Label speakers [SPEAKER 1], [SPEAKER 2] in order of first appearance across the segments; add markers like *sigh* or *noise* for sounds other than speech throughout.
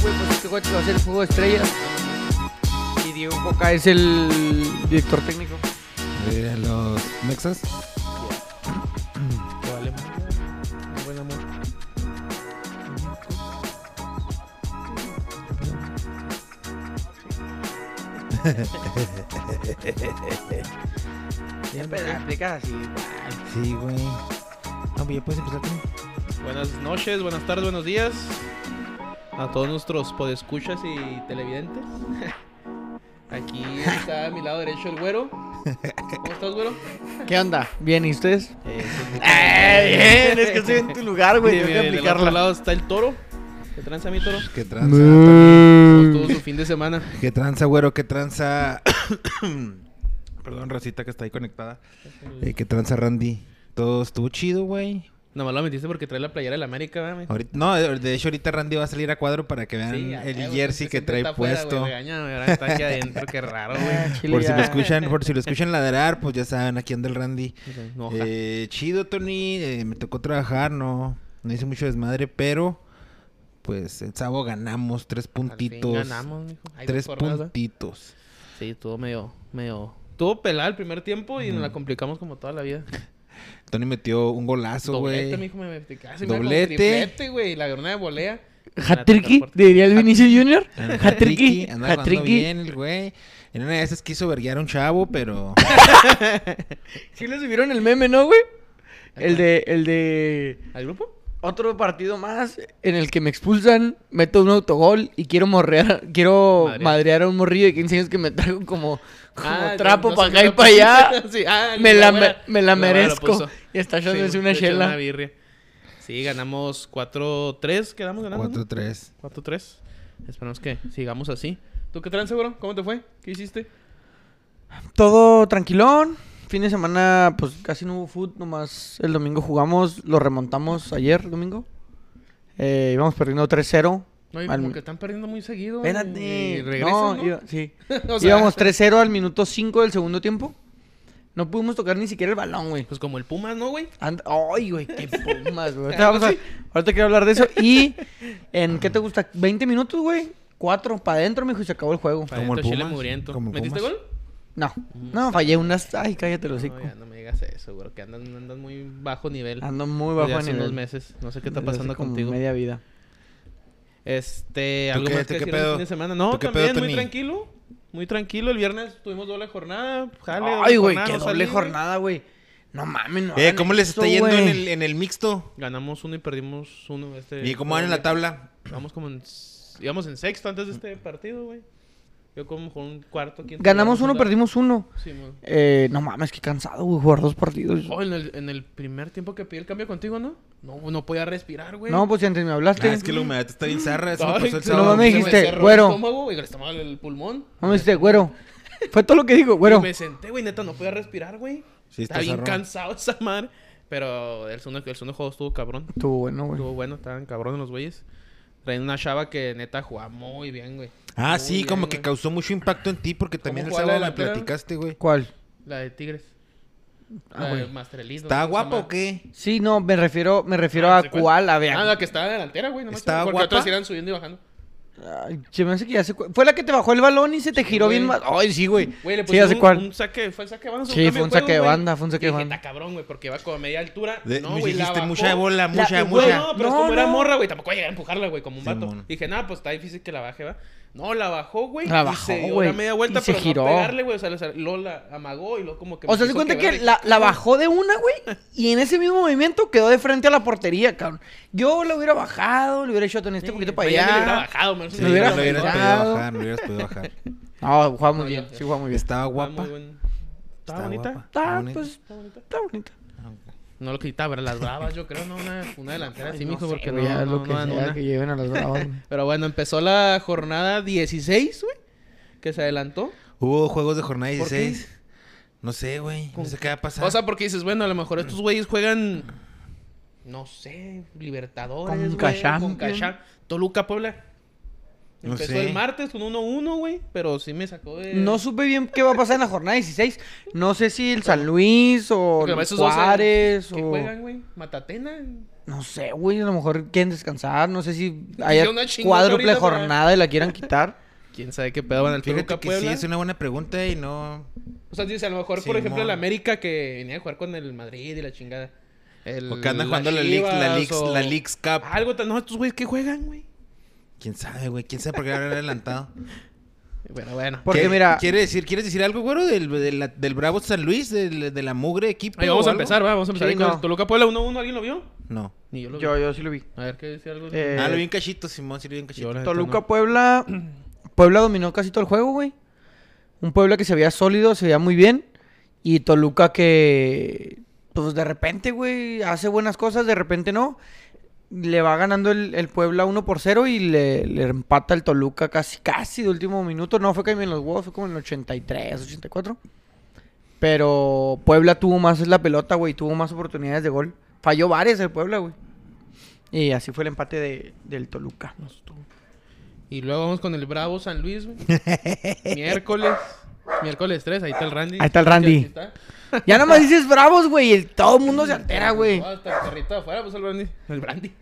[SPEAKER 1] pues, Cohetes este va a ser el juego de estrellas. Y Diego Coca es el director técnico.
[SPEAKER 2] De los Mexas.
[SPEAKER 3] Te vale madre. Buen amor.
[SPEAKER 1] Siempre la aplicas así.
[SPEAKER 2] Sí, güey. No, pues ya puedes empezar tú.
[SPEAKER 3] Buenas noches, buenas tardes, buenos días a todos nuestros podescuchas y televidentes. Aquí está a mi lado derecho el güero. ¿Cómo estás, güero?
[SPEAKER 1] ¿Qué onda? Bien, ¿y ustedes?
[SPEAKER 3] Eh,
[SPEAKER 1] Eh, bien, es que estoy en tu lugar, güey. Tengo que
[SPEAKER 3] Del otro
[SPEAKER 1] aplicarla.
[SPEAKER 3] lado está el toro. ¿Qué tranza mi toro?
[SPEAKER 2] Qué
[SPEAKER 3] ¿Cómo estuvo su fin de semana?
[SPEAKER 2] Qué tranza, güero, qué tranza. *coughs* Perdón, Rosita, que está ahí conectada. Eh, qué tranza, Randy. Todo estuvo chido, güey.
[SPEAKER 3] Nomás lo metiste porque trae la playera de la América, ¿verdad?
[SPEAKER 2] Ahorita- no, de de hecho, ahorita Randy va a salir a cuadro para que vean el jersey que trae puesto.
[SPEAKER 3] está aquí adentro, qué raro,
[SPEAKER 2] *laughs*
[SPEAKER 3] güey.
[SPEAKER 1] Ah, Chile,
[SPEAKER 2] por si
[SPEAKER 1] ya.
[SPEAKER 2] lo escuchan, por si *laughs* lo escuchan ladrar, pues ya saben, aquí anda el Randy.
[SPEAKER 3] Hoja.
[SPEAKER 2] Eh, chido, Tony. eh, me tocó trabajar, no, no hice mucho desmadre, pero pues el sábado ganamos tres
[SPEAKER 3] Al fin
[SPEAKER 2] puntitos.
[SPEAKER 3] ganamos, mijo. Ay,
[SPEAKER 2] tres
[SPEAKER 3] por nada.
[SPEAKER 2] puntitos.
[SPEAKER 3] Sí, estuvo medio, medio... Estuvo pelada el primer tiempo y nos la complicamos como toda la vida.
[SPEAKER 2] Tony metió un golazo,
[SPEAKER 3] Doblete,
[SPEAKER 2] güey.
[SPEAKER 3] mijo, me metí casi.
[SPEAKER 2] Doblete.
[SPEAKER 3] Doblete. Doblete, güey. La granada de volea.
[SPEAKER 1] ¿Hatriki? ah, ¿Diría el Vinicius Junior?
[SPEAKER 3] *laughs*
[SPEAKER 1] ¿Hatriki?
[SPEAKER 2] Ah, Anda jugando
[SPEAKER 1] ¿Hatriki?
[SPEAKER 2] bien el güey. En una de esas quiso verguear a un chavo,
[SPEAKER 3] *coughs*
[SPEAKER 2] pero
[SPEAKER 1] Sí le subieron el meme, ¿no, güey? El de, el de
[SPEAKER 3] ¿Al grupo?
[SPEAKER 1] otro partido más en el que me expulsan, meto un autogol y quiero morrear, quiero
[SPEAKER 3] Madrear.
[SPEAKER 1] madrear a un morrillo de 15 años que me traigo como, como
[SPEAKER 3] Ah, que
[SPEAKER 1] trapo
[SPEAKER 3] no
[SPEAKER 1] para
[SPEAKER 3] se
[SPEAKER 1] acá y
[SPEAKER 3] me
[SPEAKER 1] para
[SPEAKER 3] la-
[SPEAKER 1] allá.
[SPEAKER 3] *laughs* Sí, ah,
[SPEAKER 1] *laughs* me, la, me,
[SPEAKER 3] abuela-
[SPEAKER 1] me la
[SPEAKER 3] abuela lo
[SPEAKER 1] merezco.
[SPEAKER 3] puso.
[SPEAKER 1] Y está
[SPEAKER 3] Sí,
[SPEAKER 1] echándose
[SPEAKER 3] güey,
[SPEAKER 1] una
[SPEAKER 3] se echó
[SPEAKER 1] chela.
[SPEAKER 3] Una birria. Sí, ganamos 4-3. Quedamos ganando.
[SPEAKER 2] 4-3.
[SPEAKER 3] 4-3. Esperamos que sigamos así. ¿Tú qué traes, seguro? ¿Cómo te fue? ¿Qué hiciste?
[SPEAKER 1] Todo tranquilón. Fin de semana, pues casi no hubo food, nomás el domingo jugamos, lo remontamos ayer, el domingo. Eh, íbamos perdiendo 3-0.
[SPEAKER 3] No, y
[SPEAKER 1] Al-
[SPEAKER 3] como que están perdiendo muy seguido.
[SPEAKER 1] Espérate.
[SPEAKER 3] Y regresan,
[SPEAKER 1] no,
[SPEAKER 3] ¿no?
[SPEAKER 1] iba- sí.
[SPEAKER 3] *laughs* O sea,
[SPEAKER 1] íbamos 3-0 al minuto 5 del segundo tiempo. No pudimos tocar ni siquiera el balón, güey.
[SPEAKER 3] Pues como el Pumas, ¿no, güey?
[SPEAKER 1] And- Ay, güey, qué pumas, güey. Ahorita, vamos a- ahorita quiero hablar de eso. Y en, ¿qué te gusta? ¿20 minutos, güey? Cuatro para adentro, mijo, y se acabó el juego.
[SPEAKER 3] Para
[SPEAKER 2] Como el
[SPEAKER 3] adentro, Chile
[SPEAKER 2] Pumas,
[SPEAKER 3] mugriento.
[SPEAKER 2] como el
[SPEAKER 3] ¿Metiste
[SPEAKER 2] Pumas.
[SPEAKER 3] gol?
[SPEAKER 1] No, no, fallé unas. Ay, cállate los
[SPEAKER 3] No, ya no me digas eso, güey. Que andan, andan muy bajo nivel.
[SPEAKER 1] Ando muy
[SPEAKER 3] desde
[SPEAKER 1] bajo de
[SPEAKER 3] hace
[SPEAKER 1] nivel.
[SPEAKER 3] unos meses. No sé qué está
[SPEAKER 1] Desde hace
[SPEAKER 3] pasando
[SPEAKER 1] como
[SPEAKER 3] contigo.
[SPEAKER 1] Media vida.
[SPEAKER 3] Este,
[SPEAKER 2] ¿Tú
[SPEAKER 3] algo
[SPEAKER 2] qué-
[SPEAKER 3] más
[SPEAKER 2] tú
[SPEAKER 3] que
[SPEAKER 2] qué
[SPEAKER 3] decir del
[SPEAKER 2] pedo?
[SPEAKER 3] fin de semana. No,
[SPEAKER 2] ¿Tú qué pedo,
[SPEAKER 3] también muy
[SPEAKER 2] Tony?
[SPEAKER 3] tranquilo. Muy tranquilo. El viernes tuvimos doble jornada. Jale,
[SPEAKER 1] Ay,
[SPEAKER 3] doble
[SPEAKER 1] güey,
[SPEAKER 3] jornada,
[SPEAKER 1] qué
[SPEAKER 3] no salí,
[SPEAKER 1] doble
[SPEAKER 3] güey.
[SPEAKER 1] jornada, güey. No mames, no.
[SPEAKER 2] Eh,
[SPEAKER 1] hagan
[SPEAKER 2] ¿cómo les
[SPEAKER 1] eso,
[SPEAKER 2] está yendo en
[SPEAKER 1] güey.
[SPEAKER 2] el, en el mixto?
[SPEAKER 3] Ganamos uno y perdimos uno. Este,
[SPEAKER 2] ¿Y cómo van en la tabla?
[SPEAKER 3] Vamos como en. s- Íbamos en sexto antes de este partido, güey. Yo como con un cuarto. quinto
[SPEAKER 1] Ganamos
[SPEAKER 3] lugar,
[SPEAKER 1] uno,
[SPEAKER 3] no sé.
[SPEAKER 1] perdimos uno.
[SPEAKER 3] Sí, mon.
[SPEAKER 1] Eh, no mames, qué cansado, güey, jugar dos partidos.
[SPEAKER 3] Oh, en el, en el primer tiempo que pedí el cambio contigo, ¿no? No, no podía respirar, güey.
[SPEAKER 1] No, pues si antes me hablaste.
[SPEAKER 2] Ah, es que la humedad está bien zarra. Eso me
[SPEAKER 3] Ay,
[SPEAKER 2] pasó el
[SPEAKER 3] se-
[SPEAKER 1] no
[SPEAKER 2] sábado.
[SPEAKER 1] mames.
[SPEAKER 3] se me
[SPEAKER 1] dijiste,
[SPEAKER 3] cerró el
[SPEAKER 1] "Güero".
[SPEAKER 3] estómago, y el estómago, el pulmón.
[SPEAKER 1] No me dijiste, güero. Fue todo lo que digo, güero.
[SPEAKER 3] Y me senté, güey, neta, no podía respirar, güey.
[SPEAKER 2] Sí,
[SPEAKER 3] Está
[SPEAKER 2] está
[SPEAKER 3] bien
[SPEAKER 2] cerrado.
[SPEAKER 3] cansado esa madre. Pero el segundo, el segundo juego estuvo cabrón.
[SPEAKER 1] Estuvo bueno, güey.
[SPEAKER 3] Estuvo bueno, estaban cabrones los güeyes. Traían una chava que neta jugaba muy bien, güey.
[SPEAKER 2] Ah,
[SPEAKER 3] Muy
[SPEAKER 2] sí,
[SPEAKER 3] bien,
[SPEAKER 2] como que
[SPEAKER 3] güey.
[SPEAKER 2] causó mucho impacto en ti porque también el
[SPEAKER 3] jugó a la
[SPEAKER 2] sábado me
[SPEAKER 3] delantera?
[SPEAKER 2] platicaste, güey.
[SPEAKER 1] ¿Cuál?
[SPEAKER 3] La de Tigres.
[SPEAKER 1] Ah,
[SPEAKER 3] La de
[SPEAKER 1] güey.
[SPEAKER 3] Master Elite, no
[SPEAKER 2] ¿Está
[SPEAKER 3] sé cómo se
[SPEAKER 2] guapo
[SPEAKER 3] llama.
[SPEAKER 2] o qué?
[SPEAKER 1] Sí, no, me refiero, me refiero
[SPEAKER 3] Ah,
[SPEAKER 1] a
[SPEAKER 3] sí, ¿cuál?
[SPEAKER 1] cuál, a ver.
[SPEAKER 3] Ah, la que estaba delantera, güey. No me
[SPEAKER 2] ¿Estaba
[SPEAKER 3] acuerdo, Porque
[SPEAKER 2] guapa?
[SPEAKER 3] otras iban subiendo y bajando.
[SPEAKER 1] Ay, se me hace que ya sé cuál. Fue la que te bajó el balón y se te giró
[SPEAKER 3] güey.
[SPEAKER 1] bien más. Ay, sí, güey.
[SPEAKER 3] Güey, le
[SPEAKER 1] Sí, ya
[SPEAKER 3] pusieron
[SPEAKER 1] sé
[SPEAKER 3] un,
[SPEAKER 1] cuál.
[SPEAKER 3] un saque. Fue el saque de banda.
[SPEAKER 1] Sí, fue un saque de banda, fue un saque de banda.
[SPEAKER 3] Está cabrón, güey, porque iba como a media altura.
[SPEAKER 2] De-
[SPEAKER 3] no,
[SPEAKER 2] me
[SPEAKER 3] güey, la
[SPEAKER 2] dijiste
[SPEAKER 3] bajó.
[SPEAKER 2] mucha bola, mucha,
[SPEAKER 1] la-
[SPEAKER 3] Güey,
[SPEAKER 2] mucha.
[SPEAKER 3] no, pero es
[SPEAKER 1] No,
[SPEAKER 3] como era
[SPEAKER 1] no.
[SPEAKER 3] morra, güey, tampoco voy a llegar a empujarla, güey, como un vato.
[SPEAKER 2] Simón.
[SPEAKER 3] Dije, nada, pues está difícil que la baje, va. No, la bajó, güey.
[SPEAKER 1] La
[SPEAKER 3] y
[SPEAKER 1] bajó,
[SPEAKER 3] se dio
[SPEAKER 1] güey,
[SPEAKER 3] la media vuelta,
[SPEAKER 1] y se
[SPEAKER 3] pero
[SPEAKER 1] giró.
[SPEAKER 3] no pegarle, güey. O sea, la- luego la amagó y luego como que.
[SPEAKER 1] O
[SPEAKER 3] me
[SPEAKER 1] sea, se
[SPEAKER 3] quiso
[SPEAKER 1] cuenta
[SPEAKER 3] quebrar
[SPEAKER 1] que
[SPEAKER 3] y-
[SPEAKER 1] la,
[SPEAKER 3] *laughs*
[SPEAKER 1] la bajó de una, güey, y en ese mismo movimiento quedó de frente a la portería, cabrón. Yo lo hubiera bajado, le hubiera hecho en este poquito para
[SPEAKER 3] Güey, ya me hubiera
[SPEAKER 1] allá.
[SPEAKER 3] bajado, me
[SPEAKER 2] Sí,
[SPEAKER 1] Lo hubiera
[SPEAKER 2] no lo hubieras podido
[SPEAKER 1] pegado.
[SPEAKER 2] bajar, no lo hubieras podido
[SPEAKER 1] *laughs*
[SPEAKER 2] bajar.
[SPEAKER 1] No, jugaba muy
[SPEAKER 3] No,
[SPEAKER 1] bien,
[SPEAKER 3] ya.
[SPEAKER 1] sí jugaba muy bien.
[SPEAKER 2] Estaba
[SPEAKER 3] Estaba
[SPEAKER 2] guapa.
[SPEAKER 3] muy buen- Estaba
[SPEAKER 2] Estaba
[SPEAKER 3] bonita.
[SPEAKER 2] guapa.
[SPEAKER 1] Está,
[SPEAKER 2] bonita.
[SPEAKER 1] pues, está bonita.
[SPEAKER 2] Ah, ok.
[SPEAKER 3] No lo quitaba, pero las bravas, yo creo, no, una, una delantera así,
[SPEAKER 1] Ay, no
[SPEAKER 3] mijo,
[SPEAKER 1] sé,
[SPEAKER 3] porque
[SPEAKER 1] güey,
[SPEAKER 3] no,
[SPEAKER 1] ya
[SPEAKER 3] no,
[SPEAKER 1] lo que
[SPEAKER 3] no dan
[SPEAKER 1] sea
[SPEAKER 3] una.
[SPEAKER 1] que lleven a las bravas.
[SPEAKER 3] Pero bueno, empezó la jornada 16, güey, que se adelantó.
[SPEAKER 2] Hubo juegos de jornada
[SPEAKER 3] ¿Por qué?
[SPEAKER 2] 16. No sé, güey. No
[SPEAKER 3] Con-
[SPEAKER 2] sé qué va a pasar.
[SPEAKER 3] O sea, porque dices, bueno, a lo mejor estos güeyes juegan, no sé, Libertadores,
[SPEAKER 1] Con
[SPEAKER 3] güey,
[SPEAKER 1] Cacham,
[SPEAKER 3] con
[SPEAKER 1] güey.
[SPEAKER 3] Cacham. Toluca, Puebla.
[SPEAKER 2] No
[SPEAKER 3] Empezó
[SPEAKER 2] sé.
[SPEAKER 3] el martes con 1-1, güey, pero sí me sacó de...
[SPEAKER 1] No supe bien qué va a pasar en la jornada 16. No sé si el San Luis o
[SPEAKER 3] Porque
[SPEAKER 1] el
[SPEAKER 3] esos dos, eh,
[SPEAKER 1] Juárez
[SPEAKER 3] ¿Qué
[SPEAKER 1] o...
[SPEAKER 3] juegan, güey? ¿Matatena?
[SPEAKER 1] No sé, güey. A lo mejor quieren descansar. No sé si haya
[SPEAKER 3] una chingota
[SPEAKER 1] cuádruple
[SPEAKER 3] ahorita para-
[SPEAKER 1] jornada y la quieran quitar.
[SPEAKER 3] ¿Quién sabe qué pedo van al
[SPEAKER 2] Fíjate
[SPEAKER 3] Toluca
[SPEAKER 2] que sí
[SPEAKER 3] Puebla?
[SPEAKER 2] es una buena pregunta y no.
[SPEAKER 3] O sea, dice, a lo mejor, por
[SPEAKER 2] Simón.
[SPEAKER 3] ejemplo, el América que venía a jugar con el Madrid y la chingada. El,
[SPEAKER 2] Porque anda
[SPEAKER 3] las
[SPEAKER 2] jugando la Leagues, la
[SPEAKER 3] Chivas
[SPEAKER 2] Leagues,
[SPEAKER 3] o-
[SPEAKER 2] la Leagues Cup.
[SPEAKER 3] Algo tan... No, estos güeyes, ¿qué juegan, güey?
[SPEAKER 2] ¿Quién sabe, güey? ¿Quién sabe por qué habrá adelantado?
[SPEAKER 3] Bueno, bueno.
[SPEAKER 1] *laughs* Porque
[SPEAKER 2] ¿Qué-
[SPEAKER 1] mira-
[SPEAKER 2] ¿Quiere decir, ¿Quieres decir algo, güero? Del, del, del Bravo San Luis, del, de la mugre equipo.
[SPEAKER 3] Ahí vamos
[SPEAKER 2] o
[SPEAKER 3] a
[SPEAKER 2] algo?
[SPEAKER 3] empezar, va, vamos a empezar.
[SPEAKER 1] Sí,
[SPEAKER 3] ahí con
[SPEAKER 1] no.
[SPEAKER 3] el Toluca Puebla 1-1, ¿alguien lo vio?
[SPEAKER 2] No.
[SPEAKER 3] Ni yo lo vi.
[SPEAKER 1] Yo, yo sí lo vi.
[SPEAKER 3] A ver, ¿qué decía algo?
[SPEAKER 1] Eh,
[SPEAKER 2] ah, lo vi en cachito, Simón, sí lo vi en cachito.
[SPEAKER 3] Yo la neta
[SPEAKER 1] Toluca,
[SPEAKER 3] no.
[SPEAKER 1] Puebla. Puebla dominó casi todo el juego, güey. Un Puebla que se veía sólido, se veía muy bien. Y Toluca que, pues de repente, güey, hace buenas cosas, de repente no. Le va ganando el, el Puebla 1 por 0 y le, le empata el Toluca casi, casi de último minuto. No, fue que en los huevos, fue como en el 83, 84. Pero Puebla tuvo más la pelota, güey, tuvo más oportunidades de gol. Falló varias el Puebla, güey. Y así fue el empate de- del Toluca.
[SPEAKER 3] Y luego vamos con el Bravo San
[SPEAKER 1] *laughs*
[SPEAKER 3] Luis, güey. miércoles. Miércoles 3, ahí está el Randy.
[SPEAKER 1] Ahí está el Randy.
[SPEAKER 3] Aquí está.
[SPEAKER 1] Ya nomás dices bravos, güey. y el- todo el mundo se altera, güey.
[SPEAKER 3] No, hasta Ah, el perrito de afuera puso el Randy. El Brandy.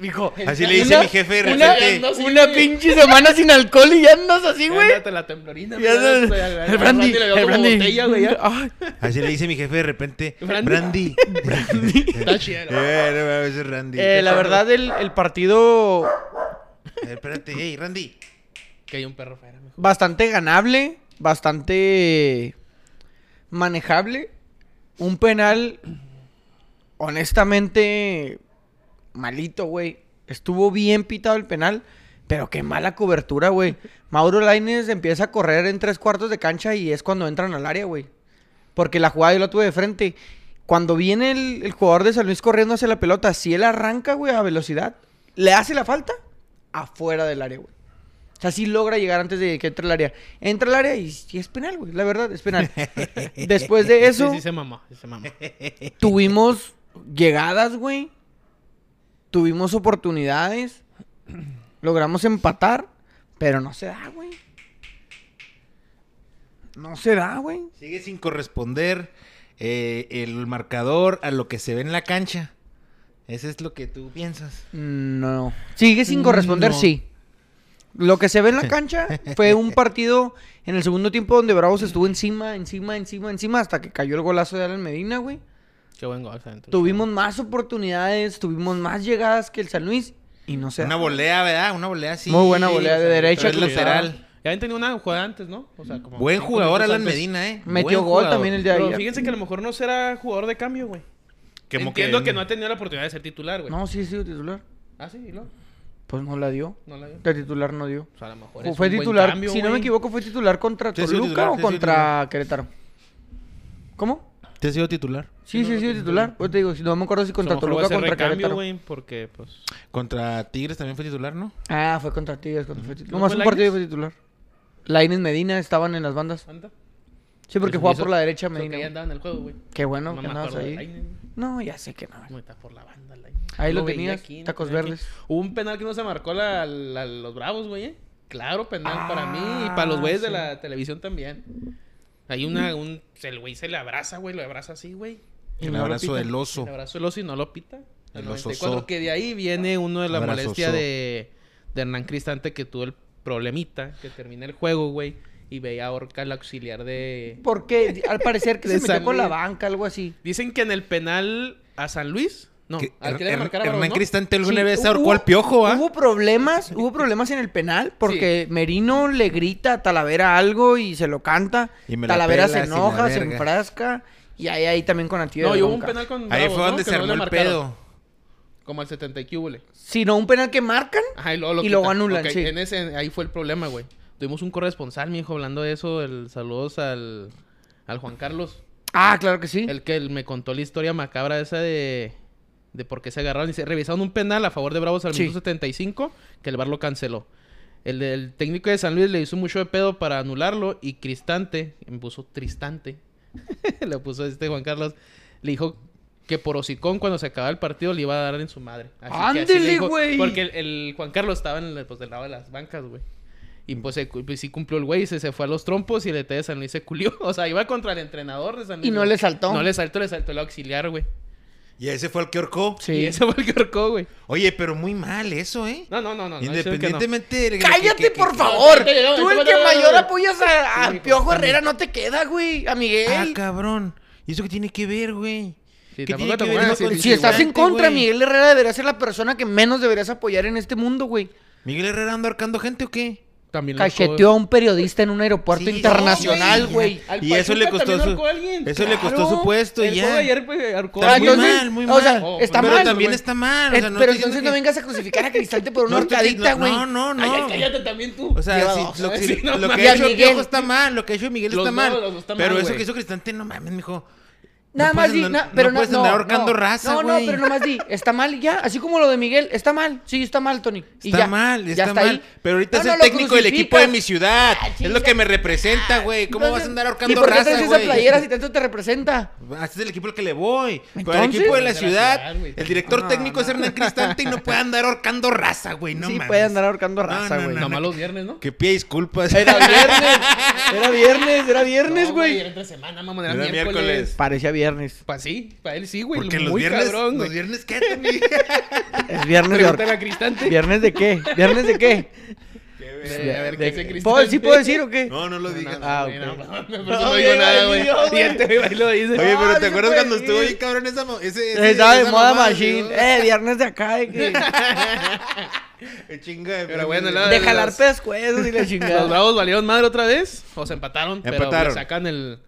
[SPEAKER 1] Dijo.
[SPEAKER 2] Así le dice mi jefe de
[SPEAKER 1] Una,
[SPEAKER 2] repente.
[SPEAKER 3] no, sí,
[SPEAKER 1] una
[SPEAKER 3] güey.
[SPEAKER 1] pinche semana sin alcohol y ya andas así,
[SPEAKER 3] Ya
[SPEAKER 1] güey.
[SPEAKER 3] ándate la temblorina.
[SPEAKER 1] Ya
[SPEAKER 3] güey, ya
[SPEAKER 1] andas-
[SPEAKER 3] estoy-
[SPEAKER 1] El brandy,
[SPEAKER 3] le veo
[SPEAKER 1] el
[SPEAKER 3] como
[SPEAKER 1] brandy.
[SPEAKER 3] botella, güey, ya.
[SPEAKER 1] Ay, eh,
[SPEAKER 2] Así le dice mi jefe de repente. Brandy.
[SPEAKER 3] *laughs* Brandy.
[SPEAKER 2] *laughs* Brandy.
[SPEAKER 3] Está chido.
[SPEAKER 2] Eh, no mames, es Randy.
[SPEAKER 1] eh, la verdad, el, el partido
[SPEAKER 2] Eh, espérate, hey, Randy.
[SPEAKER 3] Que hay un perro fuera, güey.
[SPEAKER 1] bastante ganable, bastante manejable. Un penal, honestamente, malito, güey. Estuvo bien pitado el penal, pero qué mala cobertura,
[SPEAKER 3] *laughs*
[SPEAKER 1] güey. Mauro Laines empieza a correr en tres cuartos de cancha y es cuando entran al área, güey. Porque la jugada yo la tuve de frente. Cuando viene el, el jugador de San Luis corriendo hacia la pelota, si él arranca, güey, a velocidad, le hace la falta afuera del área, güey. O sea, sí logra llegar antes de que entre el área. Entra al área y, y es penal, güey. La verdad, es
[SPEAKER 3] *laughs*
[SPEAKER 1] penal. Después de eso,
[SPEAKER 3] Sí, sí, se mamó. sí
[SPEAKER 1] *laughs*
[SPEAKER 3] se mamó.
[SPEAKER 1] tuvimos llegadas, güey. Tuvimos oportunidades. Logramos empatar, pero no se da, güey. No se da, güey.
[SPEAKER 2] Sigue sin corresponder eh, el marcador a lo que se ve en la cancha. Eso es lo que tú piensas.
[SPEAKER 1] No. Sigue sin corresponder,
[SPEAKER 3] No.
[SPEAKER 1] sí. Lo que se ve en la cancha fue un partido en el segundo tiempo donde Bravos estuvo encima, encima, encima, encima, hasta que cayó el golazo de Alan Medina, güey.
[SPEAKER 3] Qué buen gol, Santos.
[SPEAKER 1] Tuvimos más oportunidades, tuvimos más llegadas que el San Luis y no se da.
[SPEAKER 2] Una volea, ¿verdad? Una volea así.
[SPEAKER 1] Muy buena volea de derecha,
[SPEAKER 2] pero es lateral.
[SPEAKER 3] Ya habían tenido una jugada antes, ¿no? O sea, como
[SPEAKER 2] Buen
[SPEAKER 3] cinco
[SPEAKER 2] jugador
[SPEAKER 3] minutos
[SPEAKER 2] Alan
[SPEAKER 3] antes.
[SPEAKER 2] Medina, ¿eh?
[SPEAKER 1] Metió
[SPEAKER 2] Buen
[SPEAKER 1] gol
[SPEAKER 2] jugador.
[SPEAKER 1] también el de
[SPEAKER 3] Pero
[SPEAKER 1] ayer.
[SPEAKER 3] fíjense que a lo mejor no será jugador de cambio, güey.
[SPEAKER 2] Como
[SPEAKER 3] Entiendo que no ha tenido la oportunidad de ser titular, güey.
[SPEAKER 1] No, sí, sí, titular.
[SPEAKER 3] Ah, sí, y luego,
[SPEAKER 1] Pues no la dio.
[SPEAKER 3] No la vio.
[SPEAKER 1] De titular no dio.
[SPEAKER 3] O sea, a lo
[SPEAKER 1] Fue,
[SPEAKER 3] mejor es un buen
[SPEAKER 1] titular,
[SPEAKER 3] cambio,
[SPEAKER 1] si no me
[SPEAKER 3] güey.
[SPEAKER 1] equivoco, fue titular contra
[SPEAKER 2] Sí, ha
[SPEAKER 1] Toluca
[SPEAKER 2] sido titular,
[SPEAKER 1] o
[SPEAKER 2] sí, ha sido
[SPEAKER 1] contra Querétaro. ¿Cómo?
[SPEAKER 2] ¿Te has sido titular?
[SPEAKER 1] Sí, sí, sí, titular. Pues te digo, si no me acuerdo si
[SPEAKER 3] O sea, a
[SPEAKER 1] contra
[SPEAKER 3] lo mejor va a
[SPEAKER 1] Toluca o
[SPEAKER 3] ser
[SPEAKER 1] contra
[SPEAKER 3] recambio,
[SPEAKER 1] Querétaro.
[SPEAKER 3] güey, porque pues
[SPEAKER 2] Contra Tigres también fue titular, ¿no?
[SPEAKER 1] Ah, fue contra Tigres cuando fue titular.
[SPEAKER 3] ¿No
[SPEAKER 1] Nomás
[SPEAKER 3] fue
[SPEAKER 1] un partido fue
[SPEAKER 3] Lainez?
[SPEAKER 1] titular. Lainez Medina estaban en las bandas.
[SPEAKER 3] anda.
[SPEAKER 1] Sí, porque
[SPEAKER 3] Eso-
[SPEAKER 1] jugaba
[SPEAKER 3] eso-
[SPEAKER 1] por la derecha
[SPEAKER 3] eso que
[SPEAKER 1] Medina.
[SPEAKER 3] ya
[SPEAKER 1] güey.
[SPEAKER 3] andaba en el juego, güey.
[SPEAKER 1] Qué bueno
[SPEAKER 3] No
[SPEAKER 1] que
[SPEAKER 3] me
[SPEAKER 1] andabas
[SPEAKER 3] acuerdo de
[SPEAKER 1] ahí.
[SPEAKER 3] Lainez, güey.
[SPEAKER 1] No, ya sé que no.
[SPEAKER 3] No, está por la banda, la-
[SPEAKER 1] Ahí lo
[SPEAKER 3] veía
[SPEAKER 1] tenías,
[SPEAKER 3] no
[SPEAKER 1] tacos
[SPEAKER 3] tenía aquí.
[SPEAKER 1] verdes.
[SPEAKER 3] Hubo un penal que no se marcó la, la- los bravos, güey. ¿eh? Claro, penal para mí y para
[SPEAKER 1] Ah,
[SPEAKER 3] los güeyes de
[SPEAKER 1] sí.
[SPEAKER 3] la televisión también. Hay una, un, el güey se le abraza, güey, lo abraza así, güey.
[SPEAKER 1] Y
[SPEAKER 2] El
[SPEAKER 1] no lo
[SPEAKER 2] abrazo
[SPEAKER 1] pitan.
[SPEAKER 2] del oso.
[SPEAKER 3] Le abraza el oso y no lo pita. El
[SPEAKER 2] El oso
[SPEAKER 3] 94,
[SPEAKER 2] oso.
[SPEAKER 3] que de ahí viene uno de la
[SPEAKER 2] Abrazo
[SPEAKER 3] molestia
[SPEAKER 2] oso.
[SPEAKER 3] de, de Hernán Cristante que tuvo el problemita, que termina el juego, güey, y veía a Orca el auxiliar de...
[SPEAKER 1] Porque di- al
[SPEAKER 3] *laughs*
[SPEAKER 1] parecer que se
[SPEAKER 3] De
[SPEAKER 1] metió
[SPEAKER 3] San
[SPEAKER 1] con la
[SPEAKER 3] Luis.
[SPEAKER 1] banca, algo así.
[SPEAKER 3] Dicen que en el penal a San Luis... No,
[SPEAKER 2] Que
[SPEAKER 3] al que
[SPEAKER 2] Her-
[SPEAKER 3] le marcaron a Bravos,
[SPEAKER 2] Hernán
[SPEAKER 3] ¿no?
[SPEAKER 2] Cristante alguna
[SPEAKER 1] Sí,
[SPEAKER 2] vez
[SPEAKER 1] hubo-
[SPEAKER 2] ahorcó al piojo, ¿ah?
[SPEAKER 1] Hubo problemas, hubo problemas en el penal porque Merino le grita a Talavera algo y se lo canta.
[SPEAKER 2] Y me la
[SPEAKER 1] Talavera se
[SPEAKER 2] pelas y la
[SPEAKER 1] enoja, se
[SPEAKER 2] verga.
[SPEAKER 1] enfrasca y ahí, ahí también con actividad.
[SPEAKER 3] No,
[SPEAKER 1] de
[SPEAKER 3] y hubo un
[SPEAKER 1] bronca.
[SPEAKER 3] penal con
[SPEAKER 2] Ahí
[SPEAKER 3] Bravos,
[SPEAKER 2] fue
[SPEAKER 3] ¿no?
[SPEAKER 2] donde se
[SPEAKER 3] Que no
[SPEAKER 2] armó
[SPEAKER 3] le
[SPEAKER 2] el
[SPEAKER 3] marcaron.
[SPEAKER 2] pedo.
[SPEAKER 3] Como al 70 y qué hubole.
[SPEAKER 1] Sino un penal que marcan.
[SPEAKER 3] Ajá, y luego lo
[SPEAKER 1] Y luego
[SPEAKER 3] quitan.
[SPEAKER 1] anulan,
[SPEAKER 3] Ok,
[SPEAKER 1] sí.
[SPEAKER 3] en ese, ahí fue el problema, güey. Tuvimos un corresponsal, mijo, hablando de eso. El, saludos al, al Juan Carlos.
[SPEAKER 1] Ah, claro que sí.
[SPEAKER 3] El que me contó la historia macabra esa de, de por qué se agarraron. Y se revisaron un penal a favor de Bravos al
[SPEAKER 1] Sí.
[SPEAKER 3] minuto 75, que el bar lo canceló. El, del técnico de San Luis le hizo mucho de pedo para anularlo y *laughs* Cristante, me puso Tristante, le puso este Juan Carlos, le dijo que por hocicón cuando se acababa el partido le iba a dar en su madre. Así que así
[SPEAKER 1] ¡Ándele,
[SPEAKER 3] le dijo-
[SPEAKER 1] güey!
[SPEAKER 3] Porque el, el Juan Carlos estaba en el- pues, del lado de las bancas, güey. Y pues, se cu- pues, sí cumplió el güey, se, se fue a los trompos y el ET de San Luis se culió. *laughs* O sea, iba contra el entrenador de San Luis.
[SPEAKER 1] Y no
[SPEAKER 3] güey.
[SPEAKER 1] le saltó.
[SPEAKER 3] No le saltó, le saltó el auxiliar, güey.
[SPEAKER 2] Y ese fue el que horcó.
[SPEAKER 1] Sí.
[SPEAKER 3] Y ese fue el que ahorcó, güey.
[SPEAKER 2] Oye, pero muy mal eso, ¿eh?
[SPEAKER 3] No, no, no, no. no, yo creo que no.
[SPEAKER 2] Independientemente de que-
[SPEAKER 1] Cállate,
[SPEAKER 2] que- que-
[SPEAKER 1] por
[SPEAKER 2] que-
[SPEAKER 1] favor.
[SPEAKER 3] Ahorita llegamos,
[SPEAKER 1] Tú el
[SPEAKER 3] ahorita
[SPEAKER 1] que
[SPEAKER 3] llegamos.
[SPEAKER 1] mayor apoyas a, a
[SPEAKER 3] Sí,
[SPEAKER 1] Piojo
[SPEAKER 3] pues,
[SPEAKER 1] Herrera no te queda, güey. A
[SPEAKER 2] Ah,
[SPEAKER 1] Miguel.
[SPEAKER 2] cabrón. ¿Y eso qué tiene que ver, güey?
[SPEAKER 3] Sí,
[SPEAKER 2] ¿Qué
[SPEAKER 3] tampoco
[SPEAKER 2] tiene
[SPEAKER 3] te
[SPEAKER 2] que
[SPEAKER 3] pongas
[SPEAKER 2] ver
[SPEAKER 3] así,
[SPEAKER 2] con-
[SPEAKER 3] pinche
[SPEAKER 1] si estás
[SPEAKER 2] Igual,
[SPEAKER 1] en contra,
[SPEAKER 2] güey.
[SPEAKER 1] Miguel Herrera debería ser la persona que menos deberías apoyar en este mundo, güey.
[SPEAKER 2] ¿Miguel Herrera anda ahorcando gente o qué?
[SPEAKER 3] También lo
[SPEAKER 1] Cacheteó a un periodista en un aeropuerto
[SPEAKER 2] Sí,
[SPEAKER 1] internacional,
[SPEAKER 2] no,
[SPEAKER 1] güey.
[SPEAKER 2] ya.
[SPEAKER 3] Al
[SPEAKER 2] Y eso le
[SPEAKER 3] Pachuca
[SPEAKER 2] costó
[SPEAKER 3] también
[SPEAKER 2] su,
[SPEAKER 3] ahorcó a alguien.
[SPEAKER 2] eso le costó
[SPEAKER 1] Claro.
[SPEAKER 2] su puesto y
[SPEAKER 3] El juego
[SPEAKER 2] ya.
[SPEAKER 3] de ayer, pues, ahorcó
[SPEAKER 1] Ah,
[SPEAKER 2] Está
[SPEAKER 3] a
[SPEAKER 2] muy
[SPEAKER 3] alguien.
[SPEAKER 1] Entonces,
[SPEAKER 2] mal, muy
[SPEAKER 1] O sea,
[SPEAKER 3] mal.
[SPEAKER 1] está
[SPEAKER 2] pero
[SPEAKER 1] mal.
[SPEAKER 2] también
[SPEAKER 3] güey.
[SPEAKER 2] está mal. Ah, o
[SPEAKER 1] Eh,
[SPEAKER 2] sea, no
[SPEAKER 1] pero
[SPEAKER 2] estoy diciendo
[SPEAKER 1] entonces no
[SPEAKER 2] que-
[SPEAKER 1] vengas a
[SPEAKER 2] *laughs*
[SPEAKER 1] crucificar a Cristante por una
[SPEAKER 2] estoy
[SPEAKER 1] horcadita,
[SPEAKER 2] diciendo-
[SPEAKER 1] güey.
[SPEAKER 2] No, no, no.
[SPEAKER 3] Ay, ay, cállate también tú.
[SPEAKER 2] O sea,
[SPEAKER 1] Lleva
[SPEAKER 2] sí,
[SPEAKER 1] dos. ¿eh?
[SPEAKER 2] lo,
[SPEAKER 1] *laughs*
[SPEAKER 2] que-
[SPEAKER 3] *laughs* Sí, no
[SPEAKER 2] lo que
[SPEAKER 1] mames.
[SPEAKER 2] ha hecho
[SPEAKER 1] Y a
[SPEAKER 2] el
[SPEAKER 1] Miguel.
[SPEAKER 2] viejo está mal, lo que ha hecho Miguel
[SPEAKER 3] Los
[SPEAKER 2] está
[SPEAKER 3] dos,
[SPEAKER 2] mal.
[SPEAKER 3] los dos están
[SPEAKER 2] pero
[SPEAKER 3] mal,
[SPEAKER 2] eso
[SPEAKER 3] güey.
[SPEAKER 2] que hizo Cristante, no mames, mijo.
[SPEAKER 1] Nada
[SPEAKER 2] No
[SPEAKER 1] más
[SPEAKER 2] puedes
[SPEAKER 1] di,
[SPEAKER 2] andar-
[SPEAKER 1] na- pero
[SPEAKER 2] no
[SPEAKER 1] na-
[SPEAKER 2] puedes andar ahorcando raza,
[SPEAKER 1] No,
[SPEAKER 2] güey.
[SPEAKER 1] no, pero nomás di, está mal y ya, así como lo de Miguel, está mal, sí, está mal, Tony. y
[SPEAKER 2] Está
[SPEAKER 1] ya,
[SPEAKER 2] mal,
[SPEAKER 1] ya
[SPEAKER 2] está,
[SPEAKER 1] ahí.
[SPEAKER 2] mal. Pero ahorita
[SPEAKER 1] No,
[SPEAKER 2] es
[SPEAKER 1] no,
[SPEAKER 2] el
[SPEAKER 1] lo
[SPEAKER 2] técnico del equipo de mi
[SPEAKER 1] crucificas.
[SPEAKER 2] ciudad.
[SPEAKER 1] Ah,
[SPEAKER 2] es
[SPEAKER 1] chinga. Ah,
[SPEAKER 2] lo que me representa, güey. ¿Cómo vas
[SPEAKER 1] Entonces,
[SPEAKER 2] a andar
[SPEAKER 1] ¿Y
[SPEAKER 2] ahorcando
[SPEAKER 1] por qué
[SPEAKER 2] raza,
[SPEAKER 1] traes
[SPEAKER 2] güey?
[SPEAKER 1] esa playera si tanto te representa?
[SPEAKER 2] Haces el equipo al que le voy. Pero el
[SPEAKER 1] Entonces-
[SPEAKER 2] equipo de la
[SPEAKER 3] De la
[SPEAKER 2] ciudad,
[SPEAKER 3] ciudad, güey.
[SPEAKER 2] el director técnico es Hernán Cristante y no puede andar ahorcando raza, güey. No
[SPEAKER 1] sí,
[SPEAKER 2] mames.
[SPEAKER 1] puede andar ahorcando
[SPEAKER 2] No,
[SPEAKER 1] raza,
[SPEAKER 2] no,
[SPEAKER 1] güey.
[SPEAKER 2] no,
[SPEAKER 3] Nomás los viernes, ¿no?
[SPEAKER 2] Que pide disculpas.
[SPEAKER 1] Era viernes, era viernes, era viernes,
[SPEAKER 3] No,
[SPEAKER 1] güey.
[SPEAKER 3] Era entre semana, mamón. Era,
[SPEAKER 2] Era
[SPEAKER 3] miércoles.
[SPEAKER 2] miércoles.
[SPEAKER 1] Parecía viernes.
[SPEAKER 3] Pa' sí, para él sí, güey.
[SPEAKER 2] Porque
[SPEAKER 3] Muy
[SPEAKER 2] los viernes. los
[SPEAKER 3] cabrón, güey.
[SPEAKER 2] viernes qué, Tony?
[SPEAKER 1] Es viernes de
[SPEAKER 3] Pregúntale
[SPEAKER 1] ahor-
[SPEAKER 3] a Cristante.
[SPEAKER 1] ¿Viernes de qué? ¿Viernes de qué?
[SPEAKER 3] Eh, a ver, ¿qué
[SPEAKER 1] De-
[SPEAKER 3] dice Cristante?
[SPEAKER 1] ¿Puedo- ¿Sí puedo decir o qué?
[SPEAKER 2] No, no lo digas.
[SPEAKER 1] Ah,
[SPEAKER 3] güey,
[SPEAKER 1] ok.
[SPEAKER 3] no, no, no,
[SPEAKER 1] No,
[SPEAKER 3] Pues no
[SPEAKER 1] oye,
[SPEAKER 3] digo nada,
[SPEAKER 1] güey,
[SPEAKER 3] güey.
[SPEAKER 1] yo, güey.
[SPEAKER 3] Y este güey ahí
[SPEAKER 1] *laughs*
[SPEAKER 3] lo dice.
[SPEAKER 2] Oye, pero
[SPEAKER 1] no
[SPEAKER 2] ¿te
[SPEAKER 1] se
[SPEAKER 2] acuerdas
[SPEAKER 1] puede
[SPEAKER 2] cuando estuvo
[SPEAKER 1] ir.
[SPEAKER 2] ahí, cabrón, esa mo- ese, ese
[SPEAKER 1] Estaba de
[SPEAKER 2] esa
[SPEAKER 1] moda
[SPEAKER 2] mamada,
[SPEAKER 1] machine.
[SPEAKER 2] digo?
[SPEAKER 1] Eh, viernes de acá, de que...
[SPEAKER 2] El Eh, chinga de-
[SPEAKER 3] Pero bueno, la-
[SPEAKER 1] De jalar pescuezos y la
[SPEAKER 3] Los
[SPEAKER 1] chingada.
[SPEAKER 3] bravos valieron madre otra vez. O se empataron, pero
[SPEAKER 2] Empataron.
[SPEAKER 3] le sacan el.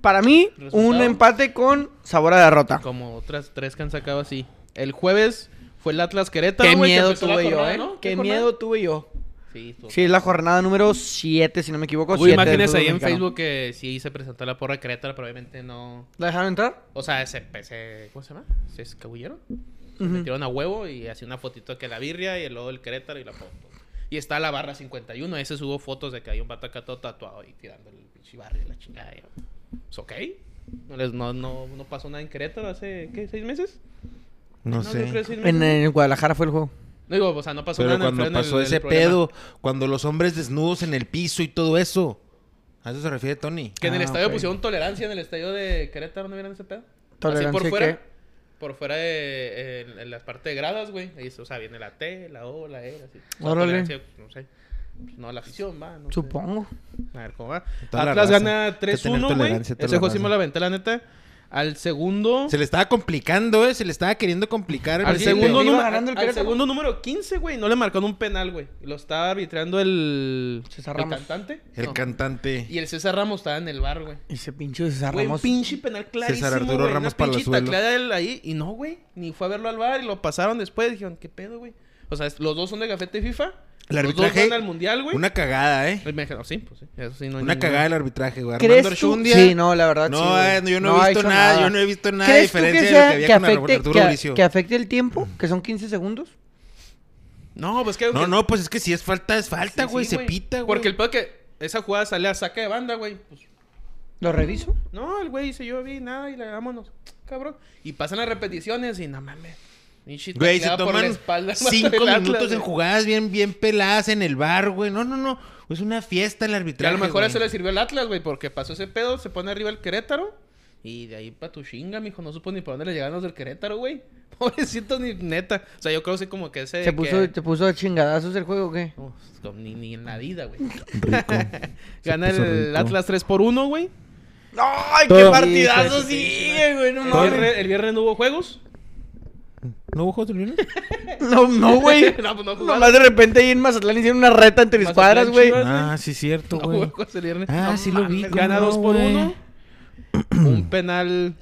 [SPEAKER 1] Para mí, un
[SPEAKER 3] Resultado.
[SPEAKER 1] empate con sabor a derrota.
[SPEAKER 3] Como otras tres que han sacado así. El jueves fue el Atlas Querétaro.
[SPEAKER 1] Qué
[SPEAKER 3] güey, que
[SPEAKER 1] miedo
[SPEAKER 3] empezó la
[SPEAKER 1] tuve yo,
[SPEAKER 3] jornada,
[SPEAKER 1] ¿eh?
[SPEAKER 3] ¿no?
[SPEAKER 1] Qué
[SPEAKER 3] jornada?
[SPEAKER 1] miedo tuve yo.
[SPEAKER 3] Sí, estuvo-
[SPEAKER 1] Sí, es la jornada número 7, si no me equivoco.
[SPEAKER 3] Hubo
[SPEAKER 1] siete del
[SPEAKER 3] imágenes
[SPEAKER 1] fútbol
[SPEAKER 3] ahí en
[SPEAKER 1] mexicano.
[SPEAKER 3] Facebook que sí se presentó la porra Querétaro, pero obviamente no.
[SPEAKER 1] ¿La dejaron entrar?
[SPEAKER 3] O sea, se, se- ¿cómo se llama? Se escabulleron. Se
[SPEAKER 1] Ujú.
[SPEAKER 3] metieron a huevo y hacía una fotito que la birria y el logo del Querétaro y la foto. Y está la barra 51. Ahí se subo fotos de que hay un vato acá todo tatuado y tirando el pinche barrio y la chingada. y yo, ¿Es ok? No, les- no, no, no pasó nada en Querétaro hace, ¿qué? ¿Seis meses?
[SPEAKER 2] No
[SPEAKER 3] yo creo
[SPEAKER 2] sé.
[SPEAKER 3] que seis meses.
[SPEAKER 1] En, en Guadalajara fue el juego.
[SPEAKER 3] No digo, o sea, no pasó
[SPEAKER 2] Pero
[SPEAKER 3] nada. en el-
[SPEAKER 2] cuando
[SPEAKER 3] en el-
[SPEAKER 2] pasó
[SPEAKER 3] en el
[SPEAKER 2] ese
[SPEAKER 3] programa.
[SPEAKER 2] pedo, cuando los hombres desnudos en el piso y todo eso. A eso se refiere Tony.
[SPEAKER 3] Que en el
[SPEAKER 1] Ah,
[SPEAKER 3] estadio
[SPEAKER 1] ok.
[SPEAKER 3] pusieron tolerancia en el estadio de Querétaro, ¿no vieron ese pedo?
[SPEAKER 1] ¿Tolerancia
[SPEAKER 3] Así
[SPEAKER 1] qué?
[SPEAKER 3] por fuera. Por fuera de en, en las partes de gradas, güey. Ahí, o sea, viene la T, la O, la E, así. O sea,
[SPEAKER 1] Órale.
[SPEAKER 3] tolerancia, No sé. Pues No, la afición va, no sé.
[SPEAKER 1] Supongo.
[SPEAKER 3] A ver cómo va.
[SPEAKER 2] Toda la
[SPEAKER 3] Atlas
[SPEAKER 2] raza.
[SPEAKER 3] gana
[SPEAKER 2] Hay que tener
[SPEAKER 3] 3-1, güey.
[SPEAKER 2] tolerancia, toda
[SPEAKER 3] Ese
[SPEAKER 2] la
[SPEAKER 3] juego sí me
[SPEAKER 2] raza.
[SPEAKER 3] lo aventé, la neta. Al segundo.
[SPEAKER 2] Se le estaba complicando, ¿eh? Se le estaba queriendo complicar. el
[SPEAKER 3] Al
[SPEAKER 2] partido.
[SPEAKER 3] segundo,
[SPEAKER 1] iba
[SPEAKER 3] número,
[SPEAKER 1] ganando el
[SPEAKER 3] al
[SPEAKER 1] Querétaro.
[SPEAKER 3] segundo número 15, güey. No le marcaron un penal, güey. Lo estaba arbitrando el.
[SPEAKER 1] César
[SPEAKER 3] el
[SPEAKER 1] Ramos.
[SPEAKER 3] cantante.
[SPEAKER 2] El
[SPEAKER 3] No.
[SPEAKER 2] cantante.
[SPEAKER 3] Y el César Ramos estaba en el bar, güey.
[SPEAKER 1] Ese pinche de César
[SPEAKER 3] Güey, un
[SPEAKER 1] Ramos.
[SPEAKER 3] pinche penal clarísimo,
[SPEAKER 2] César Arturo
[SPEAKER 3] güey,
[SPEAKER 2] Ramos
[SPEAKER 3] una pinche
[SPEAKER 2] Palazuelo.
[SPEAKER 3] tacleada de él ahí y no, güey, ni fue a verlo al bar y lo pasaron después, dijeron, ¿qué pedo, güey? O sea, es- los dos son de gafete FIFA.
[SPEAKER 2] El
[SPEAKER 3] los dos
[SPEAKER 2] arbitraje.
[SPEAKER 3] van al mundial, güey.
[SPEAKER 2] Una cagada, ¿eh?
[SPEAKER 3] Y me dijeron, sí, pues sí, eso sí no hay
[SPEAKER 2] Una
[SPEAKER 3] ningún-
[SPEAKER 2] cagada el arbitraje, güey.
[SPEAKER 1] ¿Crees
[SPEAKER 2] Armando
[SPEAKER 1] tú?
[SPEAKER 2] Archundia.
[SPEAKER 1] Sí, no, la verdad
[SPEAKER 2] No,
[SPEAKER 1] sí, güey.
[SPEAKER 2] eh, yo no he
[SPEAKER 1] ha
[SPEAKER 2] visto
[SPEAKER 1] hecho
[SPEAKER 2] nada, yo no he visto nada
[SPEAKER 1] ¿Crees tú
[SPEAKER 2] diferente
[SPEAKER 1] que
[SPEAKER 2] de lo
[SPEAKER 1] sea-
[SPEAKER 2] que había
[SPEAKER 1] que
[SPEAKER 2] con
[SPEAKER 1] afecte-
[SPEAKER 2] Arturo
[SPEAKER 1] que a-
[SPEAKER 2] Bricio.
[SPEAKER 1] que afecte el tiempo? ¿Que son 15 segundos?
[SPEAKER 3] No, pues que
[SPEAKER 2] No, no, pues es que si es falta, es
[SPEAKER 3] sí,
[SPEAKER 2] falta, güey.
[SPEAKER 3] sí,
[SPEAKER 2] se pita, güey.
[SPEAKER 3] Porque el pedo que esa jugada sale a saque de banda, güey, pues
[SPEAKER 1] ¿Lo reviso?
[SPEAKER 3] no, el güey dice, "Yo vi nada y le vámonos." Cabrón. Y pasan las repeticiones y no mames. pinche
[SPEAKER 2] Güey, se
[SPEAKER 3] tacleada por la
[SPEAKER 2] toman
[SPEAKER 3] espalda, *laughs* güey, del
[SPEAKER 2] cinco
[SPEAKER 3] Atlas,
[SPEAKER 2] minutos en
[SPEAKER 3] güey.
[SPEAKER 2] jugadas bien, bien peladas en el bar, güey. No, no, no. Es una fiesta el
[SPEAKER 3] Que
[SPEAKER 2] arbitraje.
[SPEAKER 3] a lo mejor
[SPEAKER 2] güey.
[SPEAKER 3] eso le sirvió al Atlas, güey, porque pasó ese pedo, se pone arriba el Querétaro. Y de ahí pa' tu chinga, mijo. No supo ni por dónde le llegaron los del Querétaro, güey. *laughs* Pobrecito, ni neta. O sea, yo creo que sí como que ese...
[SPEAKER 1] ¿Se
[SPEAKER 3] que-
[SPEAKER 1] puso, ¿Te puso a chingadazos el juego o qué?
[SPEAKER 3] Uf, como ni, ni en la vida, güey. *laughs*
[SPEAKER 2] Rico.
[SPEAKER 3] Gana
[SPEAKER 2] puso
[SPEAKER 3] el
[SPEAKER 2] rico.
[SPEAKER 3] Atlas 3 por 1, güey.
[SPEAKER 1] ¡Ay,
[SPEAKER 2] Todo.
[SPEAKER 3] Sí,
[SPEAKER 1] sigue, güey! No
[SPEAKER 3] El
[SPEAKER 1] mames.
[SPEAKER 3] viernes, el viernes no hubo juegos.
[SPEAKER 2] ¿No hubo otro Lionel?
[SPEAKER 1] No, no, güey.
[SPEAKER 3] *laughs* No, pues no jugaron.
[SPEAKER 1] Nomás de repente ahí en Mazatlán hicieron una reta entre mis
[SPEAKER 3] Mazatlán,
[SPEAKER 1] cuadras, güey.
[SPEAKER 3] Chivas.
[SPEAKER 2] Ah, sí, cierto,
[SPEAKER 3] *laughs* No
[SPEAKER 2] güey.
[SPEAKER 3] hubo juegos el viernes.
[SPEAKER 2] Ah,
[SPEAKER 3] No
[SPEAKER 2] sí lo vi,
[SPEAKER 3] mames,
[SPEAKER 2] cómo
[SPEAKER 3] Gana
[SPEAKER 2] no,
[SPEAKER 3] 2 por
[SPEAKER 2] güey.
[SPEAKER 3] 1.
[SPEAKER 2] *clears throat*
[SPEAKER 3] Un penal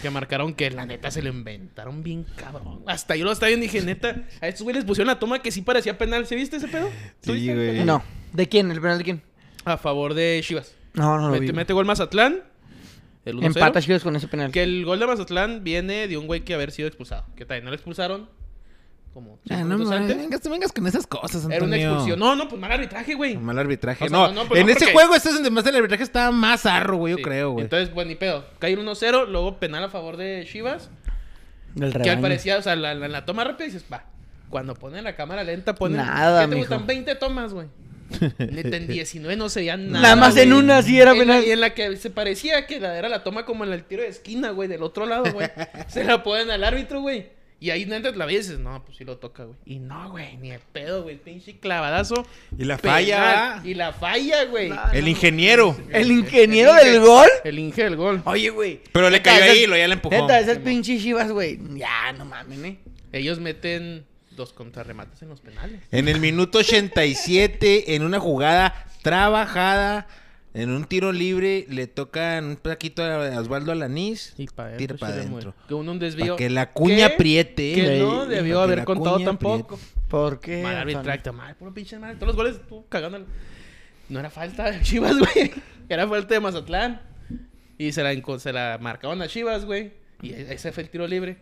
[SPEAKER 3] que marcaron que la neta se lo inventaron bien cabrón. Hasta yo lo estaba viendo y dije, neta, a estos güeyes les pusieron la toma que sí parecía penal. ¿Se viste ese pedo? ¿Tú
[SPEAKER 2] Sí,
[SPEAKER 3] viste?
[SPEAKER 2] güey.
[SPEAKER 1] No. ¿De quién? ¿El penal de quién?
[SPEAKER 3] A favor de Chivas.
[SPEAKER 1] No, no lo vi.
[SPEAKER 3] mete, mete gol Mazatlán. El 1-0.
[SPEAKER 1] Empata Chivas con ese penal.
[SPEAKER 3] Que el gol de Mazatlán viene de un güey que haber sido expulsado. Que también no lo expulsaron. Como cinco
[SPEAKER 2] Ah, no,
[SPEAKER 3] minutos
[SPEAKER 2] mames,
[SPEAKER 3] antes.
[SPEAKER 2] vengas, no vengas con esas cosas, Antonio.
[SPEAKER 3] Era una expulsión. No, no, pues mal arbitraje, güey.
[SPEAKER 2] Mal arbitraje.
[SPEAKER 3] O sea,
[SPEAKER 2] no,
[SPEAKER 3] no, no, pero
[SPEAKER 2] en
[SPEAKER 3] no,
[SPEAKER 2] ese
[SPEAKER 3] porque-
[SPEAKER 2] juego, este es donde más el arbitraje estaba más arro, güey, yo
[SPEAKER 3] Sí.
[SPEAKER 2] creo, güey.
[SPEAKER 3] Entonces, bueno, ni pedo. Cae el 1-0, luego penal a favor de Chivas.
[SPEAKER 1] Del
[SPEAKER 3] Que
[SPEAKER 1] rebaño.
[SPEAKER 3] al parecía, o sea, la, la- la toma rápida dices, va. Cuando ponen la cámara lenta, ponen.
[SPEAKER 1] Nada,
[SPEAKER 3] ¿Qué te
[SPEAKER 1] mijo.
[SPEAKER 3] gustan? 20 tomas, güey.
[SPEAKER 1] *laughs*
[SPEAKER 3] Neta, en 19 no se veía nada.
[SPEAKER 1] Nada más en
[SPEAKER 3] güey.
[SPEAKER 1] una sí era
[SPEAKER 3] En la-
[SPEAKER 1] penal.
[SPEAKER 3] y en la que se parecía que la, era la toma como en el tiro de esquina, güey, del otro lado,
[SPEAKER 1] *laughs*
[SPEAKER 3] güey. se la ponen al árbitro, güey. Y ahí neta la ves y dices, no, pues sí lo toca, güey. Y no, güey, ni de pedo, güey. Pinche clavadazo.
[SPEAKER 2] Y la
[SPEAKER 3] penal.
[SPEAKER 2] falla. ah.
[SPEAKER 3] Y la falla, güey.
[SPEAKER 2] El ingeniero.
[SPEAKER 1] El ingeniero
[SPEAKER 3] El
[SPEAKER 1] del
[SPEAKER 3] Inge-
[SPEAKER 1] gol.
[SPEAKER 3] El Inge del gol.
[SPEAKER 1] Oye, güey.
[SPEAKER 2] Pero le
[SPEAKER 1] Neta,
[SPEAKER 2] cayó ahí
[SPEAKER 1] esas-
[SPEAKER 2] y lo ya le empujó.
[SPEAKER 1] Neta, esas pinches chivas, güey. Ya, no mames, eh.
[SPEAKER 3] Ellos meten dos contrarremates en los penales.
[SPEAKER 2] En el minuto 87, en una jugada trabajada, en un tiro libre, le tocan un plaquito a Osvaldo Alanís.
[SPEAKER 3] Y para adentro.
[SPEAKER 2] Tira para
[SPEAKER 3] Chile,
[SPEAKER 2] adentro.
[SPEAKER 3] güey. Que uno un desvío.
[SPEAKER 2] Para que la cuña
[SPEAKER 3] que-
[SPEAKER 2] apriete.
[SPEAKER 3] Que
[SPEAKER 2] güey.
[SPEAKER 3] no debió
[SPEAKER 2] Pa' que
[SPEAKER 3] haber
[SPEAKER 2] la
[SPEAKER 3] contado
[SPEAKER 2] cuña
[SPEAKER 3] tampoco.
[SPEAKER 1] ¿Por qué?
[SPEAKER 3] Mal
[SPEAKER 1] Antonio?
[SPEAKER 3] arbitraje, mal, puro pinche mal. Todos los goles tú cagándolo. No era falta de Chivas, *laughs* güey. Era falta de Mazatlán. Y se la, enco- se la marcaron a Chivas, güey. Y e- ese fue el tiro libre.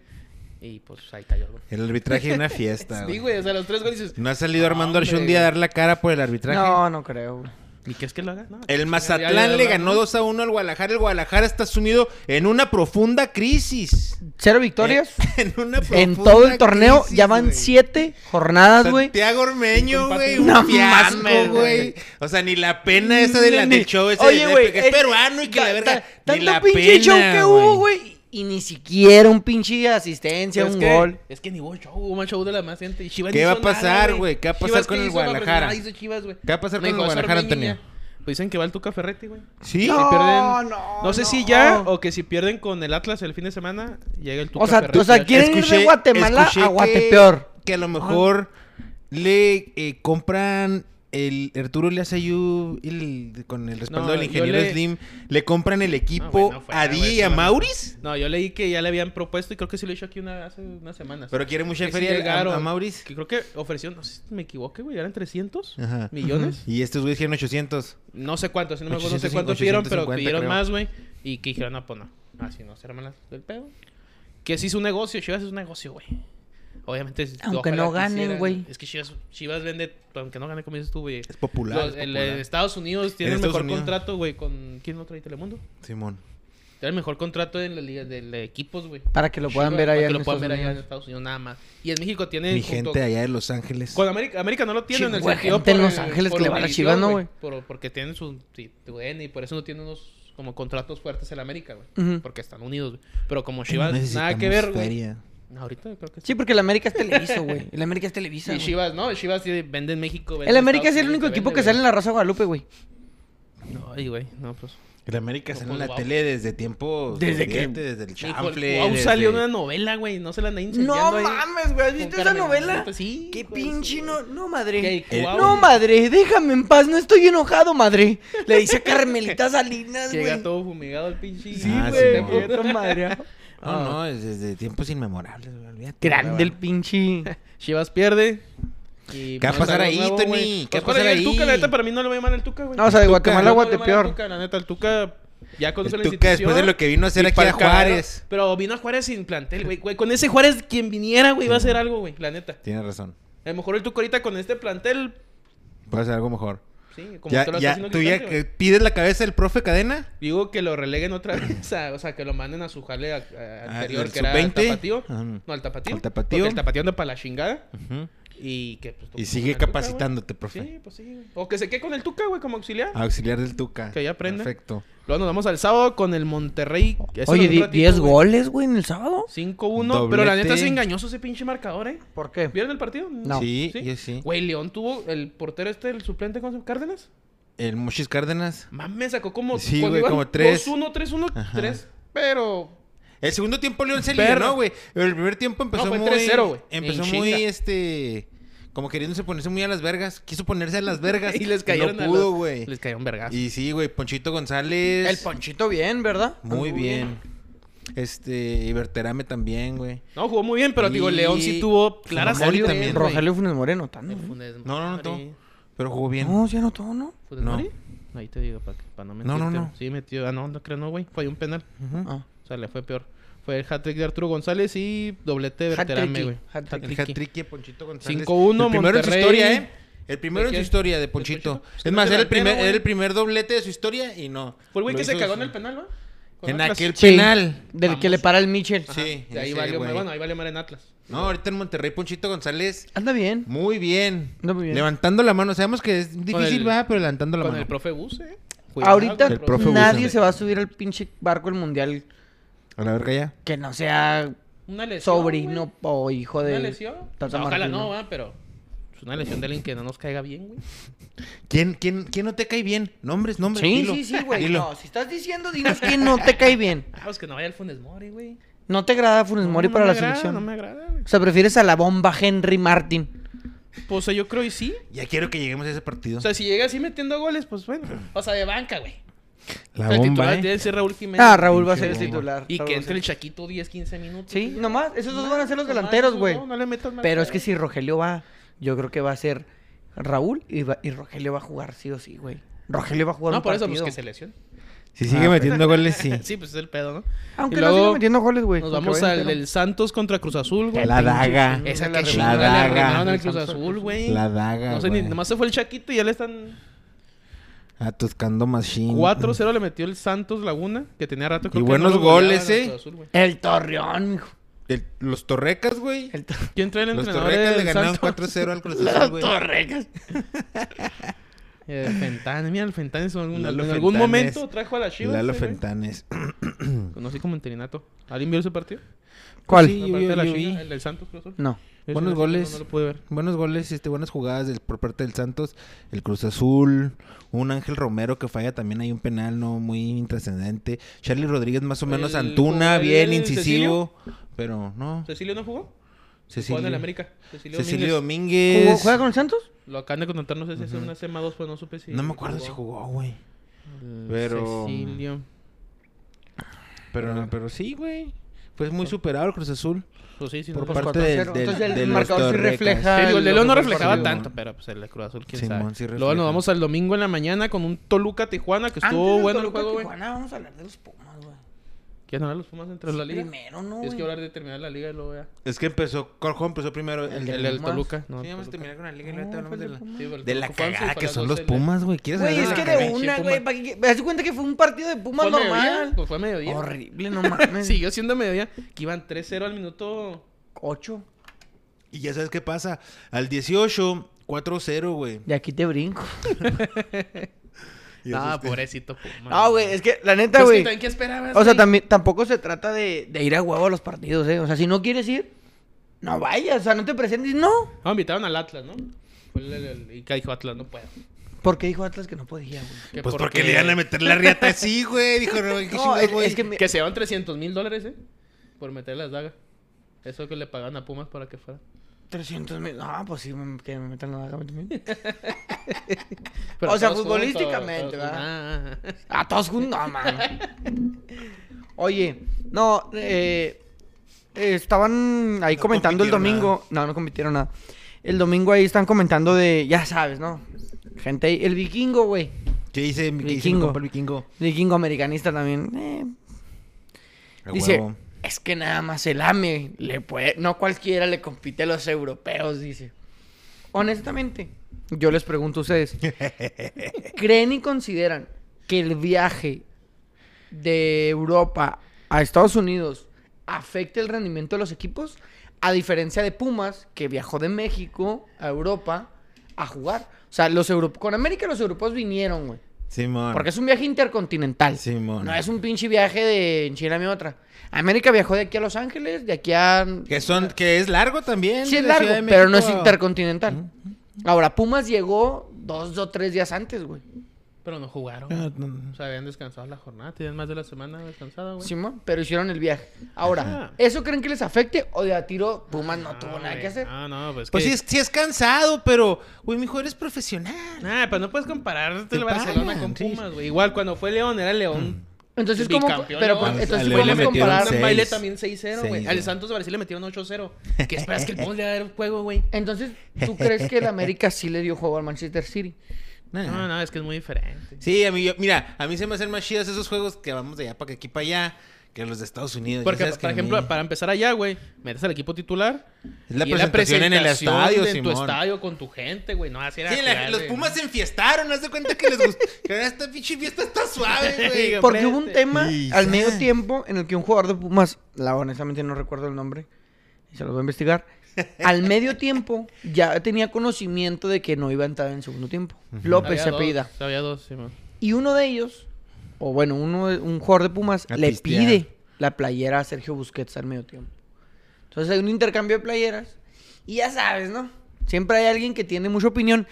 [SPEAKER 3] Y pues ahí cayó, güey.
[SPEAKER 2] apriete. El arbitraje de una fiesta.
[SPEAKER 3] *laughs* Sí, güey, o sea, los tres goles dices,
[SPEAKER 2] No ha salido Armando
[SPEAKER 3] Hombre,
[SPEAKER 2] Archundia a
[SPEAKER 3] güey.
[SPEAKER 2] dar la cara por el arbitraje.
[SPEAKER 1] No, no creo, güey.
[SPEAKER 3] ¿y qué es que lo haga? No.
[SPEAKER 2] El
[SPEAKER 3] Ya, ya, ya,
[SPEAKER 2] Mazatlán le
[SPEAKER 3] ya,
[SPEAKER 2] ganó
[SPEAKER 3] ya.
[SPEAKER 2] 2 a 1 al Guadalajara. El Guadalajara está sumido en una profunda crisis.
[SPEAKER 1] Cero victorias.
[SPEAKER 2] *laughs* En una
[SPEAKER 1] en
[SPEAKER 2] profunda
[SPEAKER 1] todo el torneo
[SPEAKER 2] crisis,
[SPEAKER 1] ya van
[SPEAKER 2] güey.
[SPEAKER 1] siete jornadas, güey.
[SPEAKER 2] Santiago Ormeño,
[SPEAKER 3] Un
[SPEAKER 2] güey.
[SPEAKER 3] empate.
[SPEAKER 2] Un
[SPEAKER 1] No
[SPEAKER 2] fiasco,
[SPEAKER 1] mames,
[SPEAKER 2] güey.
[SPEAKER 1] güey.
[SPEAKER 2] O sea, ni la pena esa de la,
[SPEAKER 1] Ni-
[SPEAKER 2] del show ese
[SPEAKER 1] Oye,
[SPEAKER 2] de-
[SPEAKER 1] güey,
[SPEAKER 2] que es
[SPEAKER 1] es-
[SPEAKER 2] peruano y que
[SPEAKER 1] ta-
[SPEAKER 2] la verga.
[SPEAKER 1] ta-
[SPEAKER 2] Ni la
[SPEAKER 1] Tanto pinche
[SPEAKER 2] pena,
[SPEAKER 1] show que hubo, güey. Y ni siquiera un pinche asistencia,
[SPEAKER 3] Pero
[SPEAKER 1] un
[SPEAKER 3] es Pues que,
[SPEAKER 1] gol.
[SPEAKER 3] Es que ni hubo show, hubo más show de la más gente. Y Chivas
[SPEAKER 2] ¿Qué
[SPEAKER 3] ni
[SPEAKER 2] va a
[SPEAKER 3] hizo nada,
[SPEAKER 2] pasar,
[SPEAKER 3] güey.
[SPEAKER 2] güey? ¿Qué va a pasar
[SPEAKER 3] Chivas,
[SPEAKER 2] con
[SPEAKER 3] ¿qué
[SPEAKER 2] el
[SPEAKER 3] hizo? No, pero
[SPEAKER 2] Guadalajara?
[SPEAKER 3] nada hizo Chivas, güey.
[SPEAKER 2] ¿Qué va a pasar con
[SPEAKER 3] Me
[SPEAKER 2] el
[SPEAKER 3] dijo, "Hace
[SPEAKER 2] Guadalajara,
[SPEAKER 3] Ormeño".
[SPEAKER 2] Antonio?
[SPEAKER 3] Pues dicen que va el Tuca Ferretti, güey.
[SPEAKER 2] Sí.
[SPEAKER 3] Si pierden-
[SPEAKER 1] No,
[SPEAKER 3] no,
[SPEAKER 1] no,
[SPEAKER 3] sé
[SPEAKER 1] no.
[SPEAKER 3] si ya o que si pierden con el Atlas el fin de semana, llega el Tuca
[SPEAKER 1] O sea,
[SPEAKER 3] Ferretti.
[SPEAKER 1] o sea, ¿quién- ¿Quieren ir de Guatemala a
[SPEAKER 2] escuché que-
[SPEAKER 1] Guatepeor?
[SPEAKER 2] Que, a lo mejor le eh, compran el Arturo Elias Ayub y el- con el respaldo
[SPEAKER 3] No,
[SPEAKER 2] del
[SPEAKER 3] yo
[SPEAKER 2] ingeniero
[SPEAKER 3] le-
[SPEAKER 2] Slim le compran el equipo
[SPEAKER 3] No, güey, no fue
[SPEAKER 2] a
[SPEAKER 3] nada,
[SPEAKER 2] Di
[SPEAKER 3] güey,
[SPEAKER 2] y a
[SPEAKER 3] fue la-
[SPEAKER 2] Mauris.
[SPEAKER 3] No, yo leí que ya le habían propuesto y creo que sí lo he hecho aquí una, hace unas semanas.
[SPEAKER 2] Pero quiere mucha
[SPEAKER 3] Que sí
[SPEAKER 2] feria a-
[SPEAKER 3] llegaron,
[SPEAKER 2] a, Mauris.
[SPEAKER 3] Que creo que ofreció, no sé si me equivoqué, güey, eran 300
[SPEAKER 2] Ajá.
[SPEAKER 3] millones.
[SPEAKER 2] Y estos güeyes quieren 800.
[SPEAKER 3] No sé cuántos, si no me acuerdo, no sé
[SPEAKER 2] 850,
[SPEAKER 3] cuántos pidieron, pero
[SPEAKER 2] 850,
[SPEAKER 3] pidieron
[SPEAKER 2] creo.
[SPEAKER 3] más, güey. Y que dijeron, no, pues no. Así no, se arman las del pedo. Que sí es un negocio, Chivas es un negocio, güey. Obviamente, es-
[SPEAKER 1] Aunque
[SPEAKER 3] ojalá
[SPEAKER 1] no ganen,
[SPEAKER 3] quisieran-
[SPEAKER 1] güey.
[SPEAKER 3] Es que Chivas, Chivas vende, aunque no gane, como dices tú, güey.
[SPEAKER 2] Es popular.
[SPEAKER 3] Los-
[SPEAKER 2] es
[SPEAKER 3] el-
[SPEAKER 2] popular.
[SPEAKER 3] el Estados Unidos tiene
[SPEAKER 2] En
[SPEAKER 3] el
[SPEAKER 2] Estados
[SPEAKER 3] mejor
[SPEAKER 2] Unidos.
[SPEAKER 3] contrato, güey, con... ¿Quién no trae Telemundo?
[SPEAKER 2] Simón.
[SPEAKER 3] Tiene el mejor contrato en la liga de, de equipos, güey.
[SPEAKER 1] Para que lo puedan
[SPEAKER 3] Chivas,
[SPEAKER 1] ver
[SPEAKER 3] para
[SPEAKER 1] allá
[SPEAKER 3] que
[SPEAKER 1] en
[SPEAKER 3] lo puedan
[SPEAKER 1] Estados
[SPEAKER 3] ver allá en
[SPEAKER 1] Unidos.
[SPEAKER 3] Estados Unidos nada más. Y en México tiene...
[SPEAKER 2] Mi
[SPEAKER 3] junto-
[SPEAKER 2] gente allá de Los Ángeles.
[SPEAKER 3] Con América, América no lo tiene en el
[SPEAKER 1] Chingo de
[SPEAKER 3] sentido
[SPEAKER 1] gente en
[SPEAKER 3] por
[SPEAKER 1] Los
[SPEAKER 3] el-
[SPEAKER 1] Ángeles
[SPEAKER 3] por
[SPEAKER 1] que le
[SPEAKER 3] la
[SPEAKER 1] va a las
[SPEAKER 3] división,
[SPEAKER 1] Chivas, ¿no,
[SPEAKER 3] Por- porque tienen su sí, TUDN y por eso no tienen unos como contratos fuertes en la América, güey.
[SPEAKER 1] Ujú.
[SPEAKER 3] Porque están unidos, güey. Pero como
[SPEAKER 2] No
[SPEAKER 3] Chivas, nada que
[SPEAKER 2] necesitamos
[SPEAKER 3] ver, güey.
[SPEAKER 2] feria.
[SPEAKER 3] No, ahorita creo que sí.
[SPEAKER 1] Sí, porque el América es Televisa, güey. El América es Televisa.
[SPEAKER 3] Y
[SPEAKER 1] güey.
[SPEAKER 3] Chivas, no, Chivas sí vende en México. vende
[SPEAKER 1] El
[SPEAKER 3] en
[SPEAKER 1] América es
[SPEAKER 3] Estados
[SPEAKER 1] el único
[SPEAKER 3] Unidos,
[SPEAKER 1] equipo que
[SPEAKER 3] vende,
[SPEAKER 1] sale en la Rosa de Guadalupe, güey.
[SPEAKER 3] güey. Ay, güey, no, pues.
[SPEAKER 2] El América
[SPEAKER 3] No,
[SPEAKER 2] sale en
[SPEAKER 3] pues,
[SPEAKER 2] la
[SPEAKER 3] wow.
[SPEAKER 2] tele desde tiempo.
[SPEAKER 1] Desde que-
[SPEAKER 2] Desde el
[SPEAKER 3] Hijo, el
[SPEAKER 2] chanfle.
[SPEAKER 3] Cuau
[SPEAKER 2] desde-
[SPEAKER 3] salió una novela, güey. No se la andan
[SPEAKER 1] No
[SPEAKER 3] incendiando ahí.
[SPEAKER 1] mames, güey. ¿Has visto
[SPEAKER 3] Con
[SPEAKER 1] esa
[SPEAKER 3] Carmen
[SPEAKER 1] novela?
[SPEAKER 3] Salinas, sí,
[SPEAKER 1] Qué
[SPEAKER 3] hijo de su
[SPEAKER 1] pinche no.
[SPEAKER 3] madre.
[SPEAKER 1] No,
[SPEAKER 2] Eh,
[SPEAKER 1] madre.
[SPEAKER 3] Que el Cuau-
[SPEAKER 1] No, madre. Déjame en paz. No estoy enojado, madre. Le dice a Carmelita Salinas, güey.
[SPEAKER 3] Llega todo fumigado el pinche.
[SPEAKER 1] Sí,
[SPEAKER 2] Ah,
[SPEAKER 1] güey.
[SPEAKER 2] sí, güey.
[SPEAKER 1] puta madre. Ah,
[SPEAKER 2] No,
[SPEAKER 3] Ah.
[SPEAKER 2] no, es desde tiempos inmemorables. güey, olvídate.
[SPEAKER 3] Pues,
[SPEAKER 1] Grande el pinche.
[SPEAKER 3] Chivas pierde. Y
[SPEAKER 2] ¿Qué va a
[SPEAKER 3] vamos
[SPEAKER 2] pasar
[SPEAKER 3] algo
[SPEAKER 2] ahí,
[SPEAKER 3] nuevo,
[SPEAKER 2] Tony?
[SPEAKER 3] güey.
[SPEAKER 2] ¿Qué va a
[SPEAKER 3] Pues para
[SPEAKER 2] pasar
[SPEAKER 3] el Tuca,
[SPEAKER 2] ahí?
[SPEAKER 3] la neta, para mí no le voy a llamar al Tuca,
[SPEAKER 1] *laughs*
[SPEAKER 3] güey.
[SPEAKER 1] No, o sea, de
[SPEAKER 2] Tuca,
[SPEAKER 1] Guatemala
[SPEAKER 2] no
[SPEAKER 1] a
[SPEAKER 2] le
[SPEAKER 3] voy a llamar al
[SPEAKER 1] Guatepeor.
[SPEAKER 3] Tuca, la neta, el Tuca ya conoce
[SPEAKER 2] El
[SPEAKER 3] la
[SPEAKER 2] Tuca, después de
[SPEAKER 3] institución.
[SPEAKER 2] lo que vino a hacer
[SPEAKER 3] Y
[SPEAKER 2] aquí
[SPEAKER 3] para
[SPEAKER 2] a
[SPEAKER 3] el cagadero.
[SPEAKER 2] Juárez.
[SPEAKER 3] Pero vino a Juárez sin plantel, güey. Güey, Con ese Juárez, quien viniera, güey, iba a hacer algo, güey, la neta.
[SPEAKER 2] Tienes razón.
[SPEAKER 3] A lo mejor el Tuca ahorita con este plantel,
[SPEAKER 2] Puede ser algo mejor.
[SPEAKER 3] sí, como
[SPEAKER 2] Ya,
[SPEAKER 3] tú lo estás
[SPEAKER 2] ya,
[SPEAKER 3] haciendo
[SPEAKER 2] ¿Tú ya
[SPEAKER 3] Cristante, güey.
[SPEAKER 2] eh, pides la cabeza del profe Cadena?
[SPEAKER 3] Digo que lo releguen otra vez, *laughs* a- o sea, que lo manden a su jale a- a-
[SPEAKER 2] Ah,
[SPEAKER 3] anterior,
[SPEAKER 2] del
[SPEAKER 3] que era
[SPEAKER 2] sub-20.
[SPEAKER 3] Tapatío.
[SPEAKER 2] Ajá.
[SPEAKER 3] No, al Tapatío.
[SPEAKER 2] Ah, Al Tapatío.
[SPEAKER 3] Porque el Tapatío anda para la chingada. Y que pues,
[SPEAKER 2] Y sigue
[SPEAKER 3] con el Tuca,
[SPEAKER 2] capacitándote,
[SPEAKER 3] güey.
[SPEAKER 2] profe. Ah.
[SPEAKER 3] Sí, pues sí, güey. O que se quede con el Tuca, güey, como auxiliar.
[SPEAKER 2] Auxiliar del Tuca.
[SPEAKER 3] Que ya aprenda.
[SPEAKER 2] Perfecto.
[SPEAKER 3] Luego nos vamos al sábado con el Monterrey. que ese
[SPEAKER 1] Oye,
[SPEAKER 3] lo vi un
[SPEAKER 1] di-
[SPEAKER 3] ratito,
[SPEAKER 1] 10
[SPEAKER 3] güey.
[SPEAKER 1] goles, güey, en el sábado.
[SPEAKER 3] 5-1, pero la neta
[SPEAKER 2] Doblete.
[SPEAKER 3] es engañoso ese pinche marcador, ¿eh?
[SPEAKER 1] ¿Por qué?
[SPEAKER 3] ¿Vieron el partido?
[SPEAKER 1] No.
[SPEAKER 2] Sí, yo sí.
[SPEAKER 3] Güey, León tuvo el portero este, el suplente con Cárdenas.
[SPEAKER 2] El Mochis Cárdenas.
[SPEAKER 3] Mames, sacó como.
[SPEAKER 2] Sí,
[SPEAKER 3] cuando
[SPEAKER 2] güey,
[SPEAKER 3] iban
[SPEAKER 2] como tres.
[SPEAKER 3] 2-1, 3-1,
[SPEAKER 2] Ajá.
[SPEAKER 3] 3. Pero.
[SPEAKER 2] El segundo tiempo León se
[SPEAKER 3] Perro.
[SPEAKER 2] ¿no, güey. El primer tiempo empezó
[SPEAKER 3] No, fue
[SPEAKER 2] muy...
[SPEAKER 3] 3-0, güey.
[SPEAKER 2] Empezó
[SPEAKER 3] En
[SPEAKER 2] muy,
[SPEAKER 3] chinga.
[SPEAKER 2] este... Como queriéndose ponerse muy a las vergas. Quiso ponerse a las vergas.
[SPEAKER 3] *laughs* Y les cayeron
[SPEAKER 2] No
[SPEAKER 3] a
[SPEAKER 2] pudo,
[SPEAKER 3] los-
[SPEAKER 2] güey.
[SPEAKER 3] Les cayeron vergas.
[SPEAKER 2] Y sí, güey. Ponchito González.
[SPEAKER 1] El Ponchito bien, ¿verdad?
[SPEAKER 2] Muy
[SPEAKER 1] Anduvo
[SPEAKER 2] bien. Este... Y Berterame también, güey.
[SPEAKER 3] No, jugó muy bien, pero digo,
[SPEAKER 2] Y-
[SPEAKER 3] León sí tuvo claras
[SPEAKER 2] Funes Mori
[SPEAKER 3] salidas,
[SPEAKER 2] también.
[SPEAKER 3] güey.
[SPEAKER 1] Rogelio Funes Moreno, tanto.
[SPEAKER 3] De
[SPEAKER 1] ¿eh?
[SPEAKER 3] Funes
[SPEAKER 2] No, no, no.
[SPEAKER 3] Mori.
[SPEAKER 2] todo. Pero jugó bien.
[SPEAKER 3] Uh,
[SPEAKER 1] No, ya no todo, ¿no?
[SPEAKER 3] ¿Funes
[SPEAKER 2] No.
[SPEAKER 3] Mori? Ahí te digo, para no
[SPEAKER 2] No,
[SPEAKER 3] mentirte.
[SPEAKER 2] no, no.
[SPEAKER 3] güey. Sí, metió. Ah, no, no creo, no, güey. Fue un penal.
[SPEAKER 2] Ujú.
[SPEAKER 1] Ah.
[SPEAKER 3] O sea, le fue peor. Fue el hat-trick de Arturo González y doblete de
[SPEAKER 1] Hat-tricky,
[SPEAKER 3] Berterame, güey.
[SPEAKER 1] hat-tricky.
[SPEAKER 2] El hat-trick de Ponchito González.
[SPEAKER 3] 5-1
[SPEAKER 2] El primero en su
[SPEAKER 3] Monterrey.
[SPEAKER 2] historia, ¿eh? El primero
[SPEAKER 3] ¿De
[SPEAKER 2] en su
[SPEAKER 3] quién?
[SPEAKER 2] historia de
[SPEAKER 3] ¿De Ponchito?
[SPEAKER 2] Ponchito.
[SPEAKER 3] Pues que
[SPEAKER 2] Es
[SPEAKER 3] no
[SPEAKER 2] más,
[SPEAKER 3] te
[SPEAKER 2] era el, primer,
[SPEAKER 3] mantero,
[SPEAKER 2] era el
[SPEAKER 3] güey.
[SPEAKER 2] primer doblete de su historia y no.
[SPEAKER 3] Fue el güey
[SPEAKER 2] Lo
[SPEAKER 3] que se
[SPEAKER 2] hizo
[SPEAKER 3] cagó
[SPEAKER 2] su-
[SPEAKER 3] en el penal, ¿va? con
[SPEAKER 2] En
[SPEAKER 3] Atlas.
[SPEAKER 2] aquel
[SPEAKER 1] Sí,
[SPEAKER 2] penal.
[SPEAKER 1] Del
[SPEAKER 3] Vamos.
[SPEAKER 1] que le para el Mitchell.
[SPEAKER 3] Ajá,
[SPEAKER 2] Sí,
[SPEAKER 3] de ahí
[SPEAKER 2] ese,
[SPEAKER 3] valió,
[SPEAKER 2] güey.
[SPEAKER 3] bueno, ahí valió mal en Atlas.
[SPEAKER 2] No, ahorita en Monterrey, Ponchito González.
[SPEAKER 1] Anda bien.
[SPEAKER 2] Muy bien.
[SPEAKER 1] Anda muy bien.
[SPEAKER 2] Levantando la mano. Sabemos que es difícil,
[SPEAKER 3] el-
[SPEAKER 2] va, pero levantando la
[SPEAKER 3] Con
[SPEAKER 2] mano.
[SPEAKER 3] el profe Gus, eh.
[SPEAKER 1] Ahorita
[SPEAKER 2] el profe Gus,
[SPEAKER 1] nadie
[SPEAKER 2] güey.
[SPEAKER 1] se va a subir al pinche barco del mundial
[SPEAKER 2] A la verga ya.
[SPEAKER 1] que no sea
[SPEAKER 3] Una lesión,
[SPEAKER 1] sobrino
[SPEAKER 3] güey.
[SPEAKER 1] o hijo de.
[SPEAKER 3] Una lesión. O
[SPEAKER 1] Tata
[SPEAKER 3] sea, ojalá
[SPEAKER 1] Martino.
[SPEAKER 3] no, ¿eh? ¿verdad? pero es una lesión de alguien que no nos caiga bien, güey.
[SPEAKER 2] ¿Quién, quién, quién no te cae bien? Nombres, nombres.
[SPEAKER 1] Sí,
[SPEAKER 2] dilo.
[SPEAKER 1] sí, sí, güey.
[SPEAKER 2] Dilo.
[SPEAKER 1] No, si estás diciendo, dinos que no te cae bien.
[SPEAKER 3] Ah, pues que no vaya al Funes Mori, güey.
[SPEAKER 1] No te agrada Funes Mori
[SPEAKER 3] No, no
[SPEAKER 1] para
[SPEAKER 3] me
[SPEAKER 1] la
[SPEAKER 3] agrada,
[SPEAKER 1] selección.
[SPEAKER 3] No me agrada, güey.
[SPEAKER 1] O sea, prefieres a la bomba Henry Martin.
[SPEAKER 3] Pues o sea, yo creo y sí.
[SPEAKER 2] Ya quiero que lleguemos a ese partido.
[SPEAKER 3] O sea, si llega así metiendo goles, pues bueno. O sea, de banca, güey. O
[SPEAKER 2] la
[SPEAKER 3] sea, el titular
[SPEAKER 2] bomba,
[SPEAKER 3] tiene
[SPEAKER 2] ¿eh?
[SPEAKER 3] que ser Raúl Jiménez.
[SPEAKER 1] Ah, Raúl va a
[SPEAKER 2] Pinche
[SPEAKER 1] ser el
[SPEAKER 2] bomba.
[SPEAKER 1] titular.
[SPEAKER 3] Y
[SPEAKER 1] Raúl
[SPEAKER 3] que
[SPEAKER 1] va a
[SPEAKER 3] entre
[SPEAKER 1] ser.
[SPEAKER 3] el Chaquito 10, 15 minutos.
[SPEAKER 1] Sí,
[SPEAKER 3] güey.
[SPEAKER 1] nomás. Esos dos van a ser los
[SPEAKER 3] Nomás,
[SPEAKER 1] delanteros,
[SPEAKER 3] no,
[SPEAKER 1] güey.
[SPEAKER 3] No, le metas más
[SPEAKER 1] Pero es
[SPEAKER 3] pedo.
[SPEAKER 1] que si Rogelio va, yo creo que va a ser Raúl y, va- y Rogelio va a jugar sí o sí, güey. Rogelio va a jugar
[SPEAKER 3] No,
[SPEAKER 1] un
[SPEAKER 3] por eso, pues
[SPEAKER 1] partido.
[SPEAKER 3] que se lesione.
[SPEAKER 2] Si sigue metiendo goles, sí.
[SPEAKER 3] Ah. *laughs* Sí, pues es el pedo, ¿no?
[SPEAKER 1] Aunque
[SPEAKER 3] Y
[SPEAKER 1] no
[SPEAKER 3] luego
[SPEAKER 1] siga metiendo goles, güey.
[SPEAKER 3] Nos
[SPEAKER 1] porque
[SPEAKER 3] vamos
[SPEAKER 1] va
[SPEAKER 3] al
[SPEAKER 1] entero.
[SPEAKER 3] del Santos contra Cruz Azul, güey.
[SPEAKER 2] La daga.
[SPEAKER 1] pinche-
[SPEAKER 3] Esa
[SPEAKER 1] La
[SPEAKER 3] que chingada le
[SPEAKER 2] daga.
[SPEAKER 3] arruinaron al Cruz Azul, güey.
[SPEAKER 2] La daga.
[SPEAKER 3] No sé, ni,
[SPEAKER 2] güey.
[SPEAKER 3] nomás se fue el Chaquito y ya le están...
[SPEAKER 2] A Toscando Machine.
[SPEAKER 3] 4-0 le metió el Santos Laguna, que tenía rato
[SPEAKER 2] Y
[SPEAKER 3] que
[SPEAKER 2] buenos
[SPEAKER 3] lo goleaban
[SPEAKER 2] goles,
[SPEAKER 3] al
[SPEAKER 2] ¿eh?
[SPEAKER 3] Cruz Azul, güey.
[SPEAKER 1] El Torreón, hijo.
[SPEAKER 2] El- los Torrecas, güey.
[SPEAKER 1] El, Tor-
[SPEAKER 3] ¿Quién trae el
[SPEAKER 2] Los
[SPEAKER 3] entrenador
[SPEAKER 2] Torrecas le
[SPEAKER 3] del
[SPEAKER 2] ganaron
[SPEAKER 3] Santos?
[SPEAKER 2] 4-0
[SPEAKER 3] *laughs*
[SPEAKER 2] al Cruz Azul, güey.
[SPEAKER 1] Torrecas.
[SPEAKER 3] Y El Eh, Fentanes, mira, el Fentanes en algún,
[SPEAKER 2] Lalo
[SPEAKER 3] en algún
[SPEAKER 2] Fentanes.
[SPEAKER 3] momento trajo a la Chivas.
[SPEAKER 2] Lalo
[SPEAKER 3] eh, güey.
[SPEAKER 2] Fentanes.
[SPEAKER 3] Conocí como interinato. ¿Alguien vio ese partido?
[SPEAKER 1] ¿Cuál?
[SPEAKER 2] Sí,
[SPEAKER 3] Aparte
[SPEAKER 2] yo-
[SPEAKER 3] de la
[SPEAKER 2] yo
[SPEAKER 3] Chivas,
[SPEAKER 2] vi. Mm,
[SPEAKER 3] El del Santos Cruz Azul.
[SPEAKER 1] No.
[SPEAKER 3] Yo
[SPEAKER 2] Buenos
[SPEAKER 3] sí,
[SPEAKER 2] goles.
[SPEAKER 3] No, no lo pude ver.
[SPEAKER 2] Buenos goles, este, buenas jugadas del- por parte del Santos, el Cruz Azul, un Ángel Romero que falla también hay un penal no muy intrascendente, Charlie Rodríguez más o menos
[SPEAKER 3] El-
[SPEAKER 2] Antuna,
[SPEAKER 3] el-
[SPEAKER 2] bien
[SPEAKER 3] el
[SPEAKER 2] incisivo, pero no,
[SPEAKER 3] ¿Cecilio no jugó? Jugó en el
[SPEAKER 2] Cecilio,
[SPEAKER 3] América. Cecilio,
[SPEAKER 2] Cecilio
[SPEAKER 3] Domínguez.
[SPEAKER 1] ¿Jugó-
[SPEAKER 2] Domínguez,
[SPEAKER 1] ¿Juega con el Santos?
[SPEAKER 3] Lo acaban de contratar, no sé si hace una semana o dos, pues no supe si... Eh,
[SPEAKER 2] no me acuerdo si jugó, güey, pero- mm,
[SPEAKER 3] Cecilio.
[SPEAKER 2] pero, pero sí, güey, fue muy superado el Cruz Azul,
[SPEAKER 3] Pues sí, sí,
[SPEAKER 2] Por
[SPEAKER 3] no-
[SPEAKER 2] parte
[SPEAKER 1] Pues
[SPEAKER 2] del-
[SPEAKER 1] 4-0.
[SPEAKER 2] del-
[SPEAKER 1] Entonces el
[SPEAKER 2] de los
[SPEAKER 1] marcador sí
[SPEAKER 2] Torrecas.
[SPEAKER 1] refleja.
[SPEAKER 3] Sí, digo, el de
[SPEAKER 1] lo
[SPEAKER 3] León no
[SPEAKER 1] que
[SPEAKER 3] reflejaba
[SPEAKER 1] fue el
[SPEAKER 3] tanto,
[SPEAKER 1] partido.
[SPEAKER 3] pero pues el de Cruz Azul, quién
[SPEAKER 2] Simón,
[SPEAKER 3] sabe.
[SPEAKER 2] sí
[SPEAKER 3] Luego
[SPEAKER 2] refleja.
[SPEAKER 3] nos vamos al domingo en la mañana con un Toluca-Tijuana, que estuvo
[SPEAKER 1] Antes del
[SPEAKER 3] bueno el
[SPEAKER 1] Toluca
[SPEAKER 3] juego, güey.
[SPEAKER 1] Tijuana, Vamos a hablar de los Pumas, güey.
[SPEAKER 3] ¿Quieren hablar los Pumas entre la liga?
[SPEAKER 1] Primero, ¿no?
[SPEAKER 3] Tienes
[SPEAKER 1] güey?
[SPEAKER 3] que hablar de terminar la liga y luego ya.
[SPEAKER 2] es que empezó, ¿cuál juego empezó primero?
[SPEAKER 1] El
[SPEAKER 2] El,
[SPEAKER 1] de
[SPEAKER 3] El
[SPEAKER 2] del-
[SPEAKER 3] del
[SPEAKER 1] Pumas.
[SPEAKER 3] Toluca, no.
[SPEAKER 2] Sí, vamos a terminar con la liga y luego te
[SPEAKER 1] No, pues,
[SPEAKER 2] hablamos
[SPEAKER 1] fue
[SPEAKER 2] de
[SPEAKER 1] el
[SPEAKER 2] la,
[SPEAKER 1] Pumas.
[SPEAKER 2] de la cagada que son los Pumas, güey, ¿quieres
[SPEAKER 1] Güey,
[SPEAKER 2] hablar
[SPEAKER 1] es
[SPEAKER 2] la
[SPEAKER 1] que
[SPEAKER 2] cagada?
[SPEAKER 1] de
[SPEAKER 3] pinche
[SPEAKER 1] una,
[SPEAKER 3] Puma.
[SPEAKER 1] güey. pa' que- Me das cuenta que fue un partido de Pumas
[SPEAKER 3] ¿Fue normal?
[SPEAKER 1] normal.
[SPEAKER 3] Pues fue a mediodía.
[SPEAKER 1] Horrible, no mames.
[SPEAKER 3] Siguió siendo mediodía, que iban 3-0 al minuto.
[SPEAKER 1] Ocho.
[SPEAKER 2] Y ya sabes qué pasa. Al 18, 4-0, güey.
[SPEAKER 1] De aquí te brinco.
[SPEAKER 2] Y
[SPEAKER 3] Ah,
[SPEAKER 2] asusta.
[SPEAKER 3] pobrecito Puma.
[SPEAKER 1] Ah, güey, es que la neta,
[SPEAKER 3] Pues que
[SPEAKER 1] güey.
[SPEAKER 3] también, ¿Qué esperabas?
[SPEAKER 1] O sea,
[SPEAKER 3] güey?
[SPEAKER 1] también, tampoco se trata de, de ir a huevo a los partidos, ¿eh? O sea, si no quieres ir, no vayas. O sea, no te presentes. No.
[SPEAKER 3] No, invitaron al Atlas, ¿no? Fue el, el- el- y que dijo Atlas, no puedo.
[SPEAKER 1] Porque dijo Atlas que no podía, güey.
[SPEAKER 3] Que
[SPEAKER 2] Pues porque le iban a meter la riata así, güey. Dijo, no, ¿qué
[SPEAKER 1] No,
[SPEAKER 2] chingados,
[SPEAKER 1] es,
[SPEAKER 2] güey?
[SPEAKER 1] es que... mi-
[SPEAKER 3] Que se llevan 300 mil dólares, ¿eh? Por meter las dagas. Eso que le pagan a Pumas para que fuera.
[SPEAKER 1] 300 mil. No, pues sí, me- que me metan la daga también.
[SPEAKER 3] Pero
[SPEAKER 1] O sea,
[SPEAKER 3] todos juntos,
[SPEAKER 1] futbolísticamente,
[SPEAKER 3] todos-
[SPEAKER 1] ¿verdad?
[SPEAKER 3] Ah,
[SPEAKER 1] A todos juntos. No, mames. Oye, no, eh, eh, estaban ahí
[SPEAKER 2] No
[SPEAKER 1] comentando el
[SPEAKER 2] compitieron
[SPEAKER 1] domingo. No, no compitieron nada. El domingo ahí están comentando de, ya sabes, ¿no? Gente ahí, el vikingo, güey.
[SPEAKER 2] ¿Qué dice, mi- qué dice mi
[SPEAKER 1] Vikingo.
[SPEAKER 2] compa el vikingo?
[SPEAKER 1] Vikingo americanista también. eh,
[SPEAKER 2] A
[SPEAKER 1] dice,
[SPEAKER 2] huevo.
[SPEAKER 1] es que nada más el AME le puede, no cualquiera le compite a los europeos, dice. Honestamente, yo les pregunto a
[SPEAKER 2] *laughs*
[SPEAKER 1] ustedes, ¿creen y consideran que el viaje de Europa a Estados Unidos afecta el rendimiento de los equipos? A diferencia de Pumas, que viajó de México a Europa a jugar. O sea, los europe- con América los europeos vinieron, güey.
[SPEAKER 2] Simón.
[SPEAKER 1] Porque es un viaje intercontinental.
[SPEAKER 2] Simón.
[SPEAKER 1] No es un pinche viaje de China a otra. América viajó de aquí a Los Ángeles, de aquí a.
[SPEAKER 2] Que, son, que es largo también.
[SPEAKER 1] Sí, es
[SPEAKER 2] de la
[SPEAKER 1] largo,
[SPEAKER 2] Ciudad de
[SPEAKER 1] pero no es
[SPEAKER 2] México a-
[SPEAKER 1] intercontinental. Ahora, Pumas llegó dos o tres días antes, güey.
[SPEAKER 3] Pero no jugaron.
[SPEAKER 2] Ah, no, no.
[SPEAKER 3] O sea, habían descansado la jornada. Tenían más de la semana descansada, güey.
[SPEAKER 1] Simón, pero hicieron el viaje. Ahora,
[SPEAKER 3] Ajá.
[SPEAKER 1] ¿eso creen que les afecte o de a tiro Pumas no
[SPEAKER 3] Ah,
[SPEAKER 1] tuvo nada
[SPEAKER 3] güey.
[SPEAKER 1] que hacer?
[SPEAKER 3] No, no, pues,
[SPEAKER 2] Pues
[SPEAKER 3] que...
[SPEAKER 2] sí es, sí es cansado, pero, güey, mijo, eres profesional.
[SPEAKER 3] Nah, pues no puedes compararte el
[SPEAKER 2] Te
[SPEAKER 3] Barcelona
[SPEAKER 2] pagan,
[SPEAKER 3] con
[SPEAKER 2] sí,
[SPEAKER 3] Pumas, güey. Igual cuando fue León, era León.
[SPEAKER 1] Entonces, ¿cómo?
[SPEAKER 3] Bicampeón,
[SPEAKER 1] Pero,
[SPEAKER 3] ¿no?
[SPEAKER 1] pues,
[SPEAKER 3] Al-
[SPEAKER 1] entonces,
[SPEAKER 2] al León
[SPEAKER 1] podemos
[SPEAKER 2] Ah, le metieron
[SPEAKER 1] comparar.
[SPEAKER 3] Al Baile
[SPEAKER 2] seis.
[SPEAKER 3] también 6-0,
[SPEAKER 2] Seis, eh.
[SPEAKER 3] güey.
[SPEAKER 2] güey.
[SPEAKER 3] Al Santos de Brasil le metieron 8-0. ¿Qué esperas
[SPEAKER 2] *laughs*
[SPEAKER 3] que el Pumas le va a dar juego, güey?
[SPEAKER 1] Entonces, ¿tú crees que el América sí le dio juego al Manchester City?
[SPEAKER 2] Nah.
[SPEAKER 3] No, no, es que es muy diferente.
[SPEAKER 2] Sí, a mí, yo- mira, a mí se me hacen más chidas esos juegos que vamos de allá para aquí para allá. que los de Estados Unidos. ya
[SPEAKER 3] Porque,
[SPEAKER 2] pues, sabes que
[SPEAKER 3] por
[SPEAKER 2] a
[SPEAKER 3] ejemplo,
[SPEAKER 2] mí-
[SPEAKER 3] para empezar allá, güey, metes al equipo titular.
[SPEAKER 2] Es la
[SPEAKER 3] y
[SPEAKER 2] presentación en el estadio,
[SPEAKER 3] En tu
[SPEAKER 2] Simón.
[SPEAKER 3] estadio con tu gente, güey. No, así era.
[SPEAKER 2] Sí, la-
[SPEAKER 3] jugar,
[SPEAKER 2] los
[SPEAKER 3] güey.
[SPEAKER 2] Pumas se enfiestaron, haz de cuenta que les gustó. *laughs* que ahora esta pinche fiesta está
[SPEAKER 1] *laughs*
[SPEAKER 2] suave, güey.
[SPEAKER 3] Digo,
[SPEAKER 1] Porque hubo un
[SPEAKER 3] Enfrente.
[SPEAKER 1] tema
[SPEAKER 2] Y
[SPEAKER 1] al
[SPEAKER 2] ya.
[SPEAKER 1] medio tiempo en el que un jugador de Pumas, la honestamente no recuerdo el nombre, y se los voy a investigar, al medio tiempo ya tenía conocimiento de que no iba a entrar en segundo tiempo. López
[SPEAKER 3] Había
[SPEAKER 1] se
[SPEAKER 3] dos,
[SPEAKER 1] apellida.
[SPEAKER 3] Había dos, Simón.
[SPEAKER 1] Y uno de ellos, o bueno, uno, de- un jugador de Pumas
[SPEAKER 2] A
[SPEAKER 1] le
[SPEAKER 2] pistear.
[SPEAKER 1] pide la playera a Sergio Busquets al medio tiempo. Entonces hay un intercambio de playeras y ya sabes, ¿no? Siempre hay alguien que tiene mucha opinión.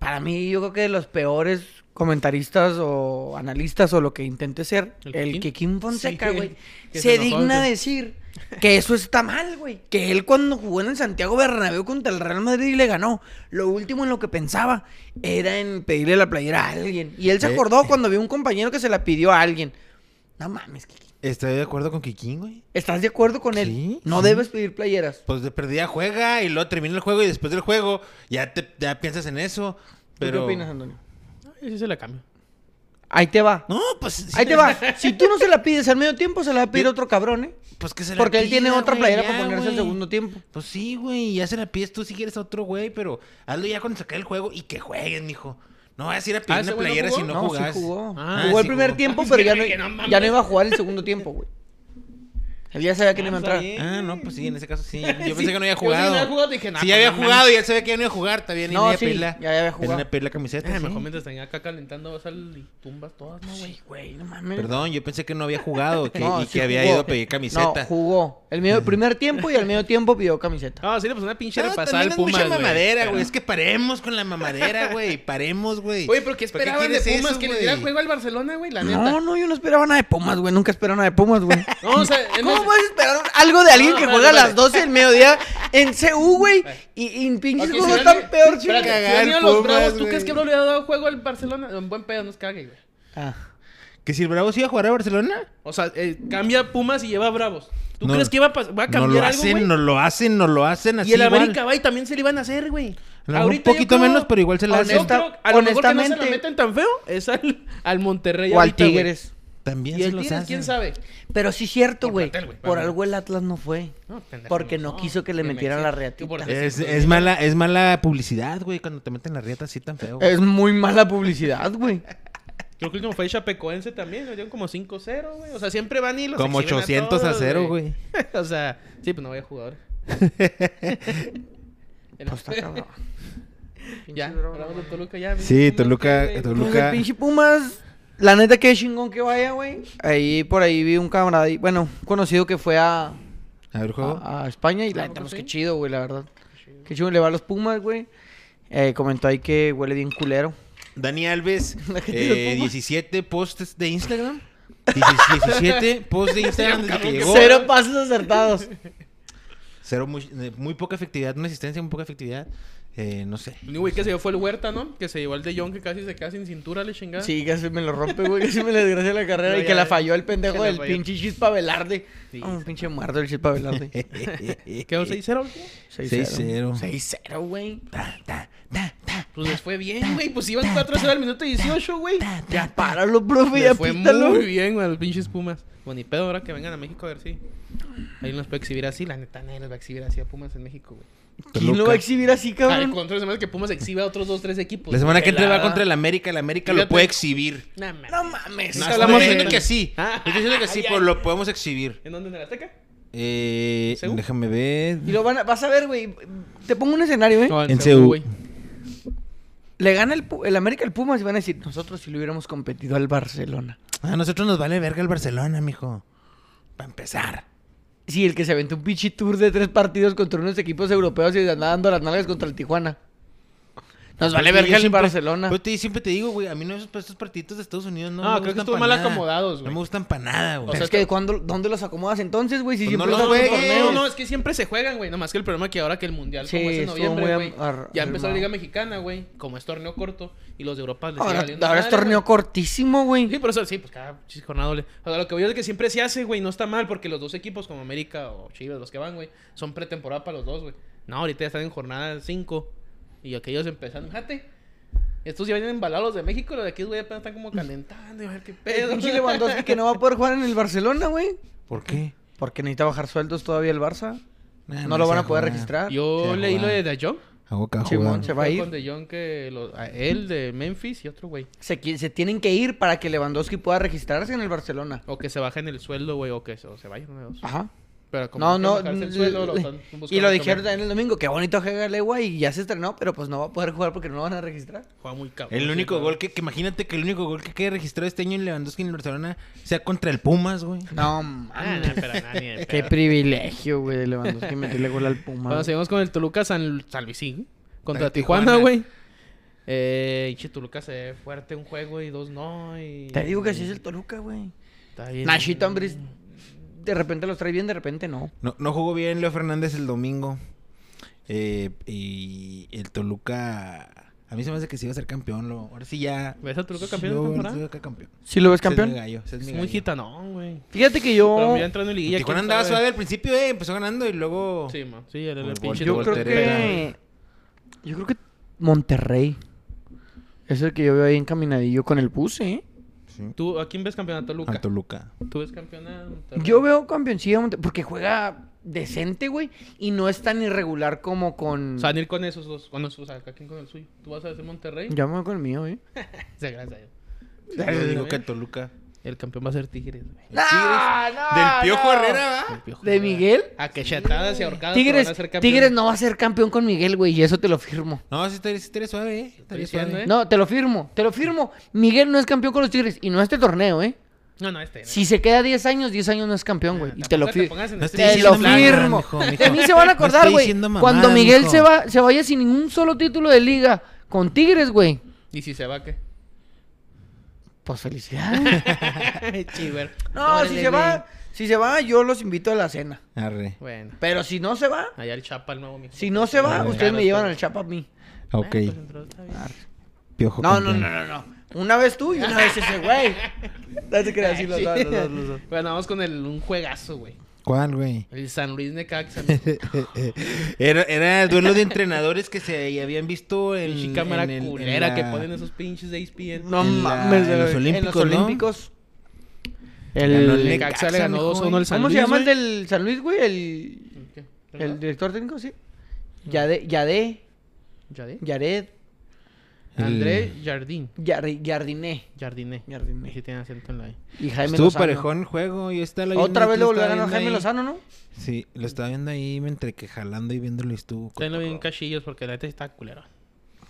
[SPEAKER 1] Para mí yo creo que de los peores comentaristas o analistas o lo que intente ser,
[SPEAKER 3] ¿El
[SPEAKER 1] el,
[SPEAKER 3] Kikín?
[SPEAKER 1] Kikín Fonseca,
[SPEAKER 3] Sí,
[SPEAKER 1] güey,
[SPEAKER 3] que
[SPEAKER 1] se,
[SPEAKER 3] se enojó,
[SPEAKER 1] digna
[SPEAKER 3] que-
[SPEAKER 1] decir que eso está mal, güey. Que él cuando jugó en el Santiago Bernabéu contra el Real Madrid y le ganó, lo último en lo que pensaba era en pedirle la playera a alguien. Y él se
[SPEAKER 2] Eh.
[SPEAKER 1] acordó cuando vio un compañero que se la pidió a alguien. No mames, Kikín.
[SPEAKER 2] Estoy de acuerdo con Kikín, güey.
[SPEAKER 1] ¿Estás de acuerdo con él?
[SPEAKER 2] Sí,
[SPEAKER 1] no
[SPEAKER 2] sí.
[SPEAKER 1] debes pedir playeras.
[SPEAKER 2] Pues de perdida juega y luego termina el juego y después del juego ya te ya piensas en eso.
[SPEAKER 1] ¿Tú
[SPEAKER 2] Pero...
[SPEAKER 1] ¿Qué opinas, Antonio?
[SPEAKER 3] Ay, sí se la cambio.
[SPEAKER 1] Ahí te va.
[SPEAKER 2] No, pues. sí,
[SPEAKER 1] Ahí te va. Si tú no se la pides al medio tiempo, se la va a pedir
[SPEAKER 2] Yo-
[SPEAKER 1] otro cabrón, ¿eh?
[SPEAKER 2] Pues que se la
[SPEAKER 1] Porque él tiene
[SPEAKER 2] pida,
[SPEAKER 1] otra
[SPEAKER 2] güey,
[SPEAKER 1] playera
[SPEAKER 2] ya,
[SPEAKER 1] para ponerse al
[SPEAKER 2] güey.
[SPEAKER 1] segundo tiempo.
[SPEAKER 2] Pues sí, güey, ya se la pides tú si quieres a otro güey, pero hazlo ya cuando se acabe el juego y que jueguen, mijo. No vas a ir a pedir
[SPEAKER 3] Ah, ¿ese
[SPEAKER 2] una
[SPEAKER 3] güey no
[SPEAKER 2] playera
[SPEAKER 3] jugó?
[SPEAKER 2] si no,
[SPEAKER 1] No,
[SPEAKER 2] jugás.
[SPEAKER 1] sí jugó.
[SPEAKER 3] Ah,
[SPEAKER 1] jugó
[SPEAKER 2] sí
[SPEAKER 1] el primer
[SPEAKER 2] jugó.
[SPEAKER 1] tiempo, *laughs*
[SPEAKER 3] Ah,
[SPEAKER 1] pero
[SPEAKER 3] sí,
[SPEAKER 1] ya no,
[SPEAKER 3] que no mames.
[SPEAKER 1] ya no iba a jugar el segundo tiempo, güey. Él ya sabía que no iba a
[SPEAKER 3] está
[SPEAKER 1] entrar.
[SPEAKER 3] bien.
[SPEAKER 2] Ah, no, pues sí, en ese caso sí. Yo pensé
[SPEAKER 3] Sí,
[SPEAKER 2] que no había
[SPEAKER 3] yo *laughs* sí no había
[SPEAKER 2] jugado.
[SPEAKER 3] jugado, dije, nah,
[SPEAKER 2] Si ya
[SPEAKER 3] pues
[SPEAKER 2] había
[SPEAKER 3] no
[SPEAKER 2] jugado y él sabía que ya no iba a jugar, también.
[SPEAKER 1] No,
[SPEAKER 2] y no
[SPEAKER 1] sí,
[SPEAKER 2] pedirla-
[SPEAKER 1] ya había
[SPEAKER 2] él
[SPEAKER 1] jugado.
[SPEAKER 2] no pedir la camiseta.
[SPEAKER 3] Ay,
[SPEAKER 2] sí.
[SPEAKER 3] Ah, mejor mientras tenía acá calentando vas al y tumbas todas, ¿no, güey?
[SPEAKER 1] Sí, güey, no mames.
[SPEAKER 2] Perdón, yo pensé que no había jugado que,
[SPEAKER 1] No,
[SPEAKER 2] y
[SPEAKER 1] sí
[SPEAKER 2] que había
[SPEAKER 1] jugó.
[SPEAKER 2] ido a pedir
[SPEAKER 1] No,
[SPEAKER 2] camiseta.
[SPEAKER 1] jugó. El medio, primer tiempo y al medio tiempo pidió camiseta.
[SPEAKER 3] No, sí le pasó una pinche
[SPEAKER 2] No,
[SPEAKER 3] repasada
[SPEAKER 2] también
[SPEAKER 3] al
[SPEAKER 2] es
[SPEAKER 3] Pumas,
[SPEAKER 2] mucha
[SPEAKER 3] güey.
[SPEAKER 2] mamadera,
[SPEAKER 3] Pero-
[SPEAKER 2] güey. Es que paremos con la mamadera, güey. Paremos, güey.
[SPEAKER 3] Oye, pero ¿qué
[SPEAKER 2] ¿Por
[SPEAKER 3] esperaban de
[SPEAKER 2] quieres
[SPEAKER 3] Pumas?
[SPEAKER 2] eso,
[SPEAKER 3] ¿Que le
[SPEAKER 2] güey?
[SPEAKER 3] diera juego al Barcelona, güey? La neta.
[SPEAKER 1] No, no, yo no esperaba nada de Pumas, güey. Nunca esperaba nada de Pumas, güey.
[SPEAKER 3] *laughs* No, o sea, en
[SPEAKER 1] ¿Cómo
[SPEAKER 3] ese-
[SPEAKER 1] puedes esperar algo de alguien
[SPEAKER 3] No,
[SPEAKER 1] que
[SPEAKER 3] vale,
[SPEAKER 1] juega a
[SPEAKER 3] vale.
[SPEAKER 1] las 12 del mediodía en CU, güey? Y, y pinches
[SPEAKER 3] Ok,
[SPEAKER 1] juegos
[SPEAKER 3] si
[SPEAKER 1] tan
[SPEAKER 3] alguien-
[SPEAKER 1] peor,
[SPEAKER 3] espérate,
[SPEAKER 1] chica.
[SPEAKER 3] si
[SPEAKER 2] cagar
[SPEAKER 3] han ido a los
[SPEAKER 2] Pumas,
[SPEAKER 3] Bravos, ¿Tú
[SPEAKER 2] güey.
[SPEAKER 3] crees que Bravo le ha dado juego al Barcelona? En buen pedo, nos cague, güey.
[SPEAKER 1] Ah.
[SPEAKER 2] ¿Que si el Bravo sí iba a jugar a Barcelona?
[SPEAKER 3] O sea, eh, cambia Pumas y lleva a Bravos. ¿Tú
[SPEAKER 2] No.
[SPEAKER 3] crees que iba a, pas- va a
[SPEAKER 2] No
[SPEAKER 3] cambiar
[SPEAKER 2] lo
[SPEAKER 3] algo,
[SPEAKER 2] hacen,
[SPEAKER 3] güey?
[SPEAKER 2] no lo hacen, no lo hacen así
[SPEAKER 3] y el
[SPEAKER 2] igual.
[SPEAKER 3] América va y también se le iban a hacer, güey.
[SPEAKER 2] A lo mejor un
[SPEAKER 3] yo
[SPEAKER 2] poquito menos, pero igual se la
[SPEAKER 3] Honesta-
[SPEAKER 1] hacen.
[SPEAKER 3] creo- A lo mejor que no se la
[SPEAKER 1] Honestamente-
[SPEAKER 3] meten tan feo es al, al Monterrey.
[SPEAKER 1] O al
[SPEAKER 3] ahorita, güey.
[SPEAKER 1] Tigres.
[SPEAKER 2] También
[SPEAKER 3] Y
[SPEAKER 2] se
[SPEAKER 3] el
[SPEAKER 2] los
[SPEAKER 3] Tigres,
[SPEAKER 2] hacen.
[SPEAKER 3] quién sabe.
[SPEAKER 1] Pero sí es cierto,
[SPEAKER 3] Por
[SPEAKER 1] güey.
[SPEAKER 3] plantel, güey,
[SPEAKER 1] Por
[SPEAKER 3] vamos.
[SPEAKER 1] algo el Atlas no fue.
[SPEAKER 3] No, pendejo,
[SPEAKER 1] Porque no
[SPEAKER 3] no,
[SPEAKER 1] quiso que le
[SPEAKER 3] que me
[SPEAKER 1] metieran la
[SPEAKER 3] exi- que por
[SPEAKER 1] reatita.
[SPEAKER 3] decir-
[SPEAKER 2] Es, es mala, es mala publicidad, güey, cuando te meten la rieta así tan feo.
[SPEAKER 1] Es muy mala publicidad, güey.
[SPEAKER 3] Creo que el último fue Chapecoense también. Nos dieron como 5-0, güey. O sea, siempre van y los
[SPEAKER 2] Como
[SPEAKER 3] exhiben
[SPEAKER 2] 800 a
[SPEAKER 3] todos,
[SPEAKER 2] cero, güey.
[SPEAKER 3] *laughs* o sea, sí, pues no había jugadores.
[SPEAKER 1] Pues
[SPEAKER 3] *laughs*
[SPEAKER 1] está cabrón.
[SPEAKER 3] ya, hablamos de Toluca ya.
[SPEAKER 2] Sí,
[SPEAKER 3] Pumas,
[SPEAKER 2] Toluca,
[SPEAKER 3] güey.
[SPEAKER 1] Pues el
[SPEAKER 2] Toluca.
[SPEAKER 1] pinche Pumas, la neta que chingón que vaya, güey. Ahí por ahí vi un camarada, ahí- bueno, un conocido que fue a,
[SPEAKER 2] A ver, juego.
[SPEAKER 1] a- a España y la
[SPEAKER 3] Ah,
[SPEAKER 1] neta,
[SPEAKER 3] ¿poco
[SPEAKER 1] pues
[SPEAKER 3] sí?
[SPEAKER 1] qué chido, güey, la verdad. Qué chido, le va a los Pumas, güey. Eh, comentó ahí que huele bien culero.
[SPEAKER 2] Dani
[SPEAKER 3] *laughs*
[SPEAKER 2] Alves,
[SPEAKER 1] La gente
[SPEAKER 2] eh,
[SPEAKER 1] del Puma.
[SPEAKER 2] 17 posts de Instagram. Dieci-
[SPEAKER 3] *laughs*
[SPEAKER 2] 17 posts de Instagram desde que llegó.
[SPEAKER 1] Cero pasos acertados.
[SPEAKER 2] Cero, muy, eh, muy poca efectividad, una asistencia, muy poca efectividad. Eh, no
[SPEAKER 3] *laughs*
[SPEAKER 2] sé.
[SPEAKER 3] El único güey que se dio fue el Huerta, ¿no? Que se llevó al de Jong que casi se queda sin cintura, le chingada.
[SPEAKER 1] Sí, casi me lo rompe, güey. Casi me le desgracia la carrera
[SPEAKER 3] No,
[SPEAKER 1] y
[SPEAKER 3] ya,
[SPEAKER 1] que la
[SPEAKER 3] ya.
[SPEAKER 1] falló el
[SPEAKER 3] Que
[SPEAKER 1] pendejo
[SPEAKER 3] la
[SPEAKER 1] del
[SPEAKER 3] falló.
[SPEAKER 1] pinche Chispa Velarde.
[SPEAKER 3] Sí.
[SPEAKER 1] Ah, un pinche muerto el
[SPEAKER 2] *laughs*
[SPEAKER 1] Chispa Velarde.
[SPEAKER 3] Quedó 6-0, güey.
[SPEAKER 1] 6-0.
[SPEAKER 2] 6-0.
[SPEAKER 1] 6-0, güey.
[SPEAKER 2] Ta, ta, ta, ta.
[SPEAKER 3] Pues les fue bien, güey. Pues iban 4-0 al minuto 18, güey.
[SPEAKER 1] Ya páralo, profe, ya
[SPEAKER 3] Les fue
[SPEAKER 1] pítalo.
[SPEAKER 3] muy bien, güey, a los pinches Pumas. Bueno, ni pedo ahora que vengan a México a ver si. Ahí nos puede exhibir así. La neta, nadie nos va a exhibir así a Pumas en México, güey.
[SPEAKER 1] ¿Quién lo va a exhibir así,
[SPEAKER 3] Al
[SPEAKER 1] cabrón?
[SPEAKER 3] contrario, se me hace que Pumas exhibe a otros 2-3 equipos.
[SPEAKER 2] La semana que entra va
[SPEAKER 3] pues, Pelada.
[SPEAKER 2] contra el América. El América lo
[SPEAKER 3] Fíjate.
[SPEAKER 2] puede exhibir.
[SPEAKER 3] Nah, mames.
[SPEAKER 1] No mames.
[SPEAKER 2] No,
[SPEAKER 3] Sí,
[SPEAKER 2] estoy
[SPEAKER 3] hablamos
[SPEAKER 2] diciendo
[SPEAKER 3] en-
[SPEAKER 2] que sí.
[SPEAKER 3] Ah.
[SPEAKER 2] Estoy diciendo que sí,
[SPEAKER 3] Ay,
[SPEAKER 2] pero
[SPEAKER 3] ay.
[SPEAKER 2] lo podemos exhibir.
[SPEAKER 3] ¿En dónde? ¿En el Azteca?
[SPEAKER 2] Eh,
[SPEAKER 3] ¿Según?
[SPEAKER 2] déjame ver.
[SPEAKER 1] Y lo van a- vas a ver, güey. Te pongo un escenario, ¿eh?
[SPEAKER 3] No,
[SPEAKER 2] En
[SPEAKER 3] CU,
[SPEAKER 2] CU.
[SPEAKER 3] güey.
[SPEAKER 1] Le gana el, Pu- el América al Pumas y van a decir, nosotros si le hubiéramos competido al Barcelona.
[SPEAKER 2] Ah, A nosotros nos vale verga el Barcelona, mijo. Para empezar.
[SPEAKER 1] Sí, el que se aventó un pichi tour de tres partidos contra unos equipos europeos y le andaba dando las nalgas contra el Tijuana.
[SPEAKER 3] Pues
[SPEAKER 1] Nos vale
[SPEAKER 2] Yo
[SPEAKER 1] verga el
[SPEAKER 2] siempre-
[SPEAKER 1] Barcelona.
[SPEAKER 2] Yo te- siempre te digo, güey, a mí no, esos, estos partiditos de Estados Unidos no,
[SPEAKER 3] No,
[SPEAKER 2] me
[SPEAKER 3] creo que
[SPEAKER 2] gustan
[SPEAKER 3] estuvo
[SPEAKER 2] pa'
[SPEAKER 3] mal
[SPEAKER 2] nada.
[SPEAKER 3] acomodados,
[SPEAKER 2] No
[SPEAKER 3] güey.
[SPEAKER 2] me gustan para nada, güey.
[SPEAKER 3] O sea,
[SPEAKER 1] es que ¿cuándo- ¿dónde los acomodas entonces, güey? Si
[SPEAKER 2] Pues no
[SPEAKER 1] siempre
[SPEAKER 2] los
[SPEAKER 1] los hacen
[SPEAKER 2] juegues.
[SPEAKER 1] torneos.
[SPEAKER 3] No, no, es que siempre se juegan, güey. Nomás que el problema es que ahora que el mundial,
[SPEAKER 1] Sí,
[SPEAKER 3] como es en
[SPEAKER 1] estuvo
[SPEAKER 3] noviembre,
[SPEAKER 1] muy
[SPEAKER 3] güey.
[SPEAKER 1] ar-
[SPEAKER 3] Ya empezó la
[SPEAKER 1] armado.
[SPEAKER 3] Liga Mexicana, güey. Como es torneo corto. Y los de Europa les sigue
[SPEAKER 1] ahora
[SPEAKER 3] valiendo
[SPEAKER 1] ahora es
[SPEAKER 3] madre,
[SPEAKER 1] torneo
[SPEAKER 3] güey.
[SPEAKER 1] cortísimo, güey.
[SPEAKER 3] Sí, por eso, sí, pues cada chis- jornada doble. O sea, lo que voy es que siempre se hace, güey. No está mal porque los dos equipos, como América o Chivas, los que van, güey, son pretemporada para los dos, güey. No, ahorita ya están en jornada 5. Y aquellos empezaron, fíjate. Estos ya vienen embalados de México, los de aquí, güey, apenas están como calentando. y A ver qué
[SPEAKER 1] El
[SPEAKER 3] pedo. *laughs*
[SPEAKER 1] pinche Lewandowski que no va a poder jugar en el Barcelona, güey.
[SPEAKER 2] ¿Por qué?
[SPEAKER 1] Porque necesita bajar sueldos todavía el Barça.
[SPEAKER 2] Nah,
[SPEAKER 1] Ah, no lo
[SPEAKER 2] se
[SPEAKER 1] van a poder
[SPEAKER 2] jugar.
[SPEAKER 1] registrar.
[SPEAKER 3] Yo
[SPEAKER 2] Sí,
[SPEAKER 3] leí lo
[SPEAKER 2] jugar.
[SPEAKER 3] de De Jong.
[SPEAKER 2] A Boca a
[SPEAKER 1] Simón,
[SPEAKER 2] jugar.
[SPEAKER 1] se va a
[SPEAKER 3] Fue
[SPEAKER 1] ir.
[SPEAKER 3] Con De Jong que lo- a él de Memphis y otro güey.
[SPEAKER 1] Se, qui- se tienen que ir para que Lewandowski pueda registrarse en el Barcelona.
[SPEAKER 3] O que se bajen el sueldo, güey, o que se, o se vayan uno de dos.
[SPEAKER 1] Ajá.
[SPEAKER 3] Pero como
[SPEAKER 1] Ah. No,
[SPEAKER 3] quieren
[SPEAKER 1] no.
[SPEAKER 3] bajarse el
[SPEAKER 1] l-
[SPEAKER 3] sueldo, lo
[SPEAKER 1] le-
[SPEAKER 3] están
[SPEAKER 1] y
[SPEAKER 3] buscando
[SPEAKER 1] lo
[SPEAKER 3] otro
[SPEAKER 1] dijeron
[SPEAKER 3] güey.
[SPEAKER 1] también el domingo. Qué bonito juega Lewa y ya se estrenó, pero pues no va a poder jugar porque no lo van a registrar.
[SPEAKER 3] Juega muy cabrón.
[SPEAKER 2] El
[SPEAKER 3] sí,
[SPEAKER 2] único
[SPEAKER 3] güey.
[SPEAKER 2] gol que, que imagínate que el único gol que quede registrado este año en Lewandowski en el Barcelona sea contra el Pumas, güey.
[SPEAKER 1] No,
[SPEAKER 3] Ah, *laughs*
[SPEAKER 1] mames.
[SPEAKER 3] no, pero nada, ni
[SPEAKER 1] *laughs*
[SPEAKER 3] de
[SPEAKER 1] Qué
[SPEAKER 3] pedo.
[SPEAKER 1] privilegio, güey, de Lewandowski meterle gol al Puma.
[SPEAKER 3] Bueno,
[SPEAKER 1] güey.
[SPEAKER 3] seguimos con el Toluca San, San Luisín. Contra
[SPEAKER 2] Contra
[SPEAKER 3] Tijuana,
[SPEAKER 2] Tijuana.
[SPEAKER 3] güey. Eh, hinche Toluca se ve fuerte un juego y dos no. Y...
[SPEAKER 1] Te digo que así es el Toluca, güey.
[SPEAKER 3] Está bien.
[SPEAKER 1] Nachito Ambris de repente los trae bien, de repente no.
[SPEAKER 2] No, no jugó bien Leo Fernández el domingo. Eh, y el Toluca. A mí se me hace que sí iba a ser campeón. Lo, ahora sí ya.
[SPEAKER 3] ¿Ves al Toluca
[SPEAKER 2] Sí,
[SPEAKER 3] campeón de
[SPEAKER 2] yo veo al
[SPEAKER 3] temporada?
[SPEAKER 2] Toluca campeón.
[SPEAKER 1] ¿Sí lo ves
[SPEAKER 2] Ese es mi
[SPEAKER 1] campeón?
[SPEAKER 2] gallo, ese es mi
[SPEAKER 3] Es muy
[SPEAKER 2] gallo.
[SPEAKER 3] gitanón, güey.
[SPEAKER 1] Fíjate que
[SPEAKER 3] Pero
[SPEAKER 1] yo...
[SPEAKER 3] ya entrando en liguilla.
[SPEAKER 2] Tijuana
[SPEAKER 3] ¿quién
[SPEAKER 2] andaba
[SPEAKER 3] sabe?
[SPEAKER 2] suave al principio, eh, empezó ganando y luego.
[SPEAKER 3] Sí, ma. Sí, el, el
[SPEAKER 2] Gol,
[SPEAKER 3] pinche
[SPEAKER 1] Yo
[SPEAKER 2] gol,
[SPEAKER 1] creo que...
[SPEAKER 2] voltereta.
[SPEAKER 1] Yo creo que Monterrey. Es el que yo veo ahí encaminadillo con el puse, ¿eh?
[SPEAKER 2] Sí.
[SPEAKER 3] ¿Tú a quién ves campeón? A Toluca.
[SPEAKER 2] Al Toluca.
[SPEAKER 3] ¿Tú ves campeón a Monterrey?
[SPEAKER 1] Yo veo campeoncilla Monterrey porque juega decente, güey. Y no es tan irregular como con...
[SPEAKER 3] O sea, van a ir con esos dos. Con esos, o sea, cada quien con el suyo. ¿Tú vas a decir Monterrey?
[SPEAKER 1] Ya me voy con el mío, ¿eh?
[SPEAKER 3] Sí, gracias a Dios.
[SPEAKER 2] Yo digo
[SPEAKER 3] también.
[SPEAKER 2] que el Toluca.
[SPEAKER 3] El campeón va a ser Tigres, güey.
[SPEAKER 2] El Tigres. Del Piojo Herrera, ¿va?
[SPEAKER 3] El Piojo
[SPEAKER 1] ¿De
[SPEAKER 3] Herrera.
[SPEAKER 1] Miguel?
[SPEAKER 3] A quechatadas y ahorcadas. pero
[SPEAKER 1] Tigres,
[SPEAKER 3] van a ser campeón.
[SPEAKER 1] Tigres no va a ser campeón con Miguel, güey, y eso te lo firmo.
[SPEAKER 2] No, sí estaría, sí estaría suave, eh. Estaría
[SPEAKER 3] diciendo,
[SPEAKER 2] suave.
[SPEAKER 3] ¿eh?
[SPEAKER 1] No, te lo firmo, te lo firmo. Miguel no es campeón con los Tigres, y no este torneo, ¿eh?
[SPEAKER 3] No, no, este.
[SPEAKER 1] Si se queda 10 años, 10 años no es campeón, güey. Y te lo firmo.
[SPEAKER 2] No estoy
[SPEAKER 1] Te lo
[SPEAKER 2] diciendo nada,
[SPEAKER 1] firmo.
[SPEAKER 2] mijo, mijo.
[SPEAKER 1] De mí se van
[SPEAKER 2] No
[SPEAKER 1] a acordar,
[SPEAKER 2] estoy
[SPEAKER 1] güey.
[SPEAKER 2] diciendo mamada,
[SPEAKER 1] Cuando Miguel
[SPEAKER 2] mijo.
[SPEAKER 1] se, va, se vaya sin ningún solo título de liga con Tigres, güey.
[SPEAKER 3] ¿Y si se
[SPEAKER 1] *laughs*
[SPEAKER 3] va qué? *laughs*
[SPEAKER 1] Pues felicidades.
[SPEAKER 3] Chiver.
[SPEAKER 1] *laughs* No, si se
[SPEAKER 3] Órale, güey.
[SPEAKER 1] va, si se va, yo los invito a la cena.
[SPEAKER 3] eh.
[SPEAKER 2] Arre.
[SPEAKER 3] Bueno,
[SPEAKER 1] Pero si no se va,
[SPEAKER 3] allá el Chapa, el nuevo mijo.
[SPEAKER 1] si no se va,
[SPEAKER 2] Vale.
[SPEAKER 1] ustedes me llevan
[SPEAKER 3] Claro,
[SPEAKER 1] al chapa a mí.
[SPEAKER 2] Ok.
[SPEAKER 3] Ah, pues, entró, está bien.
[SPEAKER 2] Piojo.
[SPEAKER 1] No, no,
[SPEAKER 2] campeón.
[SPEAKER 1] no, no, no. Una vez tú y una vez
[SPEAKER 2] *laughs*
[SPEAKER 1] ese güey. No te creas, sí, los dos, los dos, los dos.
[SPEAKER 3] *laughs* Bueno, vamos con el, un juegazo, güey.
[SPEAKER 2] ¿Cuál, güey?
[SPEAKER 3] El San Luis Necaxa. mijo.
[SPEAKER 1] *laughs*
[SPEAKER 2] Era, era el duelo de entrenadores que se habían visto en,
[SPEAKER 3] Pinche cámara
[SPEAKER 2] en el- en
[SPEAKER 3] culera que
[SPEAKER 2] la-
[SPEAKER 3] ponen esos pinches de E ESPN.
[SPEAKER 1] No
[SPEAKER 2] En la-
[SPEAKER 1] mames,
[SPEAKER 2] en los
[SPEAKER 1] güey.
[SPEAKER 2] Olímpicos,
[SPEAKER 1] en los
[SPEAKER 2] ¿no?
[SPEAKER 1] Olímpicos.
[SPEAKER 2] Ganó
[SPEAKER 1] El...
[SPEAKER 2] el
[SPEAKER 3] Necaxa le
[SPEAKER 2] Necaxa,
[SPEAKER 3] ganó
[SPEAKER 2] mijo,
[SPEAKER 3] 2-1 al San
[SPEAKER 1] ¿Cómo se
[SPEAKER 3] Luis,
[SPEAKER 1] llama el
[SPEAKER 3] güey.
[SPEAKER 1] del San Luis, güey? El,
[SPEAKER 3] ¿Qué?
[SPEAKER 1] el director técnico, sí. Yade, Yade,
[SPEAKER 3] ¿Yadé?
[SPEAKER 1] Yared,
[SPEAKER 2] El-
[SPEAKER 3] André Jardín.
[SPEAKER 1] Yarri- Yardiné.
[SPEAKER 3] Jardiné.
[SPEAKER 1] Jardiné.
[SPEAKER 3] Sí tiene acento en la E.
[SPEAKER 1] Y Jaime
[SPEAKER 2] Estuvo
[SPEAKER 1] Lozano.
[SPEAKER 2] parejón el juego. Yo estaba viendo
[SPEAKER 1] Otra
[SPEAKER 2] aquí,
[SPEAKER 1] vez
[SPEAKER 2] lo
[SPEAKER 1] lo volvió a
[SPEAKER 2] estaba
[SPEAKER 1] ganar Jaime
[SPEAKER 2] viendo ahí.
[SPEAKER 1] Lozano, ¿no?
[SPEAKER 2] Sí, lo estaba viendo ahí entre que jalando y viéndolo y estuvo.
[SPEAKER 3] Tenlo bien cachillos porque la neta está culera.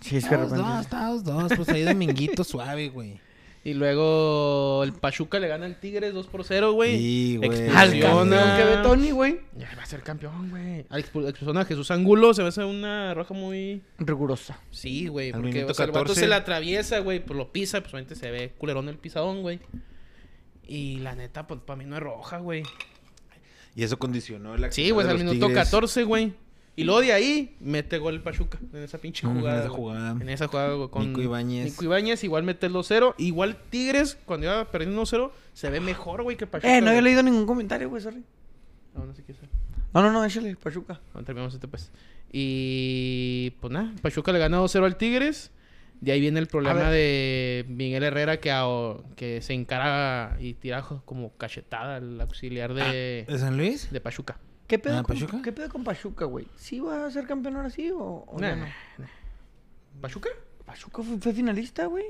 [SPEAKER 1] Sí, es que de
[SPEAKER 2] Estábamos
[SPEAKER 1] repente.
[SPEAKER 2] dos, estábamos dos. Pues ahí dominguito *laughs* suave, güey.
[SPEAKER 3] Y luego el Pachuca le gana al Tigres 2 por 0, güey.
[SPEAKER 2] Sí, güey.
[SPEAKER 1] Al
[SPEAKER 2] Sí,
[SPEAKER 3] Expulsiona.
[SPEAKER 1] campeón que ve Tony, güey.
[SPEAKER 3] Ya va a ser campeón, güey. Al expu- Expulsaron a Jesús Angulo. Se me hace una roja muy.
[SPEAKER 1] Rigurosa.
[SPEAKER 3] Sí, güey.
[SPEAKER 2] Al
[SPEAKER 3] Porque
[SPEAKER 2] minuto
[SPEAKER 3] o sea, el vato
[SPEAKER 2] 14.
[SPEAKER 3] se la atraviesa, güey. Pues lo pisa, pues obviamente se ve culerón el pisadón, güey. Y la neta, pues para mí no es roja, güey.
[SPEAKER 2] Y eso condicionó la
[SPEAKER 3] Sí, güey,
[SPEAKER 2] de
[SPEAKER 3] al
[SPEAKER 2] los
[SPEAKER 3] minuto
[SPEAKER 2] Tigres.
[SPEAKER 3] 14, güey. Y luego de ahí mete gol el Pachuca en esa pinche
[SPEAKER 2] Mm, en
[SPEAKER 3] jugada.
[SPEAKER 2] esa
[SPEAKER 3] güey.
[SPEAKER 2] jugada.
[SPEAKER 3] En esa jugada güey, con
[SPEAKER 2] Nico Ibáñez.
[SPEAKER 3] Nico Ibáñez igual mete el 2-0. Igual Tigres, cuando iba perdiendo 1-0, se ve mejor, güey, que Pachuca.
[SPEAKER 1] Eh, no había
[SPEAKER 3] güey.
[SPEAKER 1] leído ningún comentario, güey, sorry.
[SPEAKER 3] No, no sé qué hacer.
[SPEAKER 1] No, no, no, échale, Pachuca.
[SPEAKER 3] Bueno, terminamos este pues. Y pues nada, Pachuca le gana 2-0 al Tigres. De ahí viene el problema
[SPEAKER 1] ver.
[SPEAKER 3] de Miguel Herrera que, ao- que se encara y tira jo- como cachetada al auxiliar de,
[SPEAKER 2] ¿De San Luis?
[SPEAKER 3] de Pachuca.
[SPEAKER 1] ¿Qué pedo,
[SPEAKER 2] Ah,
[SPEAKER 1] con,
[SPEAKER 2] ¿Pachuca?
[SPEAKER 1] ¿Qué pedo con Pachuca, güey? ¿Sí va a ser campeón ahora sí o, o
[SPEAKER 3] Nah,
[SPEAKER 1] Oh, ya no?
[SPEAKER 3] nah, nah. ¿Pachuca?
[SPEAKER 1] Pachuca fue, fue finalista, güey.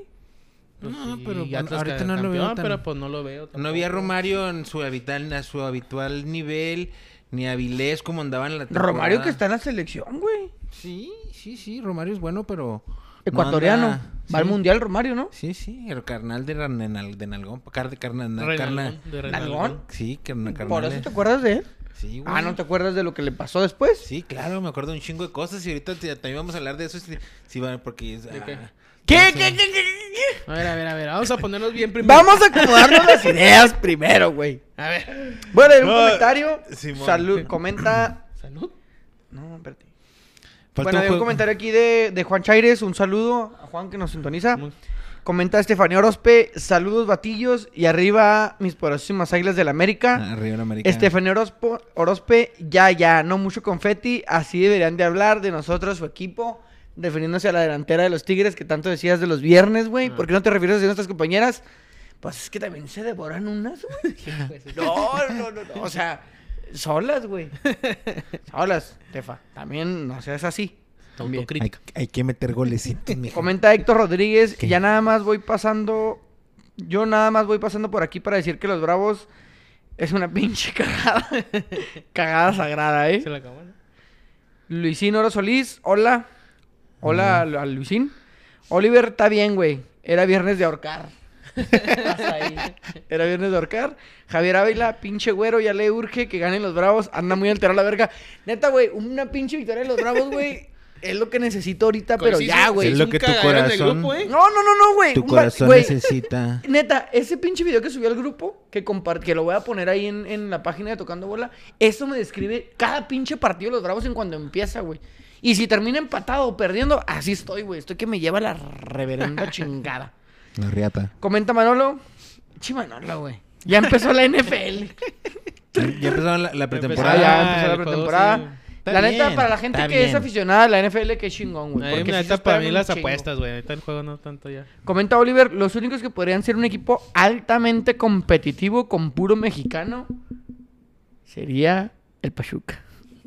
[SPEAKER 3] Pues
[SPEAKER 2] No,
[SPEAKER 3] sí,
[SPEAKER 2] pero
[SPEAKER 3] y Atlas
[SPEAKER 2] ahorita
[SPEAKER 3] queda
[SPEAKER 2] no lo veo
[SPEAKER 3] campeón,
[SPEAKER 2] tan-
[SPEAKER 3] Pero pues no lo veo.
[SPEAKER 2] No
[SPEAKER 3] tampoco.
[SPEAKER 2] había Romario en su habitual, a su habitual nivel, ni Avilés como andaban en la temporada.
[SPEAKER 1] Romario que está en la selección, güey.
[SPEAKER 2] Sí, sí, sí, Romario es bueno, pero... no
[SPEAKER 1] Ecuatoriano.
[SPEAKER 2] anda-
[SPEAKER 1] Va al
[SPEAKER 2] sí.
[SPEAKER 1] mundial Romario, ¿no?
[SPEAKER 2] Sí, sí, el carnal de, Ranenal, de Nalgón, car, de carna,
[SPEAKER 3] Reinaldo,
[SPEAKER 2] carna,
[SPEAKER 3] de Reinaldo.
[SPEAKER 1] Nalgón.
[SPEAKER 2] Sí, carna, carnal.
[SPEAKER 1] Por eso te acuerdas de él.
[SPEAKER 2] Sí, güey.
[SPEAKER 1] Ah, ¿no te acuerdas de lo que le pasó después?
[SPEAKER 2] Sí, claro, me acuerdo de un chingo de cosas y ahorita te- también vamos a hablar de eso. Si, si va- porque... es-
[SPEAKER 3] qué?
[SPEAKER 2] ah,
[SPEAKER 1] ¿Qué,
[SPEAKER 2] no sé.
[SPEAKER 1] qué, qué, qué, qué,
[SPEAKER 3] A ver, a ver, a ver. Vamos a ponernos bien
[SPEAKER 1] qué?
[SPEAKER 3] primero.
[SPEAKER 1] Vamos a
[SPEAKER 2] *laughs*
[SPEAKER 1] acomodarnos las ideas primero, güey.
[SPEAKER 3] A ver.
[SPEAKER 1] Voy a leer un
[SPEAKER 2] No,
[SPEAKER 1] comentario.
[SPEAKER 2] Simón. *clears throat*
[SPEAKER 1] Salud. Comenta.
[SPEAKER 3] Salud.
[SPEAKER 1] No, espérate.
[SPEAKER 2] Falta
[SPEAKER 1] bueno,
[SPEAKER 2] un
[SPEAKER 1] hay un
[SPEAKER 2] juego.
[SPEAKER 1] comentario aquí de, de Juan Chaires. Un saludo a Juan que nos sintoniza. Comenta Estefanía Orozpe. Saludos, batillos. Y arriba, mis poderosísimas águilas del América.
[SPEAKER 2] Ah, Río América.
[SPEAKER 1] Estefanía Orozpo- Orozpe, ya, ya, no mucho confeti, así deberían de hablar de nosotros, su equipo. refiriéndose a la delantera de los Tigres que tanto decías de los viernes, güey.
[SPEAKER 3] Ah.
[SPEAKER 1] ¿Por qué no te refieres a nuestras compañeras? Pues es que también se devoran unas, *laughs* güey. No, no, no, no. O sea, solas, *laughs* güey. Solas, Tefa. También no seas así.
[SPEAKER 2] Hay,
[SPEAKER 1] También.
[SPEAKER 3] Autocrítica.
[SPEAKER 2] hay que meter golecitos, mijo.
[SPEAKER 1] Comenta Héctor Rodríguez,
[SPEAKER 2] ¿Qué?
[SPEAKER 1] ya nada más voy pasando, yo nada más voy pasando por aquí para decir que los Bravos es una *laughs* pinche cagada, cagada sagrada,
[SPEAKER 3] Se
[SPEAKER 1] ¿eh?
[SPEAKER 3] la acabó, ¿no?
[SPEAKER 1] Luisín Oro Solís, hola, hola al- al Luisín. Oliver, está bien, güey, era viernes de ahorcar. Hasta ahí. *laughs* Era viernes de ahorcar. Javier Ávila, pinche güero, ya le urge que ganen los Bravos. Anda muy alterado la verga. Neta, güey, una pinche victoria de los Bravos, güey. Es lo que necesito ahorita, pero
[SPEAKER 3] Sí, sí,
[SPEAKER 1] ya,
[SPEAKER 3] sí,
[SPEAKER 1] güey.
[SPEAKER 2] Es
[SPEAKER 3] es
[SPEAKER 2] lo
[SPEAKER 3] un
[SPEAKER 2] que tu
[SPEAKER 3] cagadero en el
[SPEAKER 2] corazón-
[SPEAKER 3] grupo, ¿eh?
[SPEAKER 1] No, no, no, no, güey.
[SPEAKER 2] Tu
[SPEAKER 1] Un par-
[SPEAKER 2] corazón
[SPEAKER 1] güey,
[SPEAKER 2] necesita.
[SPEAKER 1] Neta, ese pinche video que subí al grupo, que compart que lo voy a poner ahí en, en la página de Tocando Bola, eso me describe cada pinche partido de los Bravos en cuando empieza, güey. Y si termina empatado o perdiendo, así estoy, güey. Estoy que me lleva
[SPEAKER 2] *laughs*
[SPEAKER 1] la reverenda chingada.
[SPEAKER 2] La riata.
[SPEAKER 1] Comenta Manolo. Chi Manolo, güey. Ya empezó la NFL.
[SPEAKER 2] Ya empezó la, la
[SPEAKER 1] Ah,
[SPEAKER 2] pretemporada.
[SPEAKER 1] ya
[SPEAKER 3] Ah,
[SPEAKER 1] empezó la
[SPEAKER 3] el juego,
[SPEAKER 1] pretemporada.
[SPEAKER 3] sí.
[SPEAKER 2] Está
[SPEAKER 1] La neta,
[SPEAKER 2] bien,
[SPEAKER 1] para la gente
[SPEAKER 2] está
[SPEAKER 1] que es
[SPEAKER 2] bien.
[SPEAKER 1] aficionada a la NFL, que chingón, güey.
[SPEAKER 3] Ay,
[SPEAKER 1] porque
[SPEAKER 3] neta,
[SPEAKER 1] sí se
[SPEAKER 3] para
[SPEAKER 1] esperan
[SPEAKER 3] mí
[SPEAKER 1] un
[SPEAKER 3] las
[SPEAKER 1] chingo.
[SPEAKER 3] apuestas, güey. Ahorita el juego no tanto ya.
[SPEAKER 1] Comenta Oliver, los únicos que podrían ser un equipo altamente competitivo con puro mexicano sería el Pachuca.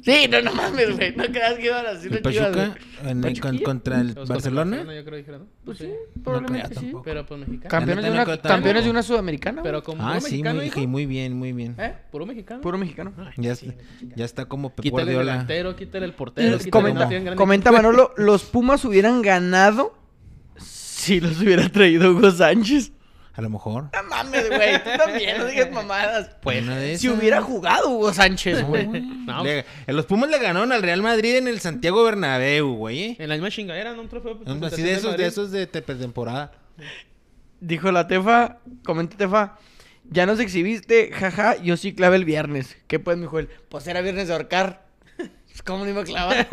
[SPEAKER 1] Sí, no, no mames, güey. No creas que iban a decir
[SPEAKER 2] El
[SPEAKER 1] lo que ibas a
[SPEAKER 2] Pachuca
[SPEAKER 1] decir.
[SPEAKER 2] en-
[SPEAKER 1] Pachuquilla.
[SPEAKER 2] con- contra el
[SPEAKER 3] Los contra
[SPEAKER 2] Barcelona.
[SPEAKER 3] Yo creo, dijeron, ¿no?
[SPEAKER 1] Pues sí,
[SPEAKER 2] No
[SPEAKER 1] probablemente
[SPEAKER 2] creo
[SPEAKER 1] sí.
[SPEAKER 2] tampoco.
[SPEAKER 3] Pero pues mexicano.
[SPEAKER 1] Campeones,
[SPEAKER 2] La
[SPEAKER 1] de
[SPEAKER 2] neta, no
[SPEAKER 1] una,
[SPEAKER 2] creo
[SPEAKER 1] campeones de
[SPEAKER 2] tampoco.
[SPEAKER 1] una sudamericana. güey.
[SPEAKER 3] Pero como
[SPEAKER 2] Ah,
[SPEAKER 3] puro
[SPEAKER 2] sí,
[SPEAKER 3] mexicano,
[SPEAKER 2] muy,
[SPEAKER 3] hijo.
[SPEAKER 2] y muy bien, muy bien.
[SPEAKER 1] ¿Eh?
[SPEAKER 3] Puro mexicano.
[SPEAKER 1] Puro mexicano.
[SPEAKER 3] Ay,
[SPEAKER 2] Ya,
[SPEAKER 3] sí,
[SPEAKER 2] está- ya está como Pep
[SPEAKER 3] Quítale el
[SPEAKER 2] Guardiola.
[SPEAKER 3] delantero, quítale el portero. quítale-
[SPEAKER 1] comenta,
[SPEAKER 3] no tienen gran
[SPEAKER 1] comenta Manolo, los Pumas hubieran ganado si los hubiera traído Hugo Sánchez.
[SPEAKER 2] A lo mejor.
[SPEAKER 1] No mames, güey. Tú también, no digas mamadas.
[SPEAKER 2] Pues, Una de
[SPEAKER 1] Si
[SPEAKER 2] esas.
[SPEAKER 1] hubiera jugado Hugo Sánchez,
[SPEAKER 2] No,
[SPEAKER 1] güey.
[SPEAKER 2] güey.
[SPEAKER 3] No. pues.
[SPEAKER 2] Le- los Pumas le ganaron al Real Madrid en el Santiago Bernabéu, güey. ¿eh?
[SPEAKER 3] En la misma chingadera, ¿no? Un trofeo.
[SPEAKER 2] Un- Así
[SPEAKER 3] presentación
[SPEAKER 2] de
[SPEAKER 3] pues,
[SPEAKER 2] esos,
[SPEAKER 3] del
[SPEAKER 2] de
[SPEAKER 3] Madrid.
[SPEAKER 2] esos de te- pretemporada.
[SPEAKER 1] Dijo la Tefa, comenta Tefa, ya nos exhibiste, jaja, yo sí clave el viernes. ¿Qué pues, mi Joel? Pues era viernes de ahorcar. *laughs* Pues, ¿Cómo no iba a clavar?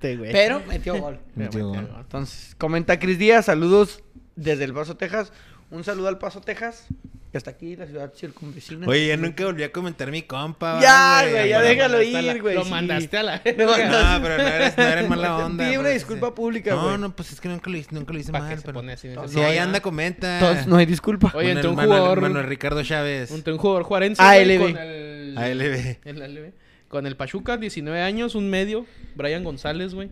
[SPEAKER 1] Pero metió gol.
[SPEAKER 3] Pero
[SPEAKER 2] Digo,
[SPEAKER 3] bueno, bueno.
[SPEAKER 1] Entonces, comenta Cris Díaz, saludos desde El Paso, Texas. Un saludo al Paso, Texas, que está aquí, la ciudad circunvecina.
[SPEAKER 2] Oye, ya
[SPEAKER 1] *laughs*
[SPEAKER 2] nunca volví a comentar mi compa.
[SPEAKER 1] Ya,
[SPEAKER 2] ¿verdad,
[SPEAKER 1] güey, ya
[SPEAKER 2] Bueno,
[SPEAKER 1] déjalo
[SPEAKER 3] mandaste a la-
[SPEAKER 1] ir, güey,
[SPEAKER 3] Lo
[SPEAKER 1] sí.
[SPEAKER 3] mandaste a la. *laughs*
[SPEAKER 1] No,
[SPEAKER 2] No, pero no eres, no eres mala onda.
[SPEAKER 1] Pide una
[SPEAKER 2] pues,
[SPEAKER 1] disculpa
[SPEAKER 2] sí.
[SPEAKER 1] pública,
[SPEAKER 2] No,
[SPEAKER 1] güey.
[SPEAKER 2] no, pues es que nunca lo hice, nunca lo hice
[SPEAKER 3] Pa'
[SPEAKER 2] mal.
[SPEAKER 3] que se
[SPEAKER 2] pero-
[SPEAKER 3] pone así,
[SPEAKER 2] Si
[SPEAKER 3] no,
[SPEAKER 2] ahí
[SPEAKER 3] ya.
[SPEAKER 2] anda, comenta.
[SPEAKER 1] Entonces, no hay disculpa.
[SPEAKER 3] Oye, entre un
[SPEAKER 2] Manuel-
[SPEAKER 3] jugador-
[SPEAKER 2] Manuel Ricardo Chávez.
[SPEAKER 3] Un, un jugador juarense.
[SPEAKER 2] Ah,
[SPEAKER 1] ALB.
[SPEAKER 3] güey, Con el,
[SPEAKER 2] ALB.
[SPEAKER 3] *laughs* el ALB. Con el Pachuca, 19 años, un medio. Brian González, güey.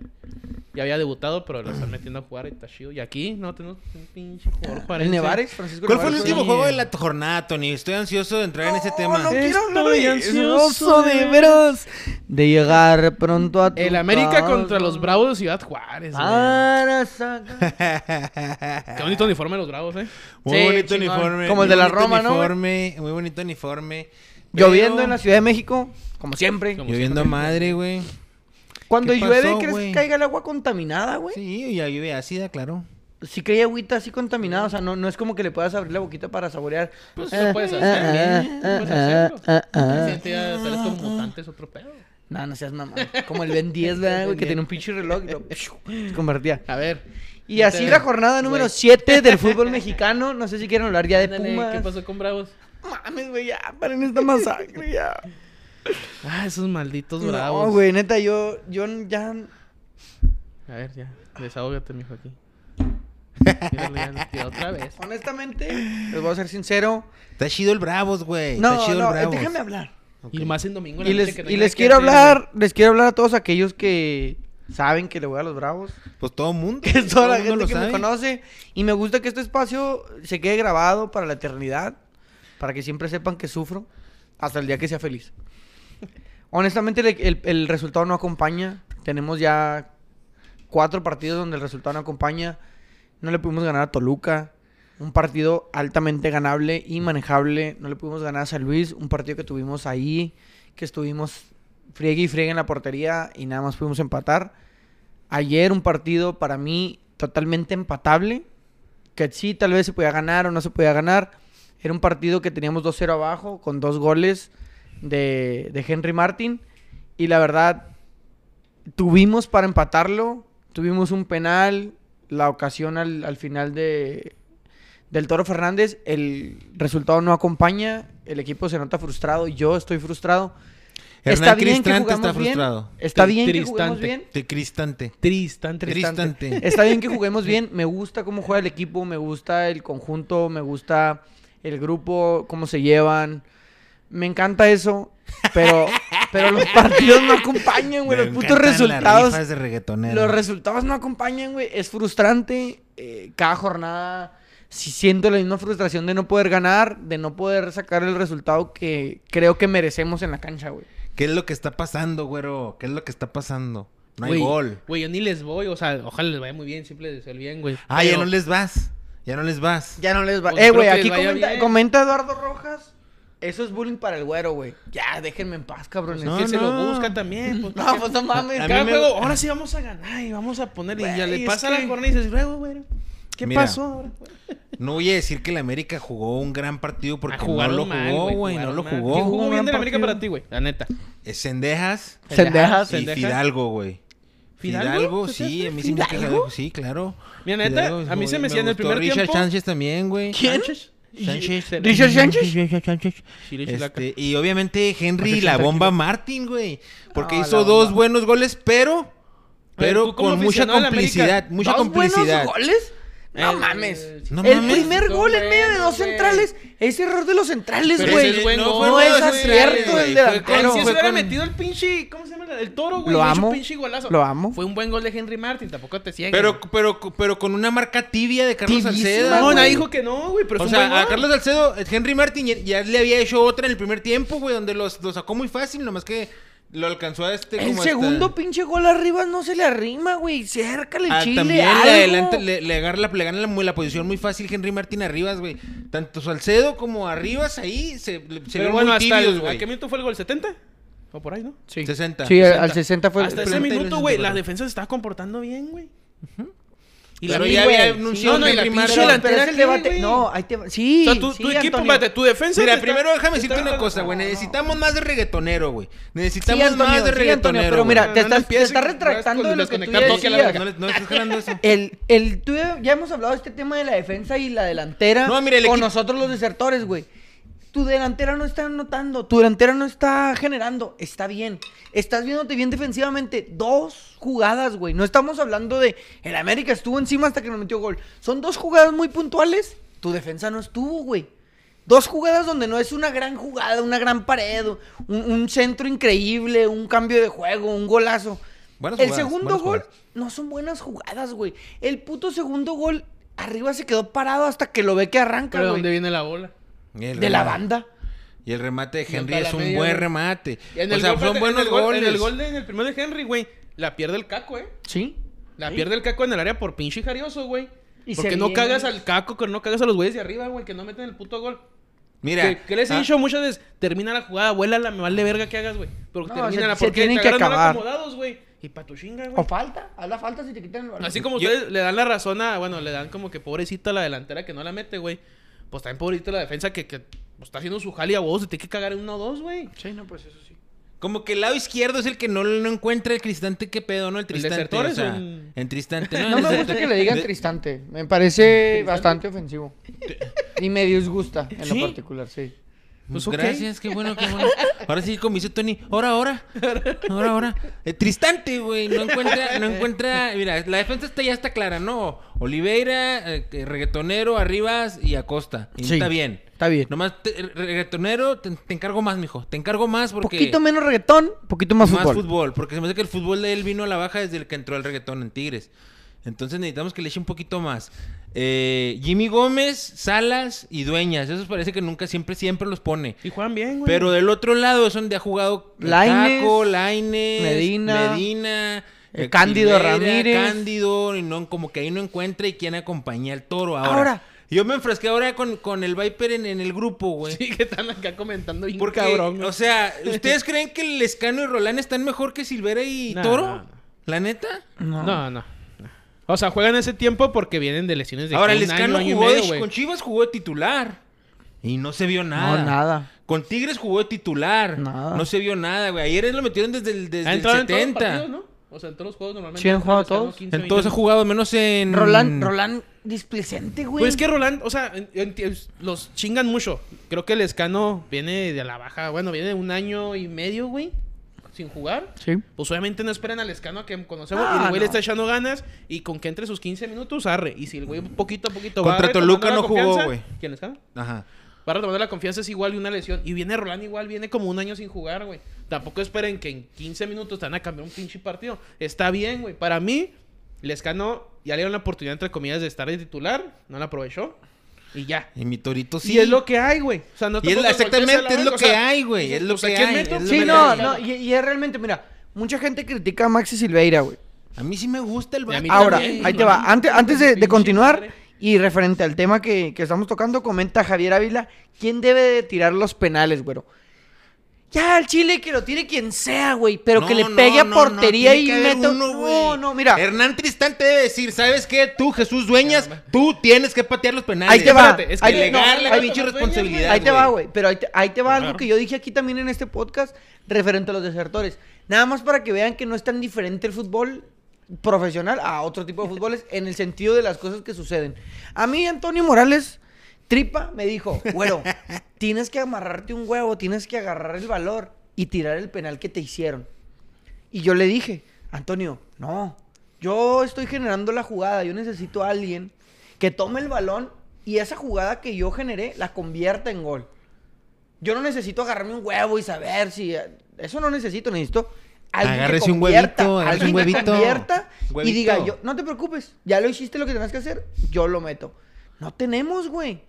[SPEAKER 3] Ya había debutado, pero lo están metiendo a jugar y está chido. Y aquí, no, tenemos un pinche jugador
[SPEAKER 1] Ah, ¿El
[SPEAKER 3] juarense.
[SPEAKER 1] Nevares? Francisco
[SPEAKER 2] ¿Cuál fue el
[SPEAKER 1] Nevares,
[SPEAKER 2] último
[SPEAKER 1] güey.
[SPEAKER 2] juego de la jornada, Tony? Estoy ansioso de entrar en ese tema.
[SPEAKER 1] No quiero hablar
[SPEAKER 3] Estoy
[SPEAKER 1] de
[SPEAKER 3] ansioso
[SPEAKER 1] ansioso
[SPEAKER 3] de-
[SPEAKER 1] de veras de llegar pronto a tu
[SPEAKER 3] El América
[SPEAKER 1] casa.
[SPEAKER 3] contra los Bravos de Ciudad Juárez, güey.
[SPEAKER 1] Para sacar-
[SPEAKER 2] *laughs*
[SPEAKER 3] Qué bonito uniforme de los Bravos, eh.
[SPEAKER 2] Muy
[SPEAKER 1] Sí,
[SPEAKER 2] bonito
[SPEAKER 1] chingón.
[SPEAKER 2] uniforme.
[SPEAKER 1] Como el
[SPEAKER 2] muy
[SPEAKER 1] de la
[SPEAKER 2] bonito
[SPEAKER 1] Roma, ¿no, güey?
[SPEAKER 2] uniforme, Muy bonito uniforme.
[SPEAKER 1] *laughs* Lloviendo
[SPEAKER 2] pero-
[SPEAKER 1] en la Ciudad de México, como siempre.
[SPEAKER 3] Como
[SPEAKER 2] Lloviendo a madre, güey.
[SPEAKER 1] Cuando
[SPEAKER 2] ¿Qué
[SPEAKER 1] llueve,
[SPEAKER 2] pasó,
[SPEAKER 1] ¿crees
[SPEAKER 2] güey?
[SPEAKER 1] que caiga el agua contaminada, güey? Sí.
[SPEAKER 2] Sí, y la lluvia ácida, claro.
[SPEAKER 1] cae agüita así contaminada, o sea, no, no es como que le puedas abrir la boquita para saborear. Ah,
[SPEAKER 3] Pues lo puedes hacer, bien, puedes hacerlo. El siguiente día sales como mutante, es otro pedo.
[SPEAKER 1] No, no seas mamá. Como el
[SPEAKER 3] *laughs*
[SPEAKER 1] Ben 10, ¿verdad, güey? Que tenía un pinche reloj y lo se convertía.
[SPEAKER 3] A ver.
[SPEAKER 1] Y
[SPEAKER 3] ya
[SPEAKER 1] así
[SPEAKER 3] te-
[SPEAKER 1] la jornada número
[SPEAKER 3] Güey,
[SPEAKER 1] 7 del fútbol mexicano. No sé si quieren hablar ya de
[SPEAKER 3] ándale,
[SPEAKER 1] Pumas.
[SPEAKER 3] ¿Qué pasó con Bravos?
[SPEAKER 1] Mames, güey, ya, paren esta masacre, ya.
[SPEAKER 3] Ah, esos malditos Bravos.
[SPEAKER 1] No, güey, neta, yo, yo ya...
[SPEAKER 3] A ver, ya. Desahógate,
[SPEAKER 1] *laughs*
[SPEAKER 3] mijo, aquí. Mírale, ya lo tiró otra vez.
[SPEAKER 1] Honestamente, les voy a ser sincero.
[SPEAKER 2] Está chido el Bravos, güey.
[SPEAKER 1] No,
[SPEAKER 2] Está chido
[SPEAKER 1] no,
[SPEAKER 2] el
[SPEAKER 1] eh,
[SPEAKER 2] Bravos.
[SPEAKER 1] déjame hablar.
[SPEAKER 3] Y más en domingo. en la
[SPEAKER 1] Y
[SPEAKER 3] noche
[SPEAKER 1] les,
[SPEAKER 3] que no
[SPEAKER 1] y
[SPEAKER 3] hay
[SPEAKER 1] les
[SPEAKER 3] nada que
[SPEAKER 1] quiero
[SPEAKER 3] hacer,
[SPEAKER 1] hablar, les quiero hablar a todos aquellos que saben que le voy a los bravos.
[SPEAKER 2] Pues todo mundo.
[SPEAKER 1] *laughs* Que es toda la
[SPEAKER 2] todo mundo
[SPEAKER 1] gente
[SPEAKER 2] lo
[SPEAKER 1] que me
[SPEAKER 2] sabe.
[SPEAKER 1] conoce. Y me gusta que este espacio se quede grabado para la eternidad. Para que siempre sepan que sufro hasta el día que sea feliz. Honestamente, el, el- el resultado no acompaña. Tenemos ya cuatro partidos donde el resultado no acompaña. No le pudimos ganar a Toluca. Un partido altamente ganable y manejable. No le pudimos ganar a San Luis. Un partido que tuvimos ahí. Que estuvimos friegue y friegue en la portería. Y nada más pudimos empatar. Ayer un partido para mí totalmente empatable. Que sí, tal vez se podía ganar o no se podía ganar. Era un partido que teníamos 2-0 abajo con dos goles de, de Henry Martin. Y la verdad, tuvimos para empatarlo. Tuvimos un penal, la ocasión al, al final de, del Toro Fernández. El resultado no acompaña. El equipo se nota frustrado. Yo estoy frustrado. Está
[SPEAKER 2] Hernán
[SPEAKER 1] bien que
[SPEAKER 2] Cristante
[SPEAKER 1] jugamos
[SPEAKER 2] está
[SPEAKER 1] bien.
[SPEAKER 2] frustrado.
[SPEAKER 1] Está
[SPEAKER 3] Tri-
[SPEAKER 1] bien que juguemos
[SPEAKER 3] Tristante.
[SPEAKER 1] bien.
[SPEAKER 2] Te Cristante.
[SPEAKER 3] Tristán,
[SPEAKER 2] Tristante.
[SPEAKER 3] Tristán.
[SPEAKER 1] Está bien que juguemos bien. Me gusta cómo juega el equipo, me gusta el conjunto, me gusta el grupo, cómo se llevan. Me encanta eso,
[SPEAKER 2] *laughs*
[SPEAKER 1] pero, pero los partidos no acompañan, güey.
[SPEAKER 2] Me
[SPEAKER 1] Los putos
[SPEAKER 2] encantan las
[SPEAKER 1] resultados.
[SPEAKER 2] rifas de reggaetonero.
[SPEAKER 1] Los resultados no acompañan, güey. Es frustrante. eh, cada jornada, si siento la misma frustración de no poder ganar, de no poder sacar el resultado que creo que merecemos en la cancha, güey.
[SPEAKER 2] ¿Qué es lo que está pasando, güero? ¿Qué es lo que está pasando? No hay
[SPEAKER 3] Güey,
[SPEAKER 2] gol.
[SPEAKER 3] Güey, yo ni les voy, o sea, ojalá les vaya muy bien, siempre les deseo el bien, güey.
[SPEAKER 2] Ah, ya
[SPEAKER 3] Pero-
[SPEAKER 2] no les vas. Ya no les vas.
[SPEAKER 1] Ya no les va.
[SPEAKER 3] Pues
[SPEAKER 1] eh,
[SPEAKER 3] espero
[SPEAKER 1] güey,
[SPEAKER 3] que les
[SPEAKER 1] aquí
[SPEAKER 3] vaya
[SPEAKER 1] comenta,
[SPEAKER 3] bien.
[SPEAKER 1] comenta Eduardo Rojas. Eso es bullying para el güero, güey. Ya, déjenme en paz, cabrones.
[SPEAKER 3] Pues No,
[SPEAKER 2] No,
[SPEAKER 3] que se lo
[SPEAKER 2] no.
[SPEAKER 3] busca
[SPEAKER 2] *laughs*
[SPEAKER 3] también. Pues,
[SPEAKER 1] No, pues no mames.
[SPEAKER 2] A- a
[SPEAKER 3] cada
[SPEAKER 2] mí me-
[SPEAKER 3] juego, ahora sí vamos a ganar y vamos a poner. y ya
[SPEAKER 1] Güey,
[SPEAKER 3] le
[SPEAKER 1] es
[SPEAKER 3] pasa
[SPEAKER 1] que-
[SPEAKER 3] la cornisa y dices, luego, güey. ¿Qué
[SPEAKER 2] Mira,
[SPEAKER 3] pasó ahora? güey?"
[SPEAKER 2] No voy a decir que el América jugó un gran partido porque
[SPEAKER 3] Ah,
[SPEAKER 2] no
[SPEAKER 3] jugaron
[SPEAKER 2] lo
[SPEAKER 3] mal,
[SPEAKER 2] jugó, güey. No
[SPEAKER 3] jugaron
[SPEAKER 2] lo
[SPEAKER 3] mal. ¿Quién
[SPEAKER 2] jugó.
[SPEAKER 1] Jugó un
[SPEAKER 3] jugó bien
[SPEAKER 1] gran
[SPEAKER 3] en América
[SPEAKER 1] partido.
[SPEAKER 3] para ti, güey? La neta.
[SPEAKER 2] Es Cendejas
[SPEAKER 1] Sendejas.
[SPEAKER 2] y
[SPEAKER 3] ¿Cendejas?
[SPEAKER 2] Fidalgo, güey.
[SPEAKER 3] ¿Fidalgo?
[SPEAKER 2] Fidalgo,
[SPEAKER 3] ¿Se te
[SPEAKER 2] sí,
[SPEAKER 3] hace
[SPEAKER 2] a mí sí me gusta
[SPEAKER 1] Fidalgo?
[SPEAKER 2] Fidalgo, sí, claro.
[SPEAKER 3] Mira, neta,
[SPEAKER 2] Fidalgo,
[SPEAKER 3] a mí se me hacía en el
[SPEAKER 2] gustó.
[SPEAKER 3] primer
[SPEAKER 2] Richard
[SPEAKER 3] tiempo.
[SPEAKER 2] Sánchez también, güey.
[SPEAKER 1] ¿Quién?
[SPEAKER 2] Sánchez.
[SPEAKER 1] ¿Richard Sánchez?
[SPEAKER 2] Richard Sánchez.
[SPEAKER 3] Chile, chilaca.
[SPEAKER 2] Este, y obviamente Henry
[SPEAKER 1] Hace
[SPEAKER 2] la
[SPEAKER 1] ochenta
[SPEAKER 2] bomba Martin, güey. Porque
[SPEAKER 1] Ah, la
[SPEAKER 2] hizo
[SPEAKER 1] bomba.
[SPEAKER 2] dos buenos goles, pero. Pero
[SPEAKER 3] tú como
[SPEAKER 2] con mucha
[SPEAKER 3] aficionado a la
[SPEAKER 2] complicidad.
[SPEAKER 3] América,
[SPEAKER 2] Mucha
[SPEAKER 1] ¿Dos
[SPEAKER 2] complicidad.
[SPEAKER 1] buenos goles? No
[SPEAKER 3] Eh,
[SPEAKER 1] mames.
[SPEAKER 3] eh,
[SPEAKER 2] No
[SPEAKER 1] el
[SPEAKER 2] mames.
[SPEAKER 1] primer
[SPEAKER 3] No
[SPEAKER 1] gol en medio de dos
[SPEAKER 3] mames, güey.
[SPEAKER 1] centrales. Ese error de los centrales,
[SPEAKER 3] Pero
[SPEAKER 1] güey.
[SPEAKER 3] ese es buen
[SPEAKER 1] no,
[SPEAKER 3] gol,
[SPEAKER 1] es
[SPEAKER 3] güey.
[SPEAKER 1] acierto del
[SPEAKER 2] Fue con-
[SPEAKER 1] delantero.
[SPEAKER 3] si
[SPEAKER 2] fue
[SPEAKER 3] se hubiera
[SPEAKER 2] con-
[SPEAKER 3] metido el pinche, ¿cómo se llama? El toro, güey.
[SPEAKER 1] Lo
[SPEAKER 3] hubiera hecho
[SPEAKER 1] amo,
[SPEAKER 3] pinche golazo.
[SPEAKER 1] lo amo.
[SPEAKER 3] Fue un buen gol de Henry Martin, tampoco te ciegues.
[SPEAKER 2] Pero, pero, pero con una marca tibia de Carlos
[SPEAKER 1] Tivísima,
[SPEAKER 2] Salcedo.
[SPEAKER 3] no,
[SPEAKER 2] güey.
[SPEAKER 3] nadie dijo que no, güey, pero
[SPEAKER 2] O
[SPEAKER 3] fue un
[SPEAKER 2] sea,
[SPEAKER 3] buen
[SPEAKER 2] a
[SPEAKER 3] gol.
[SPEAKER 2] Carlos Salcedo, Henry Martin ya, ya le había hecho otra en el primer tiempo, güey, donde los, los sacó muy fácil, nomás que lo alcanzó a este.
[SPEAKER 1] El
[SPEAKER 2] como hasta-
[SPEAKER 1] segundo pinche gol arriba no se le arrima, güey. Cerca el
[SPEAKER 2] Ah,
[SPEAKER 1] chile.
[SPEAKER 2] también
[SPEAKER 1] algo.
[SPEAKER 2] le adelanta, le, le agarra la- le gana la, muy- la posición muy fácil Henry Martín Arribas, güey. Tanto Salcedo como Arribas ahí se, le- se
[SPEAKER 3] Pero
[SPEAKER 2] vieron
[SPEAKER 3] bueno,
[SPEAKER 2] muy
[SPEAKER 3] hasta
[SPEAKER 2] tibios,
[SPEAKER 3] el, ¿a
[SPEAKER 2] güey.
[SPEAKER 3] qué minuto fue el gol? ¿70? O por ahí, ¿no?
[SPEAKER 1] Sí,
[SPEAKER 2] 60.
[SPEAKER 1] Sí, al- al 60 fue el-
[SPEAKER 3] Hasta
[SPEAKER 1] el
[SPEAKER 3] ese
[SPEAKER 2] primer-
[SPEAKER 3] minuto, güey, la
[SPEAKER 2] 60.
[SPEAKER 3] defensa se estaba comportando bien, güey. Y
[SPEAKER 2] Pero
[SPEAKER 3] la
[SPEAKER 2] ya
[SPEAKER 3] güey,
[SPEAKER 2] había
[SPEAKER 3] sí,
[SPEAKER 2] anunciado
[SPEAKER 3] no, no, y la
[SPEAKER 2] Henry Martin.
[SPEAKER 3] pinche
[SPEAKER 1] Pero-
[SPEAKER 2] delantera
[SPEAKER 1] pero es el
[SPEAKER 3] aquí,
[SPEAKER 1] debate.
[SPEAKER 3] güey.
[SPEAKER 1] No, ahí te va- Sí.
[SPEAKER 3] o sea, tu,
[SPEAKER 1] sí,
[SPEAKER 3] tu equipo,
[SPEAKER 1] Antonio.
[SPEAKER 3] espérate, tu defensa.
[SPEAKER 2] Mira,
[SPEAKER 3] te
[SPEAKER 2] primero
[SPEAKER 3] está-
[SPEAKER 2] déjame
[SPEAKER 3] te
[SPEAKER 2] decirte
[SPEAKER 3] está
[SPEAKER 2] una cosa, güey.
[SPEAKER 3] jalando-
[SPEAKER 2] Necesitamos más de reggaetonero, güey.
[SPEAKER 1] Sí,
[SPEAKER 2] Necesitamos
[SPEAKER 1] Antonio,
[SPEAKER 2] más de
[SPEAKER 1] sí, Antonio,
[SPEAKER 2] reggaetonero.
[SPEAKER 1] pero mira,
[SPEAKER 2] güey.
[SPEAKER 1] te
[SPEAKER 3] No, no
[SPEAKER 1] estás, te
[SPEAKER 3] empieces
[SPEAKER 1] estás
[SPEAKER 3] con-
[SPEAKER 1] retractando de
[SPEAKER 3] con
[SPEAKER 1] lo que tú ya
[SPEAKER 3] desconectar toque a la
[SPEAKER 1] decías.
[SPEAKER 3] verga.
[SPEAKER 2] No, le- no estás jalando eso.
[SPEAKER 1] *laughs* El, el, tú ya, ya hemos hablado de este tema de la defensa y la delantera.
[SPEAKER 2] No, mira, el
[SPEAKER 1] con
[SPEAKER 2] equipo-
[SPEAKER 1] nosotros los desertores, güey. Tu delantera no está anotando, tu delantera no está generando. Está bien. Estás viéndote bien defensivamente. Dos jugadas, güey. No estamos hablando de el América estuvo encima hasta que nos metió gol. Son dos jugadas muy puntuales. Tu defensa no estuvo, güey. Dos jugadas donde no es una gran jugada, una gran pared, un, un centro increíble, un cambio de juego, un golazo.
[SPEAKER 2] Buenas
[SPEAKER 1] el
[SPEAKER 2] jugadas,
[SPEAKER 1] segundo
[SPEAKER 2] buenas
[SPEAKER 1] gol
[SPEAKER 2] jugadas.
[SPEAKER 1] no son buenas jugadas, güey. El puto segundo gol arriba se quedó parado hasta que lo ve que arranca,
[SPEAKER 3] Pero ¿de
[SPEAKER 1] güey.
[SPEAKER 3] dónde viene la bola?
[SPEAKER 2] Y el
[SPEAKER 1] De la
[SPEAKER 2] remate.
[SPEAKER 1] banda.
[SPEAKER 2] Y el remate de Henry
[SPEAKER 3] hasta
[SPEAKER 2] es
[SPEAKER 3] la
[SPEAKER 2] un
[SPEAKER 3] media,
[SPEAKER 2] buen
[SPEAKER 3] güey.
[SPEAKER 2] remate.
[SPEAKER 3] En
[SPEAKER 2] O
[SPEAKER 3] el
[SPEAKER 2] sea,
[SPEAKER 3] gol,
[SPEAKER 2] son
[SPEAKER 3] en
[SPEAKER 2] buenos
[SPEAKER 3] el gol-
[SPEAKER 2] goles.
[SPEAKER 3] En el gol de- en el primero de Henry, güey, la pierde el caco, eh.
[SPEAKER 1] Sí.
[SPEAKER 3] La
[SPEAKER 1] Sí.
[SPEAKER 3] pierde el caco en el área por pinche jarioso, güey.
[SPEAKER 1] Y se
[SPEAKER 3] Porque no
[SPEAKER 1] viene.
[SPEAKER 3] cagas al caco, que no cagas a los güeyes de arriba, güey, que no meten el puto gol.
[SPEAKER 2] Mira.
[SPEAKER 3] Que, que les he
[SPEAKER 2] ah,
[SPEAKER 3] dicho muchas veces, termina la jugada, vuélala, me vale verga que hagas, güey. Pero
[SPEAKER 1] No,
[SPEAKER 3] termina la
[SPEAKER 1] se- se
[SPEAKER 3] porque
[SPEAKER 1] tienen
[SPEAKER 3] te
[SPEAKER 1] que
[SPEAKER 3] agarran mal
[SPEAKER 1] acabar.
[SPEAKER 3] acomodados, güey. Y pa' tu chinga,
[SPEAKER 1] O
[SPEAKER 3] güey.
[SPEAKER 1] falta. Haz la falta si te quitan el balón.
[SPEAKER 3] Así como
[SPEAKER 2] Yo-
[SPEAKER 3] ustedes le dan la razón a, bueno, le dan como que pobrecito a la delantera que no la mete, güey. Pues también pobrecito la defensa que, que pues, está haciendo su jale a vos, se tiene que cagar en uno o dos, güey.
[SPEAKER 1] Sí, no, pues eso sí.
[SPEAKER 2] Como que el lado izquierdo es el que no, no encuentra el cristante, qué pedo, ¿no? El tristante.
[SPEAKER 3] desertor
[SPEAKER 2] o
[SPEAKER 3] es
[SPEAKER 2] sea,
[SPEAKER 3] un-
[SPEAKER 2] En tristante, ¿no?
[SPEAKER 1] No
[SPEAKER 2] El *laughs*
[SPEAKER 1] me gusta
[SPEAKER 2] desertor.
[SPEAKER 1] que le digan
[SPEAKER 2] De-
[SPEAKER 1] Tristante. Me parece bastante ofensivo. Y me disgusta en
[SPEAKER 2] ¿Sí?
[SPEAKER 1] lo particular, sí.
[SPEAKER 2] Pues
[SPEAKER 3] Pues, ok.
[SPEAKER 2] gracias, qué bueno, qué bueno. Ahora sí, como dice Tony, ahora, ahora, ahora, ahora. Eh, Tristante, güey, no encuentra, no encuentra, mira, la defensa está, ya está clara, ¿no? Oliveira, eh, eh, reggaetonero, Arribas y Acosta. Y
[SPEAKER 1] Sí,
[SPEAKER 2] está bien.
[SPEAKER 1] está bien.
[SPEAKER 2] Nomás, te- eh, reggaetonero, te, te encargo más, mijo, te encargo más porque...
[SPEAKER 1] Poquito menos reggaetón, poquito más,
[SPEAKER 2] más
[SPEAKER 1] fútbol.
[SPEAKER 2] fútbol, porque se me hace que el fútbol de él vino a la baja desde el que entró el reggaetón en Tigres. Entonces necesitamos que le eche un poquito más. Eh, Jimmy Gómez, Salas y Dueñas. Esos parece que nunca, siempre, siempre los pone.
[SPEAKER 3] Y juegan bien, güey.
[SPEAKER 2] Pero del otro lado es donde ha jugado
[SPEAKER 1] Lainez,
[SPEAKER 2] Taco, Lainez,
[SPEAKER 1] Medina,
[SPEAKER 2] Medina,
[SPEAKER 1] eh,
[SPEAKER 2] eh,
[SPEAKER 1] Cándido
[SPEAKER 2] Silveira,
[SPEAKER 1] Ramírez.
[SPEAKER 2] Cándido, y no, como que ahí no encuentra y quién acompaña al toro ahora.
[SPEAKER 1] Ahora.
[SPEAKER 2] Yo me enfrasqué ahora con, con el Viper en, en el grupo, güey.
[SPEAKER 3] *laughs* Sí, que están acá comentando bien
[SPEAKER 2] Porque,
[SPEAKER 3] cabrón. güey.
[SPEAKER 2] o sea, ¿ustedes creen que Lescano y Rolán están mejor que Silvera y
[SPEAKER 3] No,
[SPEAKER 2] Toro?
[SPEAKER 3] no, no.
[SPEAKER 2] ¿La neta?
[SPEAKER 1] No.
[SPEAKER 3] No, no. no. O sea, juegan ese tiempo porque vienen de lesiones Pues de
[SPEAKER 2] Ahora,
[SPEAKER 3] que un
[SPEAKER 2] Lescano
[SPEAKER 3] año, año y
[SPEAKER 2] jugó
[SPEAKER 3] medio,
[SPEAKER 2] de-
[SPEAKER 3] güey.
[SPEAKER 2] con Chivas jugó de titular. Y no se vio nada.
[SPEAKER 1] No, nada.
[SPEAKER 2] Con Tigres jugó de titular.
[SPEAKER 1] Nada.
[SPEAKER 2] No se vio nada, güey. Ayer lo metieron desde el, desde
[SPEAKER 3] Ha
[SPEAKER 2] el
[SPEAKER 3] entrado en todos los
[SPEAKER 2] 70.
[SPEAKER 3] partidos, ¿no? O sea, en todos los juegos normalmente.
[SPEAKER 1] Sí, han
[SPEAKER 3] entra
[SPEAKER 1] jugado
[SPEAKER 3] Lescano
[SPEAKER 1] todos.
[SPEAKER 3] 15,
[SPEAKER 2] Entonces ha
[SPEAKER 3] 20.
[SPEAKER 2] jugado menos en...
[SPEAKER 1] Roland, Roland displicente, güey.
[SPEAKER 3] Pues es que Roland, o sea, en- en- en- los chingan mucho. Creo que el escano viene de la baja, bueno, viene de un año y medio, güey. sin jugar.
[SPEAKER 1] Sí.
[SPEAKER 3] Pues obviamente no esperan al escano a que conocemos.
[SPEAKER 1] Ah,
[SPEAKER 3] y el güey
[SPEAKER 1] no.
[SPEAKER 3] le está echando ganas. Y con que entre sus 15 minutos, arre. Y si el güey poquito a poquito
[SPEAKER 2] Contra
[SPEAKER 3] retomando
[SPEAKER 2] Toluca
[SPEAKER 3] la
[SPEAKER 2] no jugó,
[SPEAKER 3] confianza-
[SPEAKER 2] güey.
[SPEAKER 3] ¿Quién escano?
[SPEAKER 2] Ajá.
[SPEAKER 3] Va retomando la confianza, es igual y una lesión. Y viene Roland igual, viene como un año sin jugar, güey. Tampoco esperen que en 15 minutos te van a cambiar un pinche partido. Está bien, güey. Para mí, Lescano ya le dieron la oportunidad, entre comillas, de estar de titular. No la aprovechó. Y ya.
[SPEAKER 2] Y mi torito sí.
[SPEAKER 3] Y es lo que hay, güey. O sea, no
[SPEAKER 2] Y es
[SPEAKER 3] tampoco
[SPEAKER 2] la-
[SPEAKER 3] te voltees a la
[SPEAKER 2] exactamente, es lo
[SPEAKER 3] banca, o
[SPEAKER 2] que
[SPEAKER 3] sea,
[SPEAKER 2] hay, güey. Es lo
[SPEAKER 3] pues, ¿a
[SPEAKER 2] que
[SPEAKER 3] quién
[SPEAKER 2] hay.
[SPEAKER 3] meto?
[SPEAKER 2] es lo
[SPEAKER 1] Sí,
[SPEAKER 2] que
[SPEAKER 1] no,
[SPEAKER 2] hay.
[SPEAKER 1] no, y, y es realmente, mira, mucha gente critica a Maxi Silveira, güey.
[SPEAKER 2] A mí sí me gusta el
[SPEAKER 3] Y a mí
[SPEAKER 2] vato,
[SPEAKER 1] Ahora,
[SPEAKER 2] güey.
[SPEAKER 3] también,
[SPEAKER 1] ahí te
[SPEAKER 3] no
[SPEAKER 1] va.
[SPEAKER 3] mames.
[SPEAKER 1] Antes, antes de, de
[SPEAKER 3] Pinche
[SPEAKER 1] continuar
[SPEAKER 3] madre.
[SPEAKER 1] y referente al tema que, que estamos tocando, comenta Javier Ávila, ¿quién debe de tirar los penales, güero? Ya, al Chile que lo tire quien sea, güey, pero que le
[SPEAKER 2] No, no,
[SPEAKER 1] pegue a
[SPEAKER 2] no,
[SPEAKER 1] portería
[SPEAKER 2] no, tiene que
[SPEAKER 1] y
[SPEAKER 2] haber
[SPEAKER 1] meta...
[SPEAKER 2] uno,
[SPEAKER 1] no,
[SPEAKER 2] güey.
[SPEAKER 1] no, mira.
[SPEAKER 2] Hernán Tristán te debe decir, ¿sabes qué? Tú, Jesús Dueñas, tú tienes que patear los penales.
[SPEAKER 1] Ahí te va.
[SPEAKER 3] Espérate, es que
[SPEAKER 1] ahí, te-
[SPEAKER 3] legal,
[SPEAKER 1] no,
[SPEAKER 2] Delegar
[SPEAKER 3] ahí-
[SPEAKER 2] la
[SPEAKER 1] ahí-
[SPEAKER 2] pinche
[SPEAKER 3] Dueñas,
[SPEAKER 2] responsabilidad,
[SPEAKER 1] ahí te va, güey. Pero ahí te, ahí te va algo
[SPEAKER 3] Claro.
[SPEAKER 1] que yo dije aquí también en este podcast referente a los desertores. Nada más para que vean que no es tan diferente el fútbol profesional a otro tipo de fútboles en el sentido de las cosas que suceden. A mí Antonio Morales Tripa me dijo,
[SPEAKER 3] *laughs*
[SPEAKER 1] bueno, tienes que amarrarte un huevo, tienes que agarrar el valor y tirar el penal que te hicieron. Y yo le dije, Antonio, no, yo estoy generando la jugada, yo necesito a alguien que tome el balón y esa jugada que yo generé la convierta en gol. Yo no necesito agarrarme un huevo y saber si... eh, Eso no necesito, necesito... Alguien que
[SPEAKER 2] Agárrese un
[SPEAKER 1] convierta,
[SPEAKER 2] huevito, agárrese
[SPEAKER 1] alguien
[SPEAKER 2] un
[SPEAKER 1] que
[SPEAKER 2] huevito.
[SPEAKER 1] convierta y
[SPEAKER 2] Huevito.
[SPEAKER 1] diga, yo, no te preocupes, ya lo hiciste lo que tenías que hacer, yo lo meto. No tenemos, güey.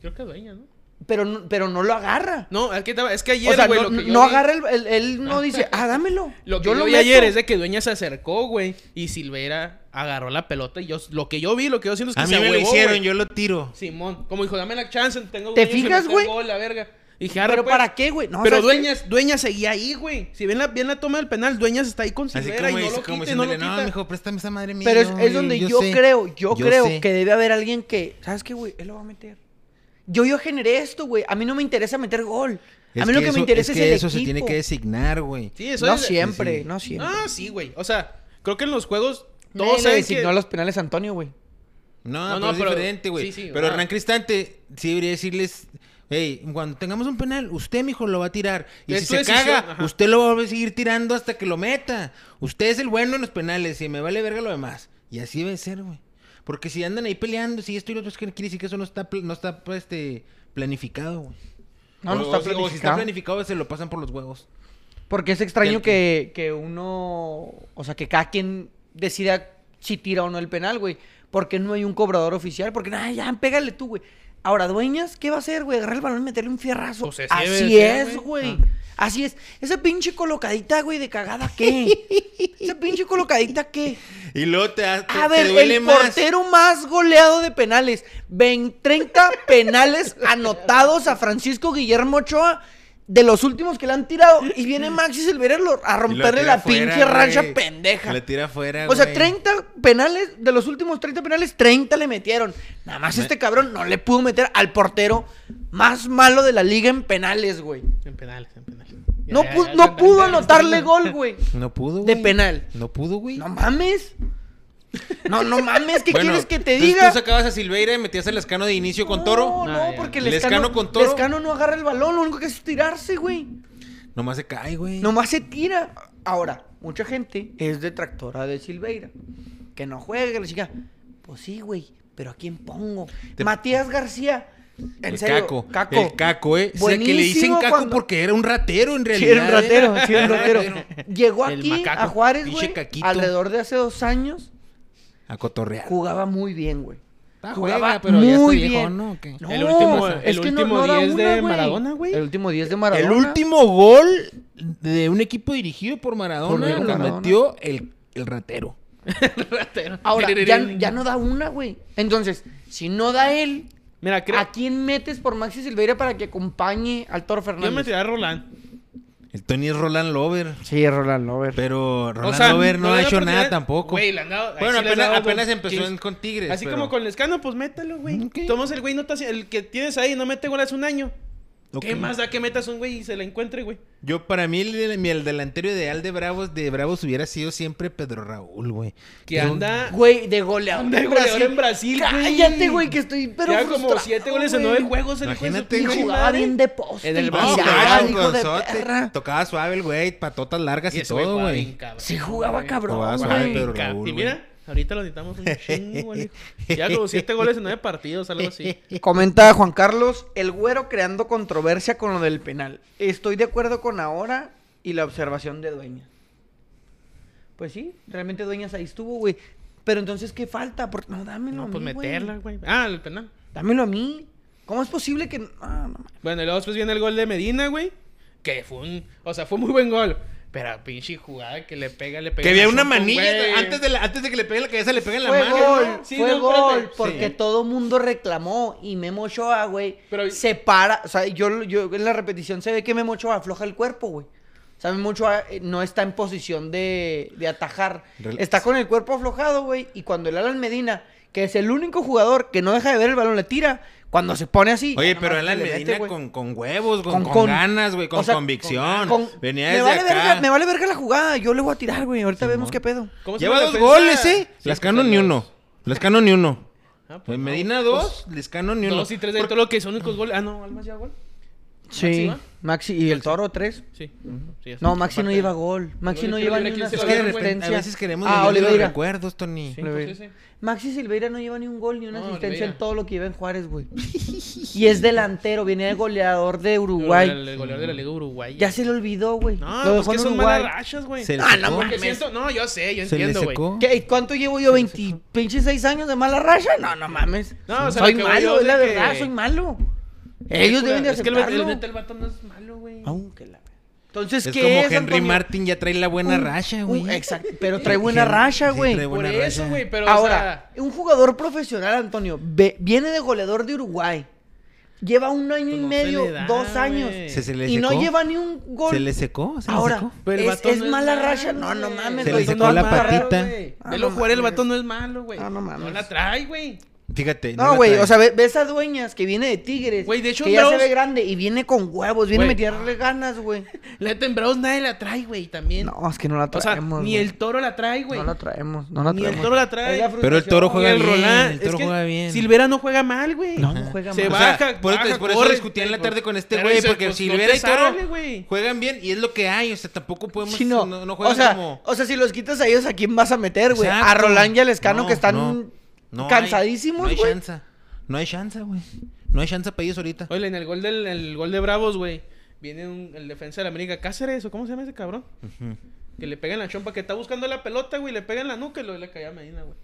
[SPEAKER 3] Creo que dueña, ¿no?
[SPEAKER 1] Pero, no- pero no lo agarra.
[SPEAKER 3] No, es que, estaba- es que ayer,
[SPEAKER 1] o sea,
[SPEAKER 3] güey,
[SPEAKER 1] no,
[SPEAKER 3] lo que yo
[SPEAKER 1] no
[SPEAKER 3] vi-
[SPEAKER 1] agarra el, el- Él no dice, ah, dámelo.
[SPEAKER 3] Lo que
[SPEAKER 1] yo
[SPEAKER 3] yo,
[SPEAKER 1] lo
[SPEAKER 3] vi
[SPEAKER 1] meto".
[SPEAKER 3] ayer es de que Dueña se acercó, güey, y Silveira agarró la pelota y yo lo que yo vi, lo que yo siento es que
[SPEAKER 2] A mí
[SPEAKER 3] se
[SPEAKER 2] me lo
[SPEAKER 3] ahuevó,
[SPEAKER 2] hicieron,
[SPEAKER 3] güey.
[SPEAKER 2] yo lo tiro.
[SPEAKER 3] Simón, como dijo, dame la chance, tengo
[SPEAKER 1] ¿Te
[SPEAKER 3] Dueñas y
[SPEAKER 1] fijas,
[SPEAKER 3] metí el
[SPEAKER 1] güey?
[SPEAKER 3] gol, la verga. Dije, arre,
[SPEAKER 1] ¿Pero
[SPEAKER 3] pues.
[SPEAKER 1] para qué, güey? No,
[SPEAKER 3] pero
[SPEAKER 1] ¿sabes qué?
[SPEAKER 3] Dueñas, Dueñas seguía ahí, güey. Si ven la, bien la toma del penal, Dueñas está ahí con
[SPEAKER 2] Así
[SPEAKER 3] Silveira y
[SPEAKER 2] como,
[SPEAKER 3] no
[SPEAKER 2] dice-
[SPEAKER 3] lo
[SPEAKER 2] como
[SPEAKER 3] quita, y no lo
[SPEAKER 2] diciéndole, no,
[SPEAKER 3] quita.
[SPEAKER 2] mijo, préstame esa madre mía.
[SPEAKER 1] Pero es,
[SPEAKER 2] no,
[SPEAKER 1] es donde
[SPEAKER 2] güey,
[SPEAKER 1] yo,
[SPEAKER 2] sé,
[SPEAKER 1] creo, yo, creo
[SPEAKER 2] sé".
[SPEAKER 1] que debe haber alguien que, ¿sabes qué, güey? Él lo va a meter. Yo, yo generé esto, güey. A mí no me interesa meter gol.
[SPEAKER 2] Es
[SPEAKER 1] a mí lo que
[SPEAKER 2] eso-
[SPEAKER 1] me interesa es,
[SPEAKER 2] que
[SPEAKER 1] el
[SPEAKER 2] eso se
[SPEAKER 1] equipo.
[SPEAKER 2] tiene que designar, güey.
[SPEAKER 3] Sí, eso
[SPEAKER 1] No
[SPEAKER 3] es de-
[SPEAKER 1] siempre,
[SPEAKER 2] sí.
[SPEAKER 1] no siempre.
[SPEAKER 3] Ah, sí, güey. O sea, creo que en los juegos
[SPEAKER 1] No,
[SPEAKER 3] todos
[SPEAKER 1] le
[SPEAKER 3] saben que...
[SPEAKER 1] designó los penales a Antonio, güey.
[SPEAKER 2] No,
[SPEAKER 3] No,
[SPEAKER 2] pero
[SPEAKER 3] no,
[SPEAKER 2] es
[SPEAKER 3] pero-
[SPEAKER 2] diferente, güey.
[SPEAKER 3] sí, sí,
[SPEAKER 2] pero
[SPEAKER 3] ah.
[SPEAKER 2] Hernán Cristante sí debería decirles, hey, cuando tengamos un penal, usted, mijo, lo va a tirar. Y
[SPEAKER 3] Es
[SPEAKER 2] si
[SPEAKER 3] tu
[SPEAKER 2] se
[SPEAKER 3] decisión,
[SPEAKER 2] caga,
[SPEAKER 3] ajá.
[SPEAKER 2] usted lo va a seguir tirando hasta que lo meta. Usted es el bueno en los penales y me vale verga lo demás. Y así debe ser, güey. Porque si andan ahí peleando, si esto y lo otro, es que quiere decir que eso no está, pl- no está pues, este, planificado, güey.
[SPEAKER 1] No, no
[SPEAKER 2] O-
[SPEAKER 1] está
[SPEAKER 2] o si- O si está
[SPEAKER 1] planificado.
[SPEAKER 2] planificado, se lo pasan por los huevos.
[SPEAKER 1] Porque es extraño
[SPEAKER 2] Del-
[SPEAKER 1] que, que uno. O sea, que cada quien decida si tira o no el penal, güey. Porque no hay un cobrador oficial. Porque, nada, ya, pégale tú, güey. Ahora, Dueñas, ¿qué va a hacer, güey? Agarrar el balón y meterle un fierrazo.
[SPEAKER 3] Pues así debe
[SPEAKER 1] Así
[SPEAKER 3] de ser,
[SPEAKER 1] es,
[SPEAKER 3] güey. Ah.
[SPEAKER 1] güey. Así es. Esa pinche colocadita, güey, de cagada,
[SPEAKER 3] *laughs*
[SPEAKER 1] ¿qué? Esa pinche colocadita, ¿qué?
[SPEAKER 2] Y luego te, ha- te,
[SPEAKER 1] A
[SPEAKER 2] te
[SPEAKER 1] ver,
[SPEAKER 2] duele
[SPEAKER 1] el
[SPEAKER 2] más.
[SPEAKER 1] portero más goleado de penales. Ven,
[SPEAKER 2] *laughs*
[SPEAKER 1] 30 penales anotados a Francisco Guillermo Ochoa de los últimos que le han tirado. Y viene Maxi Silvera lo- a
[SPEAKER 2] Y lo
[SPEAKER 1] romperle
[SPEAKER 2] tira
[SPEAKER 1] la
[SPEAKER 2] afuera,
[SPEAKER 1] pinche rancha
[SPEAKER 2] güey.
[SPEAKER 1] pendeja.
[SPEAKER 2] Lo tira afuera,
[SPEAKER 1] O sea,
[SPEAKER 2] güey.
[SPEAKER 1] 30 penales, de los últimos 30 penales, 30 le metieron. Nada más
[SPEAKER 2] Me-
[SPEAKER 1] este cabrón no le pudo meter al portero más malo de la liga en penales, güey.
[SPEAKER 3] En penales, en penales. Ya,
[SPEAKER 1] No,
[SPEAKER 3] ya,
[SPEAKER 1] pu-
[SPEAKER 3] ya,
[SPEAKER 1] no
[SPEAKER 3] ya,
[SPEAKER 1] pudo
[SPEAKER 3] ya, ya,
[SPEAKER 1] anotarle
[SPEAKER 3] ya. *laughs*
[SPEAKER 1] gol, güey.
[SPEAKER 2] No pudo,
[SPEAKER 1] De
[SPEAKER 2] güey.
[SPEAKER 1] penal.
[SPEAKER 2] No pudo, güey.
[SPEAKER 1] No mames. No, no mames, ¿qué
[SPEAKER 2] Bueno,
[SPEAKER 1] quieres que te
[SPEAKER 2] entonces
[SPEAKER 1] diga?
[SPEAKER 2] Tú sacabas a Silveira y metías el escano de inicio con Toro.
[SPEAKER 1] No,
[SPEAKER 3] Nah,
[SPEAKER 1] no,
[SPEAKER 3] ya.
[SPEAKER 1] porque
[SPEAKER 2] ¿Les
[SPEAKER 1] Lescano,
[SPEAKER 2] cano con Toro?
[SPEAKER 1] Lescano no agarra el balón, lo único que hace es tirarse, güey.
[SPEAKER 2] Nomás se cae, güey.
[SPEAKER 1] Nomás se tira. Ahora, mucha gente es detractora de Silveira. Que no juegue, que la chica. Pues sí, güey, pero ¿a quién pongo?
[SPEAKER 2] Te-
[SPEAKER 1] Matías García. En
[SPEAKER 2] el
[SPEAKER 1] serio,
[SPEAKER 2] caco, El caco, eh. o sea, que le dicen
[SPEAKER 1] Buenísimo
[SPEAKER 2] caco
[SPEAKER 1] cuando-
[SPEAKER 2] porque era un ratero en
[SPEAKER 1] Sí,
[SPEAKER 2] realidad. ¿eh?
[SPEAKER 1] era un ratero,
[SPEAKER 2] era.
[SPEAKER 1] sí, era
[SPEAKER 2] *laughs*
[SPEAKER 1] un ratero. Llegó
[SPEAKER 3] El
[SPEAKER 1] aquí
[SPEAKER 3] macaco,
[SPEAKER 1] a Juárez,
[SPEAKER 2] pinche
[SPEAKER 1] güey,
[SPEAKER 2] caquito.
[SPEAKER 1] alrededor de hace dos años.
[SPEAKER 2] A cotorrear.
[SPEAKER 1] Jugaba muy bien, güey.
[SPEAKER 2] Ah,
[SPEAKER 1] Jugaba
[SPEAKER 2] juega, pero ya está viejo, ¿no? ¿O qué?
[SPEAKER 3] El último-
[SPEAKER 1] es
[SPEAKER 3] el
[SPEAKER 1] que
[SPEAKER 3] último
[SPEAKER 1] da
[SPEAKER 3] 10 de
[SPEAKER 1] una, güey.
[SPEAKER 3] Maradona, güey.
[SPEAKER 1] El último 10 de Maradona.
[SPEAKER 2] El último gol de un equipo dirigido por
[SPEAKER 1] Por
[SPEAKER 2] Maradona
[SPEAKER 1] Diego
[SPEAKER 2] lo
[SPEAKER 1] Maradona.
[SPEAKER 2] metió el, el ratero.
[SPEAKER 3] Ratero. *laughs*
[SPEAKER 1] Ahora, ya, ya no da una, güey. Entonces, si no da él,
[SPEAKER 3] Mira, creo...
[SPEAKER 1] ¿a quién metes por Maxi Silveira para que acompañe al Toro
[SPEAKER 3] Yo me
[SPEAKER 1] Fernández?
[SPEAKER 3] tiré a Roland.
[SPEAKER 2] El Tony es Roland Lover.
[SPEAKER 1] Sí, Roland Lover.
[SPEAKER 2] Pero Roland
[SPEAKER 3] sea,
[SPEAKER 2] Lover no,
[SPEAKER 3] no le
[SPEAKER 2] ha
[SPEAKER 3] da
[SPEAKER 2] hecho nada
[SPEAKER 3] oportunidad.
[SPEAKER 2] tampoco.
[SPEAKER 3] Güey, le han dado- ahí
[SPEAKER 2] bueno,
[SPEAKER 3] sí le han
[SPEAKER 2] apenas,
[SPEAKER 3] dado
[SPEAKER 2] apenas
[SPEAKER 3] dos
[SPEAKER 2] empezó
[SPEAKER 3] chis-
[SPEAKER 2] en- con Tigres.
[SPEAKER 3] Así
[SPEAKER 2] pero-
[SPEAKER 3] como con Lescano, pues mételo, güey.
[SPEAKER 2] Ok.
[SPEAKER 3] Tomás el güey, no te hace- el que tienes ahí no mete gol hace un año.
[SPEAKER 2] Ok.
[SPEAKER 3] ¿Qué más da que metas un güey y se la encuentre, güey?
[SPEAKER 2] Yo, para mí, el, el delantero ideal de Bravos, de Bravos hubiera sido siempre Pedro Raúl, güey.
[SPEAKER 3] Que
[SPEAKER 2] Pero-
[SPEAKER 3] anda.
[SPEAKER 1] Güey, de goleador.
[SPEAKER 3] Anda de
[SPEAKER 1] en
[SPEAKER 3] goleador
[SPEAKER 1] Brasil.
[SPEAKER 3] en Brasil, güey.
[SPEAKER 1] Cállate, güey, que estoy pero
[SPEAKER 3] Ya como
[SPEAKER 1] frustrado,
[SPEAKER 3] siete goles en
[SPEAKER 1] güey.
[SPEAKER 3] nueve juegos el hijo de su
[SPEAKER 2] Imagínate,
[SPEAKER 1] Y
[SPEAKER 3] pinche
[SPEAKER 2] güey.
[SPEAKER 1] jugaba
[SPEAKER 3] madre.
[SPEAKER 1] bien de poste.
[SPEAKER 3] En el
[SPEAKER 1] y
[SPEAKER 3] Brazo,
[SPEAKER 2] No,
[SPEAKER 3] Mira,
[SPEAKER 1] tiraba,
[SPEAKER 2] claro,
[SPEAKER 1] hijo de
[SPEAKER 2] grandote.
[SPEAKER 1] perra.
[SPEAKER 2] Tocaba suave el güey, patotas largas y,
[SPEAKER 3] ese
[SPEAKER 2] todo,
[SPEAKER 3] jugaba
[SPEAKER 2] güey.
[SPEAKER 3] bien cabrón,
[SPEAKER 1] Sí jugaba
[SPEAKER 3] güey.
[SPEAKER 1] cabrón,
[SPEAKER 2] Jugaba
[SPEAKER 1] güey.
[SPEAKER 2] suave,
[SPEAKER 3] Ay,
[SPEAKER 2] Pedro
[SPEAKER 3] ca-
[SPEAKER 2] Raúl,
[SPEAKER 3] Y mira, ahorita lo necesitamos un chingo, güey. Ya como siete goles en nueve partidos,
[SPEAKER 1] *laughs*
[SPEAKER 3] algo así.
[SPEAKER 1] Comenta Juan Carlos, el güero creando controversia con lo del penal. Estoy de acuerdo con ahora y la observación de Dueñas. Pues sí, realmente Dueñas ahí estuvo, güey. Pero entonces, ¿qué falta? Por- No, dámelo a
[SPEAKER 3] No,
[SPEAKER 1] mí,
[SPEAKER 3] pues
[SPEAKER 1] güey.
[SPEAKER 3] meterla, güey. Ah, el penal.
[SPEAKER 1] Dámelo a mí. ¿Cómo es posible que...? Ah, no mames.
[SPEAKER 3] Bueno, y luego después viene el gol de Medina, güey. Que fue un. O sea, fue muy buen gol. Pero pinche jugada que le pega, le pega.
[SPEAKER 2] Que
[SPEAKER 3] en el
[SPEAKER 2] había una
[SPEAKER 3] soco, güey.
[SPEAKER 2] manilla antes de, la- antes de que le peguen la cabeza, le peguen la
[SPEAKER 1] Fue
[SPEAKER 2] mano.
[SPEAKER 1] gol,
[SPEAKER 3] ¿no? Sí,
[SPEAKER 1] fue
[SPEAKER 3] no,
[SPEAKER 1] gol,
[SPEAKER 3] espérate.
[SPEAKER 1] porque
[SPEAKER 2] Sí.
[SPEAKER 1] todo mundo reclamó y Memo Ochoa, güey,
[SPEAKER 3] Pero-
[SPEAKER 1] se para, o sea, yo, yo en la repetición se ve que Memo Ochoa afloja el cuerpo, güey. O sea, Memo Ochoa eh, no está en posición de, de atajar.
[SPEAKER 2] Rel-
[SPEAKER 1] Está con el cuerpo aflojado, güey, y cuando el Alan Medina, que es el único jugador que no deja de ver el balón, le tira, cuando se pone así...
[SPEAKER 2] Oye,
[SPEAKER 1] ya
[SPEAKER 2] pero
[SPEAKER 1] nomás
[SPEAKER 2] Alan
[SPEAKER 1] le mete,
[SPEAKER 2] Medina
[SPEAKER 1] güey.
[SPEAKER 2] con, con huevos, con,
[SPEAKER 1] Con-
[SPEAKER 2] con
[SPEAKER 1] con-
[SPEAKER 2] ganas, güey, con
[SPEAKER 1] o sea,
[SPEAKER 2] convicción.
[SPEAKER 1] con-
[SPEAKER 2] Venía
[SPEAKER 1] me
[SPEAKER 2] desde
[SPEAKER 1] vale
[SPEAKER 2] acá.
[SPEAKER 1] verga, me vale verga la jugada, yo le voy a tirar, güey, ahorita
[SPEAKER 2] Simón.
[SPEAKER 1] vemos qué pedo.
[SPEAKER 3] ¿Cómo se
[SPEAKER 2] Lleva
[SPEAKER 3] llama
[SPEAKER 2] dos
[SPEAKER 3] la
[SPEAKER 2] goles,
[SPEAKER 3] defensa?
[SPEAKER 2] ¿eh?
[SPEAKER 3] Sí,
[SPEAKER 2] Lascano
[SPEAKER 3] pues,
[SPEAKER 2] ni
[SPEAKER 3] dos.
[SPEAKER 2] uno. Lascano ni uno.
[SPEAKER 3] Ah, pues,
[SPEAKER 2] En
[SPEAKER 3] no.
[SPEAKER 2] Medina
[SPEAKER 3] Dos,
[SPEAKER 2] dos, Lescano ni uno.
[SPEAKER 3] Dos y tres de ahí, todo lo que son únicos goles. Ah, no, Almas ya gol.
[SPEAKER 1] Sí,
[SPEAKER 3] ¿va?
[SPEAKER 1] Maxi, ¿y el Toro tres?
[SPEAKER 3] Sí. Sí, ya
[SPEAKER 1] No,
[SPEAKER 3] está.
[SPEAKER 1] Maxi no
[SPEAKER 3] Aparte-
[SPEAKER 1] lleva gol. Maxi
[SPEAKER 3] Gol
[SPEAKER 1] no
[SPEAKER 3] de
[SPEAKER 1] lleva
[SPEAKER 3] tiro
[SPEAKER 1] ni
[SPEAKER 3] libre,
[SPEAKER 1] una
[SPEAKER 3] ¿quién se
[SPEAKER 1] sola
[SPEAKER 2] Es
[SPEAKER 3] lo
[SPEAKER 2] que de repente,
[SPEAKER 1] asistencia.
[SPEAKER 2] a veces queremos
[SPEAKER 1] ah,
[SPEAKER 2] vivir de los
[SPEAKER 1] Oliveira.
[SPEAKER 2] recuerdos, Tony.
[SPEAKER 3] Sí,
[SPEAKER 1] Oliveira.
[SPEAKER 3] pues, sí, sí.
[SPEAKER 1] Maxi Silveira no lleva ni un gol ni una
[SPEAKER 3] No,
[SPEAKER 1] asistencia en
[SPEAKER 3] Oliveira.
[SPEAKER 1] todo lo que iba en Juárez, güey. y es delantero, viene el goleador de Uruguay.
[SPEAKER 3] El, el goleador de la Liga Uruguaya.
[SPEAKER 1] Ya se le olvidó, güey.
[SPEAKER 3] No,
[SPEAKER 1] Lo
[SPEAKER 3] pues
[SPEAKER 1] dejó
[SPEAKER 3] que
[SPEAKER 1] en
[SPEAKER 3] son
[SPEAKER 1] Uruguay.
[SPEAKER 3] malas rachas, güey.
[SPEAKER 2] Se le
[SPEAKER 1] Ah, no
[SPEAKER 2] secó.
[SPEAKER 1] mames.
[SPEAKER 3] Porque siento, no, yo sé, yo
[SPEAKER 2] Se le
[SPEAKER 3] entiendo, güey.
[SPEAKER 2] secó.
[SPEAKER 1] ¿Qué? ¿Y ¿Cuánto llevo yo? ¿20, pinches seis años de mala racha? No, no mames.
[SPEAKER 3] No, o sea,
[SPEAKER 1] soy
[SPEAKER 3] lo que voy
[SPEAKER 1] malo,
[SPEAKER 3] yo
[SPEAKER 1] es la
[SPEAKER 3] de que-
[SPEAKER 1] verdad, soy malo. Ellos deben de
[SPEAKER 3] Es que el,
[SPEAKER 1] aceptarlo. Ah,
[SPEAKER 3] el, neta, el vato no es malo, güey.
[SPEAKER 1] Aunque la... Entonces,
[SPEAKER 2] Es
[SPEAKER 1] ¿qué
[SPEAKER 2] como
[SPEAKER 1] es,
[SPEAKER 2] Henry
[SPEAKER 1] Antonio?
[SPEAKER 2] Martin ya trae la buena
[SPEAKER 1] Un-
[SPEAKER 2] racha,
[SPEAKER 1] un-
[SPEAKER 2] güey.
[SPEAKER 1] Exacto, pero
[SPEAKER 3] *laughs*
[SPEAKER 1] trae buena racha,
[SPEAKER 2] Sí,
[SPEAKER 1] güey.
[SPEAKER 2] trae
[SPEAKER 3] Por
[SPEAKER 2] buena
[SPEAKER 3] eso,
[SPEAKER 2] racha.
[SPEAKER 3] güey, pero
[SPEAKER 1] Ahora,
[SPEAKER 3] o sea,
[SPEAKER 1] un jugador profesional, Antonio, ve- viene de goleador de Uruguay. Lleva un año
[SPEAKER 3] Pues
[SPEAKER 1] y
[SPEAKER 3] no se
[SPEAKER 1] medio,
[SPEAKER 3] le da,
[SPEAKER 1] dos años.
[SPEAKER 3] güey.
[SPEAKER 2] Se- se le
[SPEAKER 1] y no
[SPEAKER 2] secó.
[SPEAKER 1] lleva ni un gol.
[SPEAKER 2] Se le secó, se le
[SPEAKER 1] Ahora,
[SPEAKER 2] secó.
[SPEAKER 3] Pero el
[SPEAKER 1] es,
[SPEAKER 3] vato
[SPEAKER 1] es
[SPEAKER 3] no es
[SPEAKER 1] mala
[SPEAKER 3] malo,
[SPEAKER 1] racha. No, no
[SPEAKER 3] güey.
[SPEAKER 1] mames,
[SPEAKER 2] Se le
[SPEAKER 1] güey,
[SPEAKER 2] secó
[SPEAKER 1] no es
[SPEAKER 2] la
[SPEAKER 1] mala racha,
[SPEAKER 2] patita.
[SPEAKER 1] güey. Ah,
[SPEAKER 3] Velo
[SPEAKER 1] no
[SPEAKER 3] jugar, el
[SPEAKER 1] mames.
[SPEAKER 3] vato no es malo, güey.
[SPEAKER 1] Ah, no mames.
[SPEAKER 3] la trae, güey.
[SPEAKER 2] Fíjate.
[SPEAKER 1] No,
[SPEAKER 2] la
[SPEAKER 1] güey,
[SPEAKER 2] trae.
[SPEAKER 1] o sea, ve- ves a Dueñas que viene de Tigres.
[SPEAKER 3] Güey, de hecho,
[SPEAKER 1] que ya
[SPEAKER 3] Bravos-
[SPEAKER 1] se ve grande y viene con huevos, viene a
[SPEAKER 3] Güey.
[SPEAKER 1] meterle ganas, güey.
[SPEAKER 3] La neta en Bravos nadie la trae, güey,
[SPEAKER 1] *laughs*
[SPEAKER 3] también.
[SPEAKER 1] No, es que no la
[SPEAKER 3] o sea,
[SPEAKER 1] traemos.
[SPEAKER 3] ni
[SPEAKER 1] güey.
[SPEAKER 3] el toro la trae, güey.
[SPEAKER 1] No la traemos, no la
[SPEAKER 3] Ni el
[SPEAKER 1] traemos.
[SPEAKER 3] Toro la trae.
[SPEAKER 1] Es la
[SPEAKER 3] Pero
[SPEAKER 2] Pero el toro
[SPEAKER 1] frustración.
[SPEAKER 2] juega
[SPEAKER 3] Ni
[SPEAKER 2] bien.
[SPEAKER 3] Rolán.
[SPEAKER 2] El
[SPEAKER 3] Es
[SPEAKER 2] toro
[SPEAKER 3] que
[SPEAKER 2] juega bien.
[SPEAKER 3] Silvera no juega mal, güey.
[SPEAKER 1] No, juega
[SPEAKER 3] Se
[SPEAKER 1] mal.
[SPEAKER 2] O
[SPEAKER 3] va.
[SPEAKER 2] sea,
[SPEAKER 3] baja,
[SPEAKER 2] por, eso-
[SPEAKER 3] baja,
[SPEAKER 2] por eso
[SPEAKER 3] corre.
[SPEAKER 2] discutí en la
[SPEAKER 3] Sí,
[SPEAKER 2] tarde
[SPEAKER 3] por-
[SPEAKER 2] con este
[SPEAKER 3] pero
[SPEAKER 2] güey,
[SPEAKER 3] dice,
[SPEAKER 2] porque
[SPEAKER 3] pues,
[SPEAKER 2] Silvera
[SPEAKER 3] no te
[SPEAKER 2] y Toro
[SPEAKER 3] sale, güey.
[SPEAKER 2] juegan bien y es lo que hay, o sea, tampoco podemos
[SPEAKER 1] Sí, no.
[SPEAKER 2] no, no
[SPEAKER 1] o,
[SPEAKER 2] juegan
[SPEAKER 1] sea,
[SPEAKER 2] como
[SPEAKER 1] o sea, si los quitas a ellos, ¿a quién vas a meter, güey? A
[SPEAKER 2] Exacto.
[SPEAKER 1] Roland y al Escano
[SPEAKER 2] No,
[SPEAKER 1] que están
[SPEAKER 2] no. No hay-
[SPEAKER 1] cansadísimos,
[SPEAKER 2] No hay
[SPEAKER 1] güey.
[SPEAKER 2] chance. No hay chance, güey. No hay chance para ellos ahorita.
[SPEAKER 3] Oye, en el gol del el gol de Bravos, güey. Viene un- el defensa de la América Cáceres, o cómo se llama ese cabrón. Que le pega en la chompa, que está buscando la pelota, güey. Le pega en la nuca y luego le cae a Medina, güey.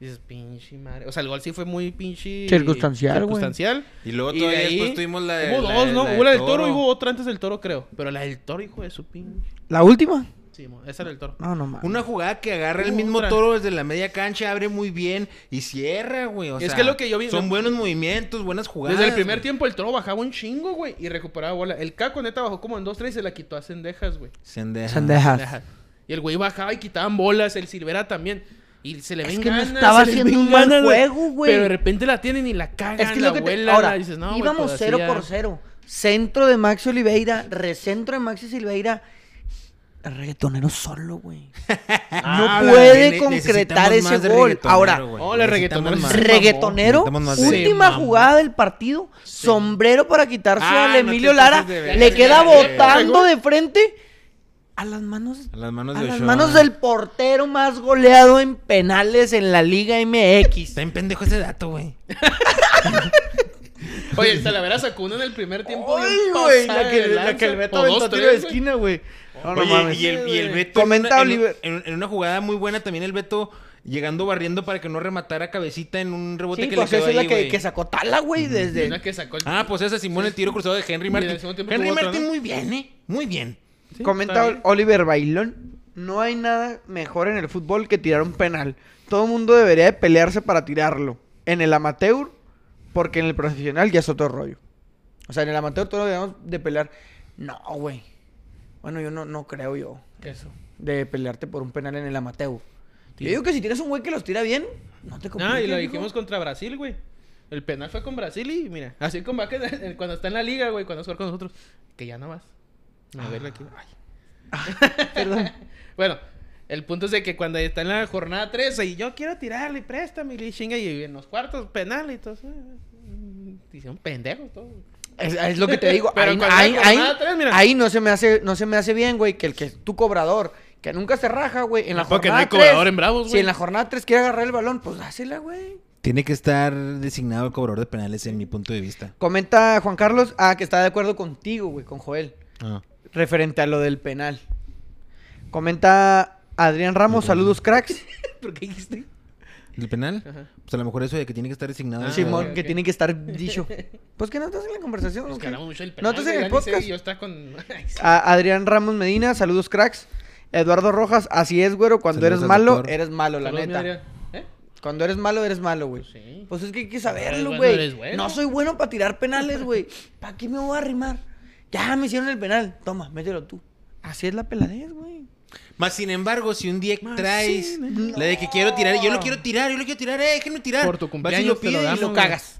[SPEAKER 3] Dices, pinche madre. O sea, el gol sí fue muy pinche.
[SPEAKER 1] Circunstancial, güey.
[SPEAKER 3] Circunstancial.
[SPEAKER 2] Y luego todavía
[SPEAKER 3] de ahí
[SPEAKER 2] después tuvimos la de-
[SPEAKER 3] Hubo
[SPEAKER 2] la
[SPEAKER 3] dos,
[SPEAKER 2] de-
[SPEAKER 3] ¿no?
[SPEAKER 2] la de
[SPEAKER 3] hubo la del
[SPEAKER 2] Toro.
[SPEAKER 3] toro y hubo otra antes del toro, creo. Pero la del toro, hijo de su pinche.
[SPEAKER 1] ¿La última?
[SPEAKER 3] Sí, mo, esa era el toro.
[SPEAKER 1] No, no mames.
[SPEAKER 2] Una jugada que agarra el
[SPEAKER 3] Uh,
[SPEAKER 2] mismo
[SPEAKER 3] otra.
[SPEAKER 2] toro desde la media cancha, abre muy bien y cierra, güey. o
[SPEAKER 3] Es
[SPEAKER 2] sea,
[SPEAKER 3] que lo que yo vi-
[SPEAKER 2] Son
[SPEAKER 3] lo-
[SPEAKER 2] buenos movimientos, buenas jugadas.
[SPEAKER 3] Desde el primer
[SPEAKER 2] güey.
[SPEAKER 3] tiempo el toro bajaba un chingo, güey, y recuperaba bola. El Caco neta bajó como en 2-3 y se la quitó a Cendejas, güey.
[SPEAKER 2] Sendejas. *laughs*
[SPEAKER 1] Sandejas.
[SPEAKER 3] Ajá. Y el güey bajaba y quitaban bolas, el Silvera también. Y se le
[SPEAKER 1] Es
[SPEAKER 3] ven
[SPEAKER 1] que no
[SPEAKER 3] ganas.
[SPEAKER 1] estaba
[SPEAKER 3] se le
[SPEAKER 1] haciendo
[SPEAKER 3] ven
[SPEAKER 1] un mal
[SPEAKER 3] ganas,
[SPEAKER 1] juego, güey.
[SPEAKER 3] Pero de repente la tienen y la cagan.
[SPEAKER 1] Es que es
[SPEAKER 3] la
[SPEAKER 1] lo que te...
[SPEAKER 3] vuelan,
[SPEAKER 1] Ahora,
[SPEAKER 3] y dices, no, güey,
[SPEAKER 1] íbamos
[SPEAKER 3] pues, así
[SPEAKER 1] 0
[SPEAKER 3] ya.
[SPEAKER 1] por 0. Centro de Maxi Oliveira, recentro de Maxi Silveira. El reggaetonero solo, güey.
[SPEAKER 2] Ah,
[SPEAKER 1] no puede
[SPEAKER 2] ne- necesitamos
[SPEAKER 1] concretar ese
[SPEAKER 2] más de
[SPEAKER 1] gol.
[SPEAKER 2] reggaetonero,
[SPEAKER 1] Ahora,
[SPEAKER 2] güey.
[SPEAKER 3] Hola,
[SPEAKER 2] Necesitamos
[SPEAKER 3] reggaetonero.
[SPEAKER 2] más.
[SPEAKER 3] Se
[SPEAKER 1] reggaetonero,
[SPEAKER 2] Necesitamos más de-
[SPEAKER 1] última
[SPEAKER 3] Se mamó.
[SPEAKER 1] jugada del partido, sombrero para quitarse
[SPEAKER 2] Ah,
[SPEAKER 1] al
[SPEAKER 2] no
[SPEAKER 1] Emilio
[SPEAKER 2] te
[SPEAKER 1] Lara,
[SPEAKER 2] pases de verga.
[SPEAKER 1] le queda
[SPEAKER 2] Ya, ya, ya.
[SPEAKER 1] botando de frente a las manos
[SPEAKER 2] A las manos
[SPEAKER 1] a
[SPEAKER 2] de
[SPEAKER 1] las
[SPEAKER 2] Ochoa.
[SPEAKER 1] manos del portero más goleado en penales en la Liga MX.
[SPEAKER 2] *laughs* Está en pendejo ese dato, güey.
[SPEAKER 3] Oye, el Talavera sacó uno en el primer tiempo.
[SPEAKER 1] Ay,
[SPEAKER 3] bien
[SPEAKER 1] güey,
[SPEAKER 3] pasada de lanza. O
[SPEAKER 1] aventó
[SPEAKER 3] dos,
[SPEAKER 1] tiro
[SPEAKER 3] tres, güey.
[SPEAKER 1] güey. No, no
[SPEAKER 2] Oye,
[SPEAKER 1] mames.
[SPEAKER 2] y el, y el
[SPEAKER 3] güey.
[SPEAKER 2] Beto. en
[SPEAKER 1] Comenta,
[SPEAKER 2] una- en
[SPEAKER 1] Oliver.
[SPEAKER 2] un- En, en una jugada muy buena también el Beto llegando barriendo para que no rematara cabecita en un rebote
[SPEAKER 1] Sí,
[SPEAKER 2] que
[SPEAKER 1] pues
[SPEAKER 2] le
[SPEAKER 1] esa
[SPEAKER 2] quedó
[SPEAKER 1] es la
[SPEAKER 2] ahí,
[SPEAKER 1] que,
[SPEAKER 2] güey.
[SPEAKER 1] que sacó Tala, güey,
[SPEAKER 3] Y
[SPEAKER 1] desde...
[SPEAKER 3] Una que sacó el...
[SPEAKER 2] Ah, pues ese Simón el tiro cruzado de Henry
[SPEAKER 3] en el
[SPEAKER 2] Martin.
[SPEAKER 3] segundo tiempo
[SPEAKER 2] Henry
[SPEAKER 3] tuvo otra,
[SPEAKER 2] Martin
[SPEAKER 3] ¿no?
[SPEAKER 2] muy bien, ¿eh? Muy bien.
[SPEAKER 3] Sí,
[SPEAKER 1] Comenta
[SPEAKER 3] está bien.
[SPEAKER 1] Oliver Bailón, no hay nada mejor en el fútbol que tirar un penal. Todo mundo debería de pelearse para tirarlo. En el amateur, porque en el profesional ya es otro rollo. O sea, en el amateur todos deberíamos de pelear. No, güey. Bueno, yo no, no creo yo
[SPEAKER 3] Eso.
[SPEAKER 1] de pelearte por un penal en el amateur. Yo digo que si tienes un güey que los tira bien, no te compliques.
[SPEAKER 3] Ah, y lo
[SPEAKER 1] mijo.
[SPEAKER 3] dijimos contra Brasil, güey. El penal fue con Brasil y mira, así como va que *laughs* cuando está en la liga, güey, cuando juega con nosotros, que ya no vas. A verlo aquí. Ay.
[SPEAKER 1] *laughs* Perdón.
[SPEAKER 3] Bueno, el punto es de que cuando está en la jornada 13 y yo quiero tirarle, préstame, y le chinga, y en los cuartos penales y todo eso. Dicen pendejos
[SPEAKER 1] *laughs*
[SPEAKER 3] todos.
[SPEAKER 1] Es, es lo que te digo.
[SPEAKER 3] *laughs* Pero
[SPEAKER 1] ahí,
[SPEAKER 3] cuando
[SPEAKER 1] ahí-
[SPEAKER 3] era jornada
[SPEAKER 1] ahí-
[SPEAKER 3] tres, mira.
[SPEAKER 1] ahí no se me hace, no se me hace bien, güey, que el que es tu cobrador, que nunca se raja, güey, en la
[SPEAKER 3] Porque no
[SPEAKER 1] jornada
[SPEAKER 3] hay cobrador
[SPEAKER 1] tres,
[SPEAKER 3] en Bravos,
[SPEAKER 1] Si
[SPEAKER 3] güey.
[SPEAKER 1] en la jornada 3 quiere agarrar el balón, pues dásela, güey.
[SPEAKER 2] Tiene que estar designado el cobrador de penales en mi punto de vista.
[SPEAKER 1] Comenta Juan Carlos, ah, que está de acuerdo contigo, güey, con Joel,
[SPEAKER 2] Ah.
[SPEAKER 1] referente a lo del penal. Comenta Adrián Ramos, saludos cracks.
[SPEAKER 3] ¿Por qué dijiste?
[SPEAKER 2] ¿El penal?
[SPEAKER 3] Ajá.
[SPEAKER 1] Ah,
[SPEAKER 2] Pues a lo mejor eso de que tiene que estar designado.
[SPEAKER 3] Ah,
[SPEAKER 2] el
[SPEAKER 1] Simón,
[SPEAKER 3] ok,
[SPEAKER 2] cobrador.
[SPEAKER 1] que
[SPEAKER 3] ok.
[SPEAKER 1] tiene que estar dicho. Pues que no estás en la conversación.
[SPEAKER 3] Nos
[SPEAKER 1] ok.
[SPEAKER 3] ganamos mucho el penal.
[SPEAKER 1] Nosotros en
[SPEAKER 3] güey,
[SPEAKER 1] el
[SPEAKER 3] ya ni sé,
[SPEAKER 1] podcast.
[SPEAKER 3] Yo estaba con. *laughs* Ay, sí.
[SPEAKER 1] A- Adrián Ramos Medina, saludos cracks. Eduardo Rojas, así es, güero. Cuando
[SPEAKER 2] Saludos
[SPEAKER 1] eres
[SPEAKER 2] al
[SPEAKER 1] malo,
[SPEAKER 2] doctor.
[SPEAKER 1] eres malo, la
[SPEAKER 3] Saludos, mi
[SPEAKER 1] neta.
[SPEAKER 3] Adrián. ¿Eh?
[SPEAKER 1] Cuando eres malo, eres malo, güey.
[SPEAKER 3] Pues sí.
[SPEAKER 1] Pues es que hay que saberlo,
[SPEAKER 3] bueno,
[SPEAKER 1] güey.
[SPEAKER 3] eres bueno.
[SPEAKER 1] No soy bueno para tirar penales, güey. ¿Para qué me voy a arrimar? Ya me hicieron el penal. Toma, mételo tú. Así es la peladez, güey.
[SPEAKER 2] Más sin embargo, si un día
[SPEAKER 3] Más
[SPEAKER 2] traes
[SPEAKER 3] sin-
[SPEAKER 2] la de que quiero tirar, yo lo quiero tirar, yo lo quiero tirar, eh, déjenme tirar.
[SPEAKER 3] Por tu
[SPEAKER 2] Vas y
[SPEAKER 3] cumpleaños te lo
[SPEAKER 2] pides
[SPEAKER 3] damos,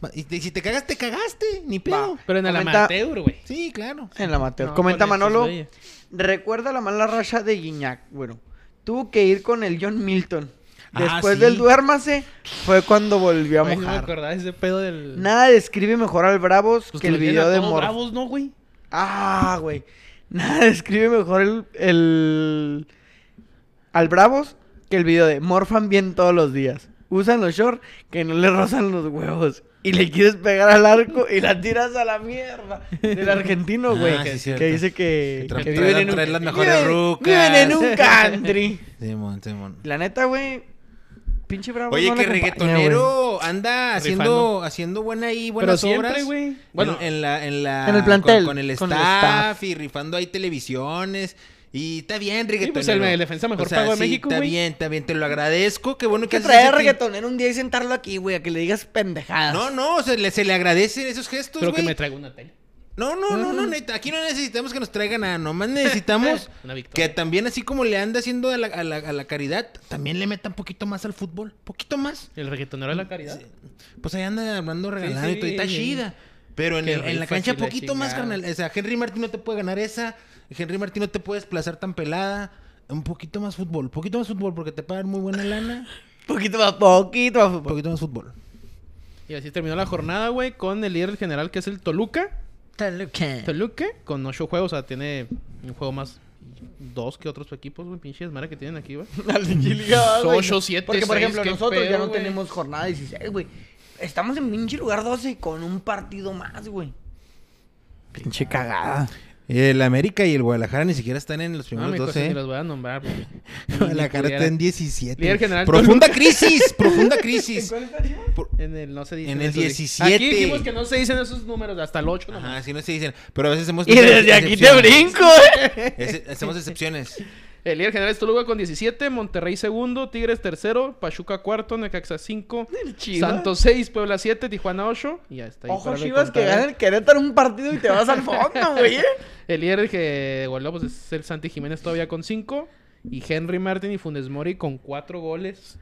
[SPEAKER 3] güey.
[SPEAKER 2] Y te- si te cagas, te cagaste, ni pedo.
[SPEAKER 1] Va.
[SPEAKER 3] Pero en el
[SPEAKER 1] Comenta-
[SPEAKER 3] amateur, güey.
[SPEAKER 2] Sí, claro.
[SPEAKER 1] En la amateur.
[SPEAKER 3] No,
[SPEAKER 1] Comenta
[SPEAKER 3] con esos
[SPEAKER 1] Manolo.
[SPEAKER 3] güeyes.
[SPEAKER 1] Recuerda la mala racha de Guiñac. Bueno, tuvo que ir con el John Milton.
[SPEAKER 2] Ah,
[SPEAKER 1] Después
[SPEAKER 2] sí.
[SPEAKER 1] del duérmase, fue cuando volvió a
[SPEAKER 3] Ay, No me
[SPEAKER 1] mojar.
[SPEAKER 3] acordaba de ese pedo del.
[SPEAKER 1] Nada describe mejor al Bravos
[SPEAKER 3] Pues
[SPEAKER 1] que el
[SPEAKER 3] los llena
[SPEAKER 1] video de
[SPEAKER 3] todos
[SPEAKER 1] Mor.
[SPEAKER 3] Bravos, ¿no, güey?
[SPEAKER 1] Ah, güey. Nada *laughs* describe mejor el, el- al Bravos que el video de Morfan bien todos los días. Usan los shorts que no le rozan los huevos. Y le quieres pegar al arco y la tiras a la mierda. Del argentino, güey.
[SPEAKER 2] Ah, sí,
[SPEAKER 1] que- que,
[SPEAKER 2] cierto.
[SPEAKER 1] dice que,
[SPEAKER 2] Que tra-
[SPEAKER 1] que
[SPEAKER 2] traen- traen las mejores
[SPEAKER 1] viven-
[SPEAKER 2] rucas.
[SPEAKER 1] viven en un country.
[SPEAKER 2] Simón, Simón.
[SPEAKER 1] La neta, güey. Pinche Bravos.
[SPEAKER 2] Oye,
[SPEAKER 1] no le Eh,
[SPEAKER 2] que
[SPEAKER 1] acompaña,
[SPEAKER 2] reggaetonero anda haciendo,
[SPEAKER 3] Rifando.
[SPEAKER 2] haciendo buena ahí,
[SPEAKER 3] Pero
[SPEAKER 2] buenas
[SPEAKER 3] siempre,
[SPEAKER 2] obras.
[SPEAKER 3] güey.
[SPEAKER 2] Bueno,
[SPEAKER 3] Bueno,
[SPEAKER 2] en, la, en la...
[SPEAKER 1] En el plantel,
[SPEAKER 2] Con, con el,
[SPEAKER 1] con
[SPEAKER 2] staff
[SPEAKER 1] el staff.
[SPEAKER 2] y rifando ahí televisiones. Y está bien, reggaetonero.
[SPEAKER 3] pues, el defensa mejor pagó de México,
[SPEAKER 2] está
[SPEAKER 3] güey.
[SPEAKER 2] bien, está bien. Te lo agradezco. Qué bueno que,
[SPEAKER 1] Que
[SPEAKER 2] haces
[SPEAKER 1] traer
[SPEAKER 2] ese
[SPEAKER 1] a
[SPEAKER 2] ti-
[SPEAKER 1] reggaetonero un día y sentarlo aquí, güey, a que le digas pendejadas.
[SPEAKER 2] No, no, o sea, le- se le agradecen esos gestos,
[SPEAKER 3] Pero que
[SPEAKER 2] güey.
[SPEAKER 3] me traiga una tele.
[SPEAKER 2] No, no, no, no, neta, aquí no necesitamos que nos traigan nada, nomás necesitamos
[SPEAKER 3] *laughs* Una victoria.
[SPEAKER 2] que también así como le anda haciendo a la, a la- a la caridad, también le meta un poquito más al fútbol, poquito más.
[SPEAKER 3] El reggaetonero de la caridad.
[SPEAKER 2] Pues ahí anda hablando regalado y todo, y está
[SPEAKER 3] sí.
[SPEAKER 2] chida. Pero en,
[SPEAKER 3] Qué
[SPEAKER 2] el- en la
[SPEAKER 3] rifa,
[SPEAKER 2] cancha
[SPEAKER 3] sí, la
[SPEAKER 2] poquito más,
[SPEAKER 3] chingada.
[SPEAKER 2] carnal. O sea, Henry Martín no te puede ganar esa, Henry Martín no te puede desplazar tan pelada. Un poquito más fútbol, poquito más fútbol porque te pagan muy buena lana.
[SPEAKER 1] Poquito más, poquito más
[SPEAKER 2] Un
[SPEAKER 1] fútbol.
[SPEAKER 2] poquito más fútbol.
[SPEAKER 3] Y así terminó la jornada, güey, con el líder general que es el Toluca. Toluca, con ocho juegos, o sea, tiene un juego más dos que otros equipos, güey, pinche desmadre que tienen
[SPEAKER 1] *laughs*
[SPEAKER 3] aquí, güey.
[SPEAKER 1] Al de Chiliga, güey.
[SPEAKER 3] Ocho, siete,
[SPEAKER 1] Porque, por
[SPEAKER 3] seis,
[SPEAKER 1] ejemplo,
[SPEAKER 3] qué
[SPEAKER 1] nosotros
[SPEAKER 3] pedo,
[SPEAKER 1] ya no
[SPEAKER 3] güey.
[SPEAKER 1] tenemos jornada 16, güey. Estamos en pinche lugar 12 con un partido más, güey. Pinche cagada.
[SPEAKER 2] El América y el Guadalajara ni siquiera están en los
[SPEAKER 3] No,
[SPEAKER 2] primeros
[SPEAKER 3] mi
[SPEAKER 2] 12.
[SPEAKER 3] cosa,
[SPEAKER 2] ¿eh?
[SPEAKER 3] ni Ah, los voy a nombrar, güey. Ni-
[SPEAKER 2] *laughs*
[SPEAKER 3] ni
[SPEAKER 2] La carta
[SPEAKER 3] pudiera.
[SPEAKER 2] en 17.
[SPEAKER 3] Líder general,
[SPEAKER 2] profunda crisis, profunda crisis. Por-
[SPEAKER 3] En el no se dicen
[SPEAKER 2] En el
[SPEAKER 3] esos-
[SPEAKER 2] 17.
[SPEAKER 3] Aquí dijimos que no se dicen esos números hasta el 8
[SPEAKER 2] Ajá, así no se dicen. Pero a veces hacemos.
[SPEAKER 1] Y desde aquí te
[SPEAKER 2] excepciones.
[SPEAKER 1] brinco, eh.
[SPEAKER 2] Ese- hacemos excepciones.
[SPEAKER 3] El líder general es Toluca con 17, Monterrey segundo, Tigres tercero, Pachuca cuarto, Necaxa 5,
[SPEAKER 1] El Chivas.
[SPEAKER 3] Santos 6, Puebla 7, Tijuana 8 y ya está. ahí
[SPEAKER 1] Ojo,
[SPEAKER 3] para de
[SPEAKER 1] Chivas, que
[SPEAKER 3] contar,
[SPEAKER 1] gana
[SPEAKER 3] ¿eh?
[SPEAKER 1] el Querétaro un partido y te vas al fondo, güey. eh.
[SPEAKER 3] El líder que goleó pues, es el Santi Jiménez todavía con 5 y Henry Martin y Funes Mori con 4 goles.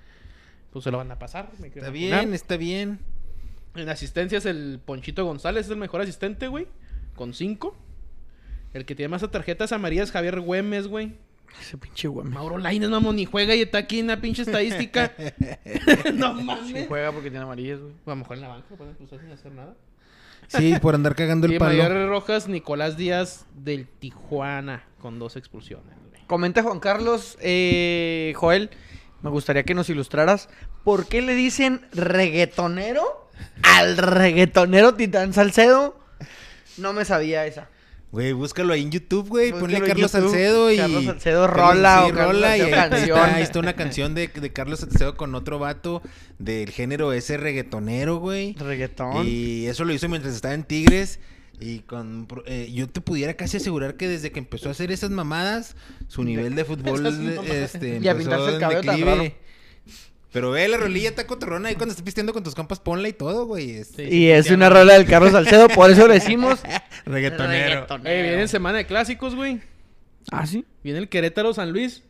[SPEAKER 3] Pues se lo van a pasar. me quiero
[SPEAKER 2] Está
[SPEAKER 3] imaginar.
[SPEAKER 2] bien, está bien.
[SPEAKER 3] En asistencias el Ponchito González es el mejor asistente, güey, con 5. El que tiene más tarjetas amarillas es Javier Güemes, güey.
[SPEAKER 1] Ese pinche güey. me-
[SPEAKER 3] Mauro Laines, mamón, ni juega y está aquí en la pinche estadística. *laughs* no
[SPEAKER 1] Sí,
[SPEAKER 3] mames.
[SPEAKER 1] juega porque tiene amarillas, güey.
[SPEAKER 3] A lo mejor en la banca, pueden cruzar sin hacer nada.
[SPEAKER 2] Sí, por andar cagando
[SPEAKER 3] Y
[SPEAKER 2] el palo.
[SPEAKER 3] Mayor Rojas, Nicolás Díaz del Tijuana, con dos expulsiones, güey.
[SPEAKER 1] Comenta Juan Carlos, eh, Joel, me gustaría que nos ilustraras por qué le dicen reggaetonero al reggaetonero Titán Salcedo. No me sabía esa.
[SPEAKER 2] Güey, búscalo ahí en YouTube, güey.
[SPEAKER 1] Búscalo
[SPEAKER 2] Ponle
[SPEAKER 1] en
[SPEAKER 2] Carlos
[SPEAKER 1] YouTube,
[SPEAKER 2] Salcedo y.
[SPEAKER 1] Carlos Salcedo rola
[SPEAKER 2] sí,
[SPEAKER 1] o Carlos
[SPEAKER 2] rola y
[SPEAKER 1] Salcedo
[SPEAKER 2] ahí está-
[SPEAKER 1] canción.
[SPEAKER 2] Ahí está una canción de, de Carlos Salcedo con otro vato del género ese reggaetonero, güey.
[SPEAKER 1] Reggaetón.
[SPEAKER 2] Y eso lo hizo mientras estaba en Tigres. Y con pro- eh, yo te pudiera casi asegurar que desde que empezó a hacer esas mamadas, su nivel de fútbol
[SPEAKER 3] *laughs* esas mamadas.
[SPEAKER 2] este,
[SPEAKER 1] Y a
[SPEAKER 2] empezó
[SPEAKER 1] pintarse el
[SPEAKER 2] en
[SPEAKER 1] cabello tan
[SPEAKER 2] declive.
[SPEAKER 1] raro.
[SPEAKER 2] Pero ve la rolilla, está cotorrona ahí cuando estés pisteando con tus compas, ponla y todo, güey. este. Es
[SPEAKER 3] Sí,
[SPEAKER 1] Y
[SPEAKER 3] sí,
[SPEAKER 1] es
[SPEAKER 3] sí,
[SPEAKER 1] una
[SPEAKER 3] sí.
[SPEAKER 1] rola del Carlos Salcedo, por eso le decimos
[SPEAKER 2] reggaetonero. *laughs*
[SPEAKER 3] Eh, viene semana de clásicos, güey.
[SPEAKER 1] Ah, sí.
[SPEAKER 3] Viene el Querétaro San Luis.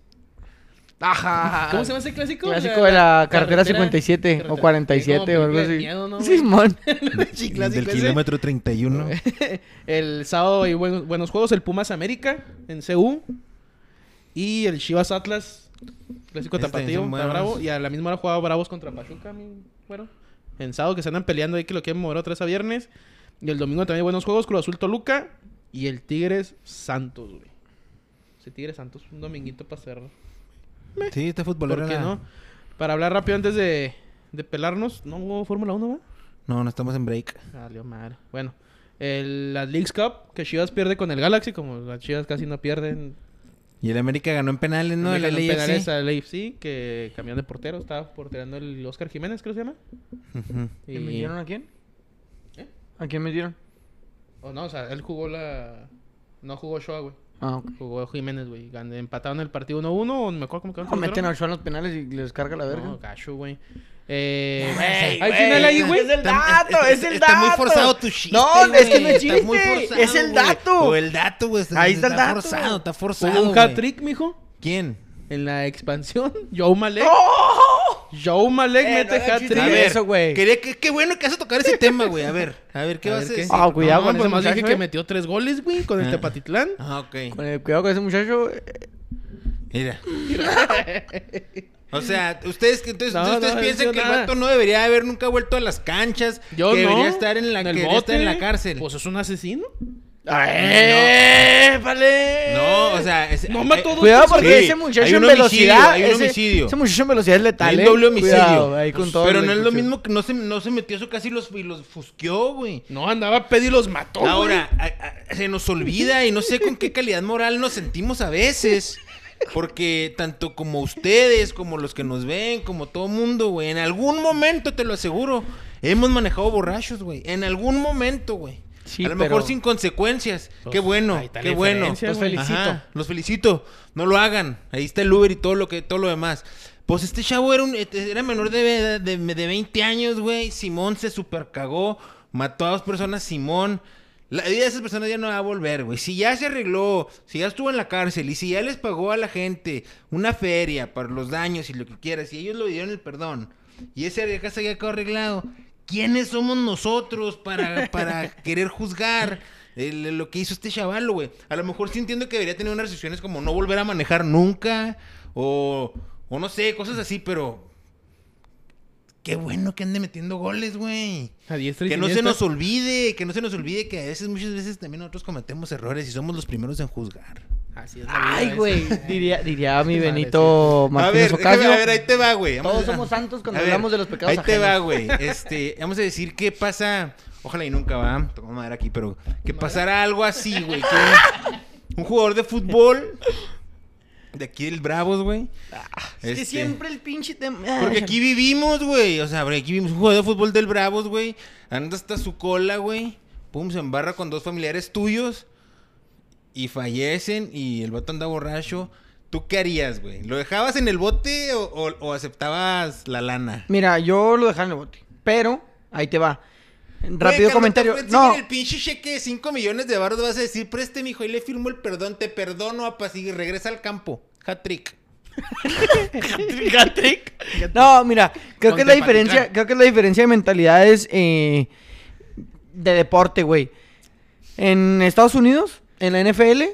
[SPEAKER 3] Ajá. ¿Cómo se llama ese clásico?
[SPEAKER 1] Clásico de la carretera 57 o 47
[SPEAKER 3] Como
[SPEAKER 1] o algo
[SPEAKER 3] película de
[SPEAKER 1] así.
[SPEAKER 3] miedo, ¿no, güey?
[SPEAKER 1] Simón.
[SPEAKER 3] Sí,
[SPEAKER 2] Del
[SPEAKER 3] clásico ese.
[SPEAKER 2] kilómetro 31.
[SPEAKER 3] El sábado hay buenos, buenos juegos. El Pumas América en CU. Y el Chivas Atlas. Clásico
[SPEAKER 2] Este,
[SPEAKER 3] tapatío.
[SPEAKER 2] son
[SPEAKER 3] está
[SPEAKER 2] buenos.
[SPEAKER 3] bravo. Y a la misma hora jugaba Bravos contra Pachuca. mi güero. En sábado que se andan peleando ahí que lo quieren mover otra vez a viernes. Y el domingo también hay buenos juegos. Cruz Azul Toluca. Y el Tigres Santos, güey. Ese Tigres Santos un dominguito para cerrar.
[SPEAKER 2] *laughs* Sí, está futbolero.
[SPEAKER 3] ¿Por qué
[SPEAKER 2] la-
[SPEAKER 3] no? Para hablar rápido antes de, de pelarnos. No hubo Fórmula 1, ¿va?
[SPEAKER 2] No, no estamos en break.
[SPEAKER 3] Salió madre. Bueno, el, la Leagues Cup, que Chivas pierde con el Galaxy, como las Chivas casi no pierden.
[SPEAKER 2] Y el América ganó en penales, ¿no? El
[SPEAKER 3] le ganó en penales
[SPEAKER 2] LAFC.
[SPEAKER 3] al AFC, que cambió de portero, estaba porterando el Oscar Jiménez, creo que se llama.
[SPEAKER 2] Ujú.
[SPEAKER 1] ¿Quién
[SPEAKER 3] Y-
[SPEAKER 1] metieron a quién?
[SPEAKER 3] ¿Eh?
[SPEAKER 1] ¿A quién metieron?
[SPEAKER 3] O no, o sea, él jugó la... No jugó Shoa, güey.
[SPEAKER 1] Ah, ok.
[SPEAKER 3] Jugó Jiménez, güey. Gan- Empataron el partido 1-1, o no me acuerdo cómo quedó. el
[SPEAKER 1] No, meten
[SPEAKER 3] tercero.
[SPEAKER 1] a Ochoa en los penales y les carga la verga.
[SPEAKER 3] No, gacho, güey. Eh,
[SPEAKER 2] Güey,
[SPEAKER 3] hay
[SPEAKER 2] güey,
[SPEAKER 3] final ahí, güey.
[SPEAKER 1] Es el
[SPEAKER 2] Está-
[SPEAKER 1] dato,
[SPEAKER 2] está-
[SPEAKER 1] es el
[SPEAKER 2] Está muy
[SPEAKER 1] dato.
[SPEAKER 2] forzado tu chiste.
[SPEAKER 1] No, es que
[SPEAKER 2] güey.
[SPEAKER 1] no es
[SPEAKER 2] Está muy
[SPEAKER 1] chiste,
[SPEAKER 2] forzado,
[SPEAKER 1] es el
[SPEAKER 2] güey.
[SPEAKER 1] dato.
[SPEAKER 2] O el dato, güey.
[SPEAKER 1] Ahí está el dato.
[SPEAKER 2] forzado, está forzado.
[SPEAKER 3] Hubo un
[SPEAKER 2] güey.
[SPEAKER 3] hat-trick, mijo.
[SPEAKER 2] ¿Quién?
[SPEAKER 3] En la expansión, *laughs* Joe Malek.
[SPEAKER 1] ¡Oh!
[SPEAKER 3] Joe Malek
[SPEAKER 1] Eh,
[SPEAKER 3] mete
[SPEAKER 1] no hagan
[SPEAKER 3] hat-trick.
[SPEAKER 1] chistes.
[SPEAKER 2] A
[SPEAKER 1] Sí,
[SPEAKER 2] ver,
[SPEAKER 1] eso, güey.
[SPEAKER 2] quería que- Qué bueno que vas a tocar ese tema, güey. A ver, a ver, ¿qué
[SPEAKER 3] A
[SPEAKER 2] vas a
[SPEAKER 3] ver, ¿qué?
[SPEAKER 2] decir?
[SPEAKER 1] Ah, cuidado
[SPEAKER 3] no,
[SPEAKER 1] con ese
[SPEAKER 3] pues más dije
[SPEAKER 1] muchacho,
[SPEAKER 3] que
[SPEAKER 1] eh.
[SPEAKER 3] metió tres goles, güey, con el
[SPEAKER 2] Ah.
[SPEAKER 3] Tepatitlán.
[SPEAKER 2] Ah, ok.
[SPEAKER 1] Con el cuidado con ese muchacho. eh,
[SPEAKER 2] Mira. O sea, ustedes que entonces,
[SPEAKER 3] No,
[SPEAKER 2] entonces ustedes
[SPEAKER 3] no,
[SPEAKER 2] piensan
[SPEAKER 3] yo
[SPEAKER 2] que el
[SPEAKER 3] nada.
[SPEAKER 2] vato no debería haber nunca vuelto a las canchas,
[SPEAKER 3] Yo
[SPEAKER 2] que
[SPEAKER 3] no.
[SPEAKER 2] debería estar en la
[SPEAKER 3] el
[SPEAKER 2] que debería
[SPEAKER 3] bote.
[SPEAKER 2] estar en la cárcel.
[SPEAKER 3] Pues es un asesino.
[SPEAKER 1] ¡Eh, vale!
[SPEAKER 2] no, o sea, es-
[SPEAKER 3] No mató
[SPEAKER 2] eh,
[SPEAKER 3] dos
[SPEAKER 1] Cuidado porque
[SPEAKER 2] Sí,
[SPEAKER 1] ese
[SPEAKER 2] hay
[SPEAKER 1] muchacho
[SPEAKER 2] un
[SPEAKER 1] en
[SPEAKER 2] homicidio,
[SPEAKER 1] velocidad.
[SPEAKER 2] hay un
[SPEAKER 1] ese-
[SPEAKER 2] homicidio.
[SPEAKER 1] Ese muchacho en velocidad es letal.
[SPEAKER 2] Hay un
[SPEAKER 1] ¿eh?
[SPEAKER 2] doble homicidio.
[SPEAKER 1] Cuidado, ahí con todo
[SPEAKER 2] pero
[SPEAKER 1] el
[SPEAKER 2] no es lo
[SPEAKER 1] cuchillo.
[SPEAKER 2] mismo que no se, no se metió eso casi los, y los fusqueó, güey.
[SPEAKER 3] No, andaba a pedo y los mató. güey.
[SPEAKER 2] Ahora, a- a- se nos olvida y no sé con qué calidad moral nos sentimos a veces. Porque tanto como ustedes, como los que nos ven, como todo mundo, güey, en algún momento, te lo aseguro, hemos manejado borrachos, güey. En algún momento, güey.
[SPEAKER 1] Sí,
[SPEAKER 2] a lo
[SPEAKER 1] pero-
[SPEAKER 2] mejor sin consecuencias.
[SPEAKER 3] Pues,
[SPEAKER 2] qué bueno,
[SPEAKER 3] ahí está la
[SPEAKER 2] qué bueno.
[SPEAKER 3] diferencia,
[SPEAKER 1] Los
[SPEAKER 3] güey.
[SPEAKER 1] felicito.
[SPEAKER 2] Ajá, los felicito. No lo hagan. Ahí está el Uber y todo lo que todo lo demás. Pues este chavo era un era menor de, edad- de, de 20 años, güey. Simón se supercagó, mató a dos personas, Simón. La vida de esas personas ya no va a volver, güey. Si ya se arregló, si ya estuvo en la cárcel y si ya les pagó a la gente una feria para los daños y lo que quieras, y ellos lo dieron el perdón, y ese de casa ya quedó arreglado, ¿quiénes somos nosotros para, para querer juzgar el- lo que hizo este chaval, güey? A lo mejor sí entiendo que debería tener unas restricciones como no volver a manejar nunca, o, o no sé, cosas así, pero qué bueno que ande metiendo goles, güey.
[SPEAKER 3] A diestra y
[SPEAKER 2] Que no se
[SPEAKER 3] siniestra.
[SPEAKER 2] nos olvide, que no se nos olvide que a veces, muchas veces también nosotros cometemos errores y somos los primeros en juzgar.
[SPEAKER 3] Así es la vida
[SPEAKER 1] Ay,
[SPEAKER 3] esa.
[SPEAKER 1] güey. Diría, diría mi Benito Martínez
[SPEAKER 2] déjame-
[SPEAKER 1] Ocasio.
[SPEAKER 2] a ver, ahí te va, güey. Vamos
[SPEAKER 1] Todos
[SPEAKER 2] a-
[SPEAKER 1] somos santos cuando
[SPEAKER 2] a ver,
[SPEAKER 1] hablamos de los pecados
[SPEAKER 2] Ahí te va,
[SPEAKER 1] ajenos.
[SPEAKER 2] güey. Este, vamos a decir qué pasa. Ojalá y nunca va. Tocamos madera aquí, pero que pasara algo así, güey. que un jugador de fútbol de aquí del Bravos, güey.
[SPEAKER 1] Ah, Es que
[SPEAKER 2] este,
[SPEAKER 1] siempre el pinche tema.
[SPEAKER 2] Porque aquí vivimos, güey. O sea, porque aquí vivimos un jugador de fútbol del Bravos, güey. Anda hasta su cola, güey. Pum, se embarra con dos familiares tuyos. Y fallecen. Y el vato anda borracho. ¿Tú qué harías, güey? ¿Lo dejabas en el bote o, o- o aceptabas la lana?
[SPEAKER 1] Mira, yo lo dejaba en el bote. Pero, ahí te va. Rápido
[SPEAKER 2] Güey, cuando
[SPEAKER 1] comentario.
[SPEAKER 2] te
[SPEAKER 1] No.
[SPEAKER 2] consiguen el pinche cheque de 5 millones de baros vas a decir, preste, mijo, y le firmo el perdón, te perdono, apa, y regresa al campo. Hat-trick.
[SPEAKER 1] No, mira, creo
[SPEAKER 3] Con
[SPEAKER 1] que es la
[SPEAKER 3] Tepatitlán.
[SPEAKER 1] diferencia, creo que es la diferencia de mentalidades eh, de deporte, güey. En Estados Unidos, en la NFL,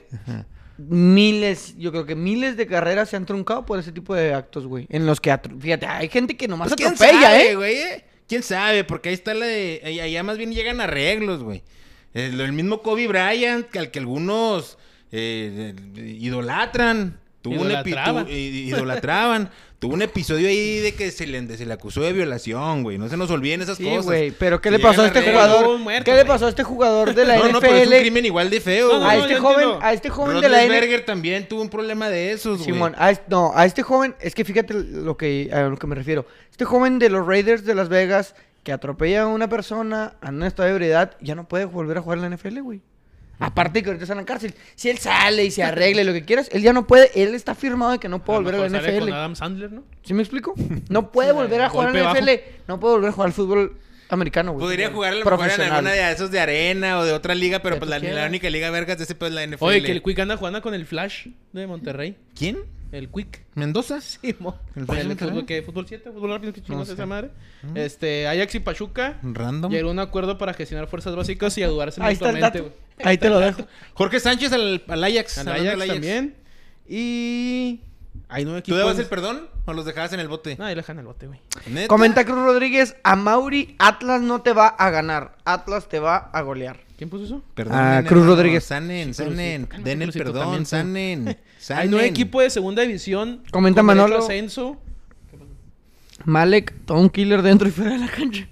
[SPEAKER 1] miles, yo creo que miles de carreras se han truncado por ese tipo de actos, güey. En los que, atro- fíjate, hay gente que nomás
[SPEAKER 2] Pues, ¿Quién
[SPEAKER 1] atropella,
[SPEAKER 2] sabe,
[SPEAKER 1] ¿eh?
[SPEAKER 2] güey? eh? ¿Quién sabe? Porque ahí está la de... ahí- Allá más bien llegan arreglos, güey. Eh, El, el mismo Kobe Bryant, que al que algunos eh, eh, idolatran. Tuvo un epi-
[SPEAKER 3] Idolatraban.
[SPEAKER 2] tu- i-
[SPEAKER 1] *laughs*
[SPEAKER 2] idolatraban. Tuvo un episodio ahí de que se le, se le acusó de violación, güey. No se nos olviden esas
[SPEAKER 1] Sí,
[SPEAKER 2] cosas.
[SPEAKER 1] güey, pero ¿qué le
[SPEAKER 2] Llegan
[SPEAKER 1] pasó a este
[SPEAKER 2] arreglos.
[SPEAKER 1] jugador?
[SPEAKER 3] un muerto,
[SPEAKER 1] ¿Qué le
[SPEAKER 3] güey.
[SPEAKER 1] pasó a este jugador de
[SPEAKER 2] *laughs*
[SPEAKER 1] la
[SPEAKER 2] No,
[SPEAKER 1] NFL?
[SPEAKER 2] no, pero es un crimen igual de feo,
[SPEAKER 3] No,
[SPEAKER 1] a
[SPEAKER 3] no,
[SPEAKER 2] güey.
[SPEAKER 3] no,
[SPEAKER 1] este
[SPEAKER 3] yo
[SPEAKER 1] joven,
[SPEAKER 3] entiendo.
[SPEAKER 1] a este joven de la NFL.
[SPEAKER 2] Rodríguez también tuvo un problema de esos, güey.
[SPEAKER 1] Simón, a este, no, a este joven, es que fíjate lo que, a lo que me refiero. Este joven de los Raiders de Las Vegas que atropella a una persona a una estado de ebriedad, ya no puede volver a jugar en la NFL, güey. Aparte que ahorita está en la cárcel. Si él sale y se arregla y lo que quieras, él ya no puede, él está firmado de que no puede
[SPEAKER 3] A lo
[SPEAKER 1] volver a la
[SPEAKER 3] mejor sale
[SPEAKER 1] NFL.
[SPEAKER 3] "Pues con Adam Sandler, ¿no?
[SPEAKER 1] ¿Sí me explico?
[SPEAKER 2] *laughs*
[SPEAKER 1] No puede volver a jugar en la
[SPEAKER 3] Golpe
[SPEAKER 1] NFL, no puede volver a jugar al fútbol americano, güey.
[SPEAKER 2] Podría jugar a lo mejor en
[SPEAKER 1] Pues Profesional.
[SPEAKER 2] alguna de esos de arena o de otra liga, pero
[SPEAKER 1] Que
[SPEAKER 2] pues
[SPEAKER 1] tú
[SPEAKER 2] la, la
[SPEAKER 1] quieras.
[SPEAKER 2] única liga vergas de ese pues es la NFL.
[SPEAKER 3] Oye, que el Quick anda jugando con el Flash de Monterrey.
[SPEAKER 2] ¿Quién?
[SPEAKER 3] El Quick.
[SPEAKER 2] ¿Mendoza?
[SPEAKER 3] Sí, mo.
[SPEAKER 2] El
[SPEAKER 3] El,
[SPEAKER 2] Fútbol Monterrey.
[SPEAKER 3] fútbol, ¿qué? ¿Fútbol 7? ¿Fútbol rápido? ¿Qué
[SPEAKER 2] No
[SPEAKER 3] chingados
[SPEAKER 2] sé.
[SPEAKER 3] esa madre? Este, Ajax y Pachuca
[SPEAKER 2] Random.
[SPEAKER 3] llegaron a un acuerdo para gestionar fuerzas básicas y ayudarse
[SPEAKER 1] Ahí está el
[SPEAKER 3] mutuamente,
[SPEAKER 1] dato.
[SPEAKER 3] güey.
[SPEAKER 1] Ahí te lo dejo.
[SPEAKER 2] Jorge Sánchez al, al Ajax.
[SPEAKER 3] Al
[SPEAKER 2] hablando
[SPEAKER 3] Ajax
[SPEAKER 2] del
[SPEAKER 3] también. Y... Hay nueve
[SPEAKER 2] ¿Tú
[SPEAKER 3] equipos.
[SPEAKER 2] dabas el perdón o los dejabas en el bote?
[SPEAKER 3] No, ahí lo dejan el bote, güey.
[SPEAKER 2] ¿Neta?
[SPEAKER 1] Comenta Cruz Rodríguez, a Mauri Atlas no te va a ganar, Atlas te va a golear.
[SPEAKER 3] ¿Quién puso eso?
[SPEAKER 2] Perdón,
[SPEAKER 1] Ah,
[SPEAKER 2] nena,
[SPEAKER 1] Cruz
[SPEAKER 2] no, no,
[SPEAKER 1] Rodríguez.
[SPEAKER 2] Sanen, sanen.
[SPEAKER 3] Crucito,
[SPEAKER 2] Den el
[SPEAKER 3] Crucito
[SPEAKER 2] perdón,
[SPEAKER 3] también, sí.
[SPEAKER 2] sanen. Sanen.
[SPEAKER 3] Hay nueve equipos de segunda división.
[SPEAKER 1] Comenta
[SPEAKER 3] con derecho
[SPEAKER 1] Manolo.
[SPEAKER 3] a Ascenso.
[SPEAKER 1] Malek, todo un killer dentro y fuera de la cancha.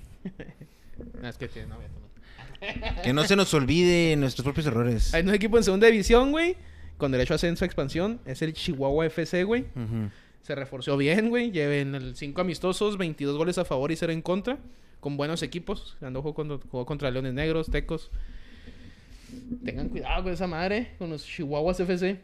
[SPEAKER 3] Ah, es que tiene novia también.
[SPEAKER 2] Que no se nos olvide nuestros propios errores.
[SPEAKER 3] Hay nueve equipos en segunda división, güey. Con derecho a ascenso a expansión. Es el Chihuahua FC, güey.
[SPEAKER 2] Ujú.
[SPEAKER 3] Se reforzó bien, güey. Lleven el 5 amistosos, 22 goles a favor y 0 en contra. Con buenos equipos. Andó jugó contra, jugó contra Leones Negros, Tecos. Tengan cuidado con esa madre. Con los
[SPEAKER 1] *laughs*
[SPEAKER 3] Chihuahuas FC.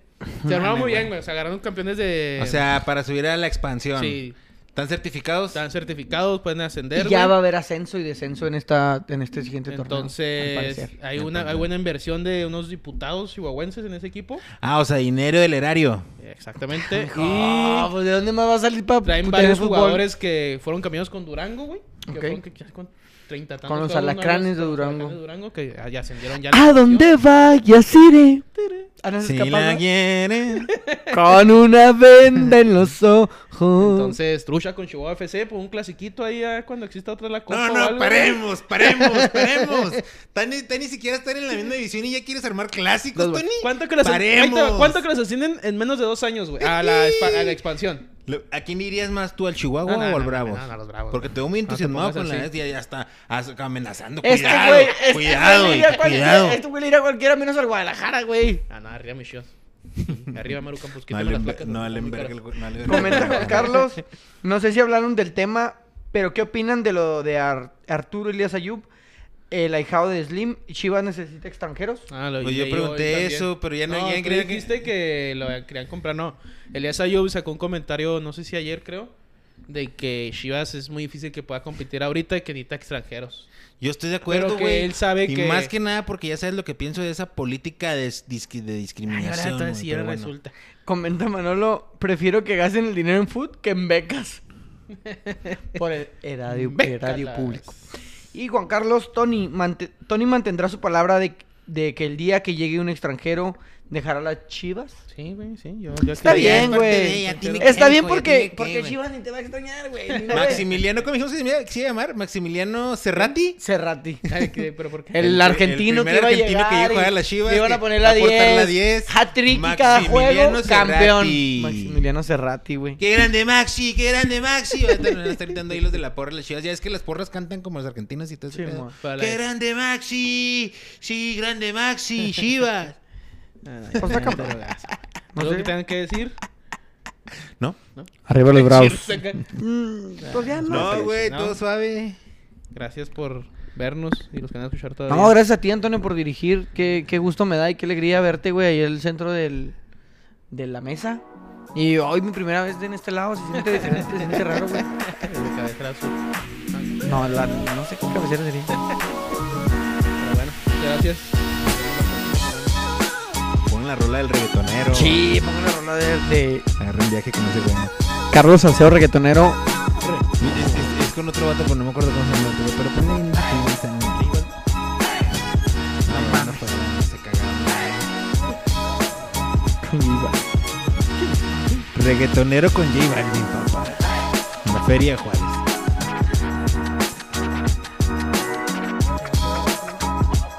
[SPEAKER 3] Se armaron muy bien, güey. Se agarraron campeones de...
[SPEAKER 2] O sea, para subir a la expansión.
[SPEAKER 3] eh, Sí.
[SPEAKER 2] ¿Están certificados?
[SPEAKER 3] Están certificados, pueden ascender,
[SPEAKER 1] Y ya
[SPEAKER 3] güey.
[SPEAKER 1] va a haber ascenso y descenso en esta en este siguiente torneo. al
[SPEAKER 3] Entonces,
[SPEAKER 1] parecer.
[SPEAKER 3] hay una hay buena inversión de unos diputados chihuahuenses en ese equipo.
[SPEAKER 2] Ah, o sea, dinero del erario.
[SPEAKER 3] Exactamente.
[SPEAKER 1] Ah,
[SPEAKER 3] Y
[SPEAKER 1] pues, ¿de dónde más va a salir para
[SPEAKER 3] traen varios jugadores que fueron cambiados con Durango, güey. Que
[SPEAKER 1] Ok.
[SPEAKER 3] fueron que- ya con 30 tantos
[SPEAKER 1] Con los
[SPEAKER 3] cada uno,
[SPEAKER 1] alacranes
[SPEAKER 3] algo así,
[SPEAKER 1] de
[SPEAKER 3] con los
[SPEAKER 1] Durango.
[SPEAKER 3] alacranes de Durango que ah, ya ascendieron ya.
[SPEAKER 1] ¿A dónde vayas iré? Ah, no, ese
[SPEAKER 2] Si
[SPEAKER 1] es capaz,
[SPEAKER 2] la
[SPEAKER 1] ¿no?
[SPEAKER 2] quieren.
[SPEAKER 1] Con una venda en los ojos.
[SPEAKER 3] Entonces, trucha con Chihuahua FC por un clasiquito ahí ah, cuando exista otra la copa.
[SPEAKER 2] No,
[SPEAKER 3] o
[SPEAKER 2] no,
[SPEAKER 3] algo,
[SPEAKER 2] paremos,
[SPEAKER 3] *laughs*
[SPEAKER 2] paremos, paremos. Tan, tan ni siquiera estar en la misma división y ya quieres armar clásicos,
[SPEAKER 3] güey.
[SPEAKER 2] Tony.
[SPEAKER 3] ¿Cuánto que, las ahí te va,
[SPEAKER 2] Paremos.
[SPEAKER 3] ¿Cuánto que las ascienden en menos de dos años, güey? A la, expa- a la expansión.
[SPEAKER 2] Lo- ¿A quién irías más tú, al Chihuahua
[SPEAKER 3] No, no,
[SPEAKER 2] o al
[SPEAKER 3] no,
[SPEAKER 2] Bravo?
[SPEAKER 3] no, no, a los Bravos,
[SPEAKER 2] Porque
[SPEAKER 3] güey.
[SPEAKER 2] te veo muy
[SPEAKER 3] No te
[SPEAKER 2] entusiasmado
[SPEAKER 3] pongas
[SPEAKER 2] con la
[SPEAKER 3] así.
[SPEAKER 2] vez y ya está as- amenazando.
[SPEAKER 1] Este
[SPEAKER 2] cuidado,
[SPEAKER 1] güey, este
[SPEAKER 2] cuidado,
[SPEAKER 1] güey
[SPEAKER 2] hijo,
[SPEAKER 1] le iría a cual-
[SPEAKER 2] cuidado.
[SPEAKER 1] Este güey le iría a cualquiera menos al Guadalajara, güey.
[SPEAKER 3] Ah, no, arriba, mi shot. Arriba, Maru Campos.
[SPEAKER 2] No,
[SPEAKER 3] quítame
[SPEAKER 2] le
[SPEAKER 3] las
[SPEAKER 2] enver-
[SPEAKER 3] placas,
[SPEAKER 2] no,
[SPEAKER 3] güey,
[SPEAKER 2] le
[SPEAKER 3] están muy
[SPEAKER 2] enverga
[SPEAKER 3] caras.
[SPEAKER 2] el güey, no, le enverga
[SPEAKER 1] Comenta
[SPEAKER 2] el güey.
[SPEAKER 1] *laughs* Juan Carlos. No sé si hablaron del tema, pero ¿qué opinan de lo de Ar- Arturo Elías Ayub? El ahijado de Slim, Chivas necesita extranjeros.
[SPEAKER 3] Ah, lo-
[SPEAKER 2] Pues
[SPEAKER 3] y
[SPEAKER 2] yo
[SPEAKER 3] ahí
[SPEAKER 2] pregunté
[SPEAKER 3] voy también.
[SPEAKER 2] eso, pero ya no- ya
[SPEAKER 3] tú
[SPEAKER 2] creo que-
[SPEAKER 3] dijiste que... lo querían comprar, no. Elías Ayub sacó un comentario, no sé si ayer creo, de que Chivas es muy difícil que pueda competir ahorita y que necesita extranjeros.
[SPEAKER 2] Yo estoy de acuerdo,
[SPEAKER 3] Pero que
[SPEAKER 2] güey.
[SPEAKER 3] él sabe
[SPEAKER 2] y
[SPEAKER 3] que-
[SPEAKER 2] más que nada porque ya sabes lo que pienso de esa política de, s- disqui- de
[SPEAKER 3] Ay,
[SPEAKER 2] discriminación.
[SPEAKER 3] ahora entonces
[SPEAKER 2] güey,
[SPEAKER 3] sí,
[SPEAKER 2] pero
[SPEAKER 3] ahora
[SPEAKER 2] bueno.
[SPEAKER 3] *laughs* resulta.
[SPEAKER 1] Comenta Manolo, prefiero que gasten el dinero en food que en becas. Por el erario,
[SPEAKER 3] Bécalas.
[SPEAKER 1] erario eh, público. Y Juan Carlos, Tony, mante- Tony mantendrá su palabra de, de que el día que llegue un extranjero dejará las Chivas.
[SPEAKER 3] Sí, güey, sí. Yo, yo
[SPEAKER 1] Está
[SPEAKER 3] creo-
[SPEAKER 2] ya es
[SPEAKER 1] bien,
[SPEAKER 2] parte de
[SPEAKER 1] güey.
[SPEAKER 2] ella, tiene que-
[SPEAKER 1] Está bien
[SPEAKER 2] güey,
[SPEAKER 1] porque,
[SPEAKER 2] tiene que,
[SPEAKER 1] porque
[SPEAKER 2] güey.
[SPEAKER 1] Chivas ni te va a extrañar,
[SPEAKER 2] *laughs*
[SPEAKER 1] güey. ni nada.
[SPEAKER 2] Maximiliano, ¿cómo dijimos que se llamaba- que se iba a llamar? ¿Maximiliano
[SPEAKER 1] *laughs*
[SPEAKER 2] Cerrati?
[SPEAKER 1] Cerrati.
[SPEAKER 3] Ay, que- pero ¿por qué?
[SPEAKER 1] El,
[SPEAKER 2] El-
[SPEAKER 1] argentino
[SPEAKER 2] el
[SPEAKER 1] que
[SPEAKER 2] primer
[SPEAKER 1] iba a
[SPEAKER 2] argentino
[SPEAKER 1] llegar
[SPEAKER 2] que llegó
[SPEAKER 1] y
[SPEAKER 2] a las Chivas,
[SPEAKER 1] le iban a
[SPEAKER 2] que
[SPEAKER 1] poner la
[SPEAKER 2] va a aportar
[SPEAKER 1] 10.
[SPEAKER 2] la 10.
[SPEAKER 1] Hat-trick y cada juego.
[SPEAKER 2] Maximiliano Cerrati.
[SPEAKER 1] Campeón. Maximiliano Cerrati, güey.
[SPEAKER 2] ¡Qué grande Maxi! ¡Qué grande Maxi! *laughs* Ahorita nos van a estar gritando ahí los de la porra las chivas. Ya es que las porras cantan como los argentinos y todo ese
[SPEAKER 1] Sí,
[SPEAKER 2] pedo.
[SPEAKER 1] mo.
[SPEAKER 3] Para la-
[SPEAKER 2] ¡Qué grande Maxi! ¡Sí, grande Maxi! ¡Chivas!
[SPEAKER 3] Ah, no,
[SPEAKER 1] Pues está cabrón.
[SPEAKER 3] pero-
[SPEAKER 1] No
[SPEAKER 3] ¿Algo
[SPEAKER 1] sé.
[SPEAKER 3] que tengan que decir?
[SPEAKER 2] *laughs*
[SPEAKER 3] *laughs*
[SPEAKER 2] ¿No?
[SPEAKER 1] Arriba los
[SPEAKER 2] *laughs*
[SPEAKER 1] Mm, pues ya no.
[SPEAKER 2] No, güey,
[SPEAKER 3] no.
[SPEAKER 2] todo suave.
[SPEAKER 3] Gracias por vernos y los que van a escuchar todavía.
[SPEAKER 1] No, gracias a ti, Antonio, por dirigir. Qué, qué gusto me da y qué alegría verte, güey, ahí en el centro del, de la mesa. Y hoy mi primera vez en este lado, se siente diferente, se siente raro, güey.
[SPEAKER 3] De cabeza azul.
[SPEAKER 1] No, la- no sé qué cabecera sería.
[SPEAKER 3] Pero bueno, gracias.
[SPEAKER 2] Pon la rola del reggaetonero.
[SPEAKER 1] Sí, pongo la rola de, de
[SPEAKER 2] Agarré un viaje con ese güey.
[SPEAKER 1] Carlos Salcedo, reggaetonero.
[SPEAKER 2] Es, es- es con otro vato, pero no me acuerdo cómo se llama. güey, Pero pues ponle ahí. No, no, pues, no, se cagaron. Reggaetonero con J Balvin, papá. En la feria de Juárez.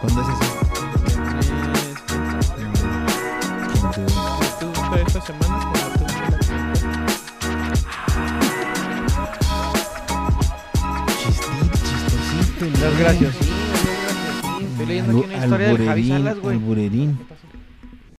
[SPEAKER 2] ¿Cuándo es eso?
[SPEAKER 3] Tú, tú, esta semana, como tú, la-
[SPEAKER 2] Chistito, chistosito.
[SPEAKER 1] Las gracias. Estoy leyendo aquí una historia del Javi Salas, güey.
[SPEAKER 2] Alburerín.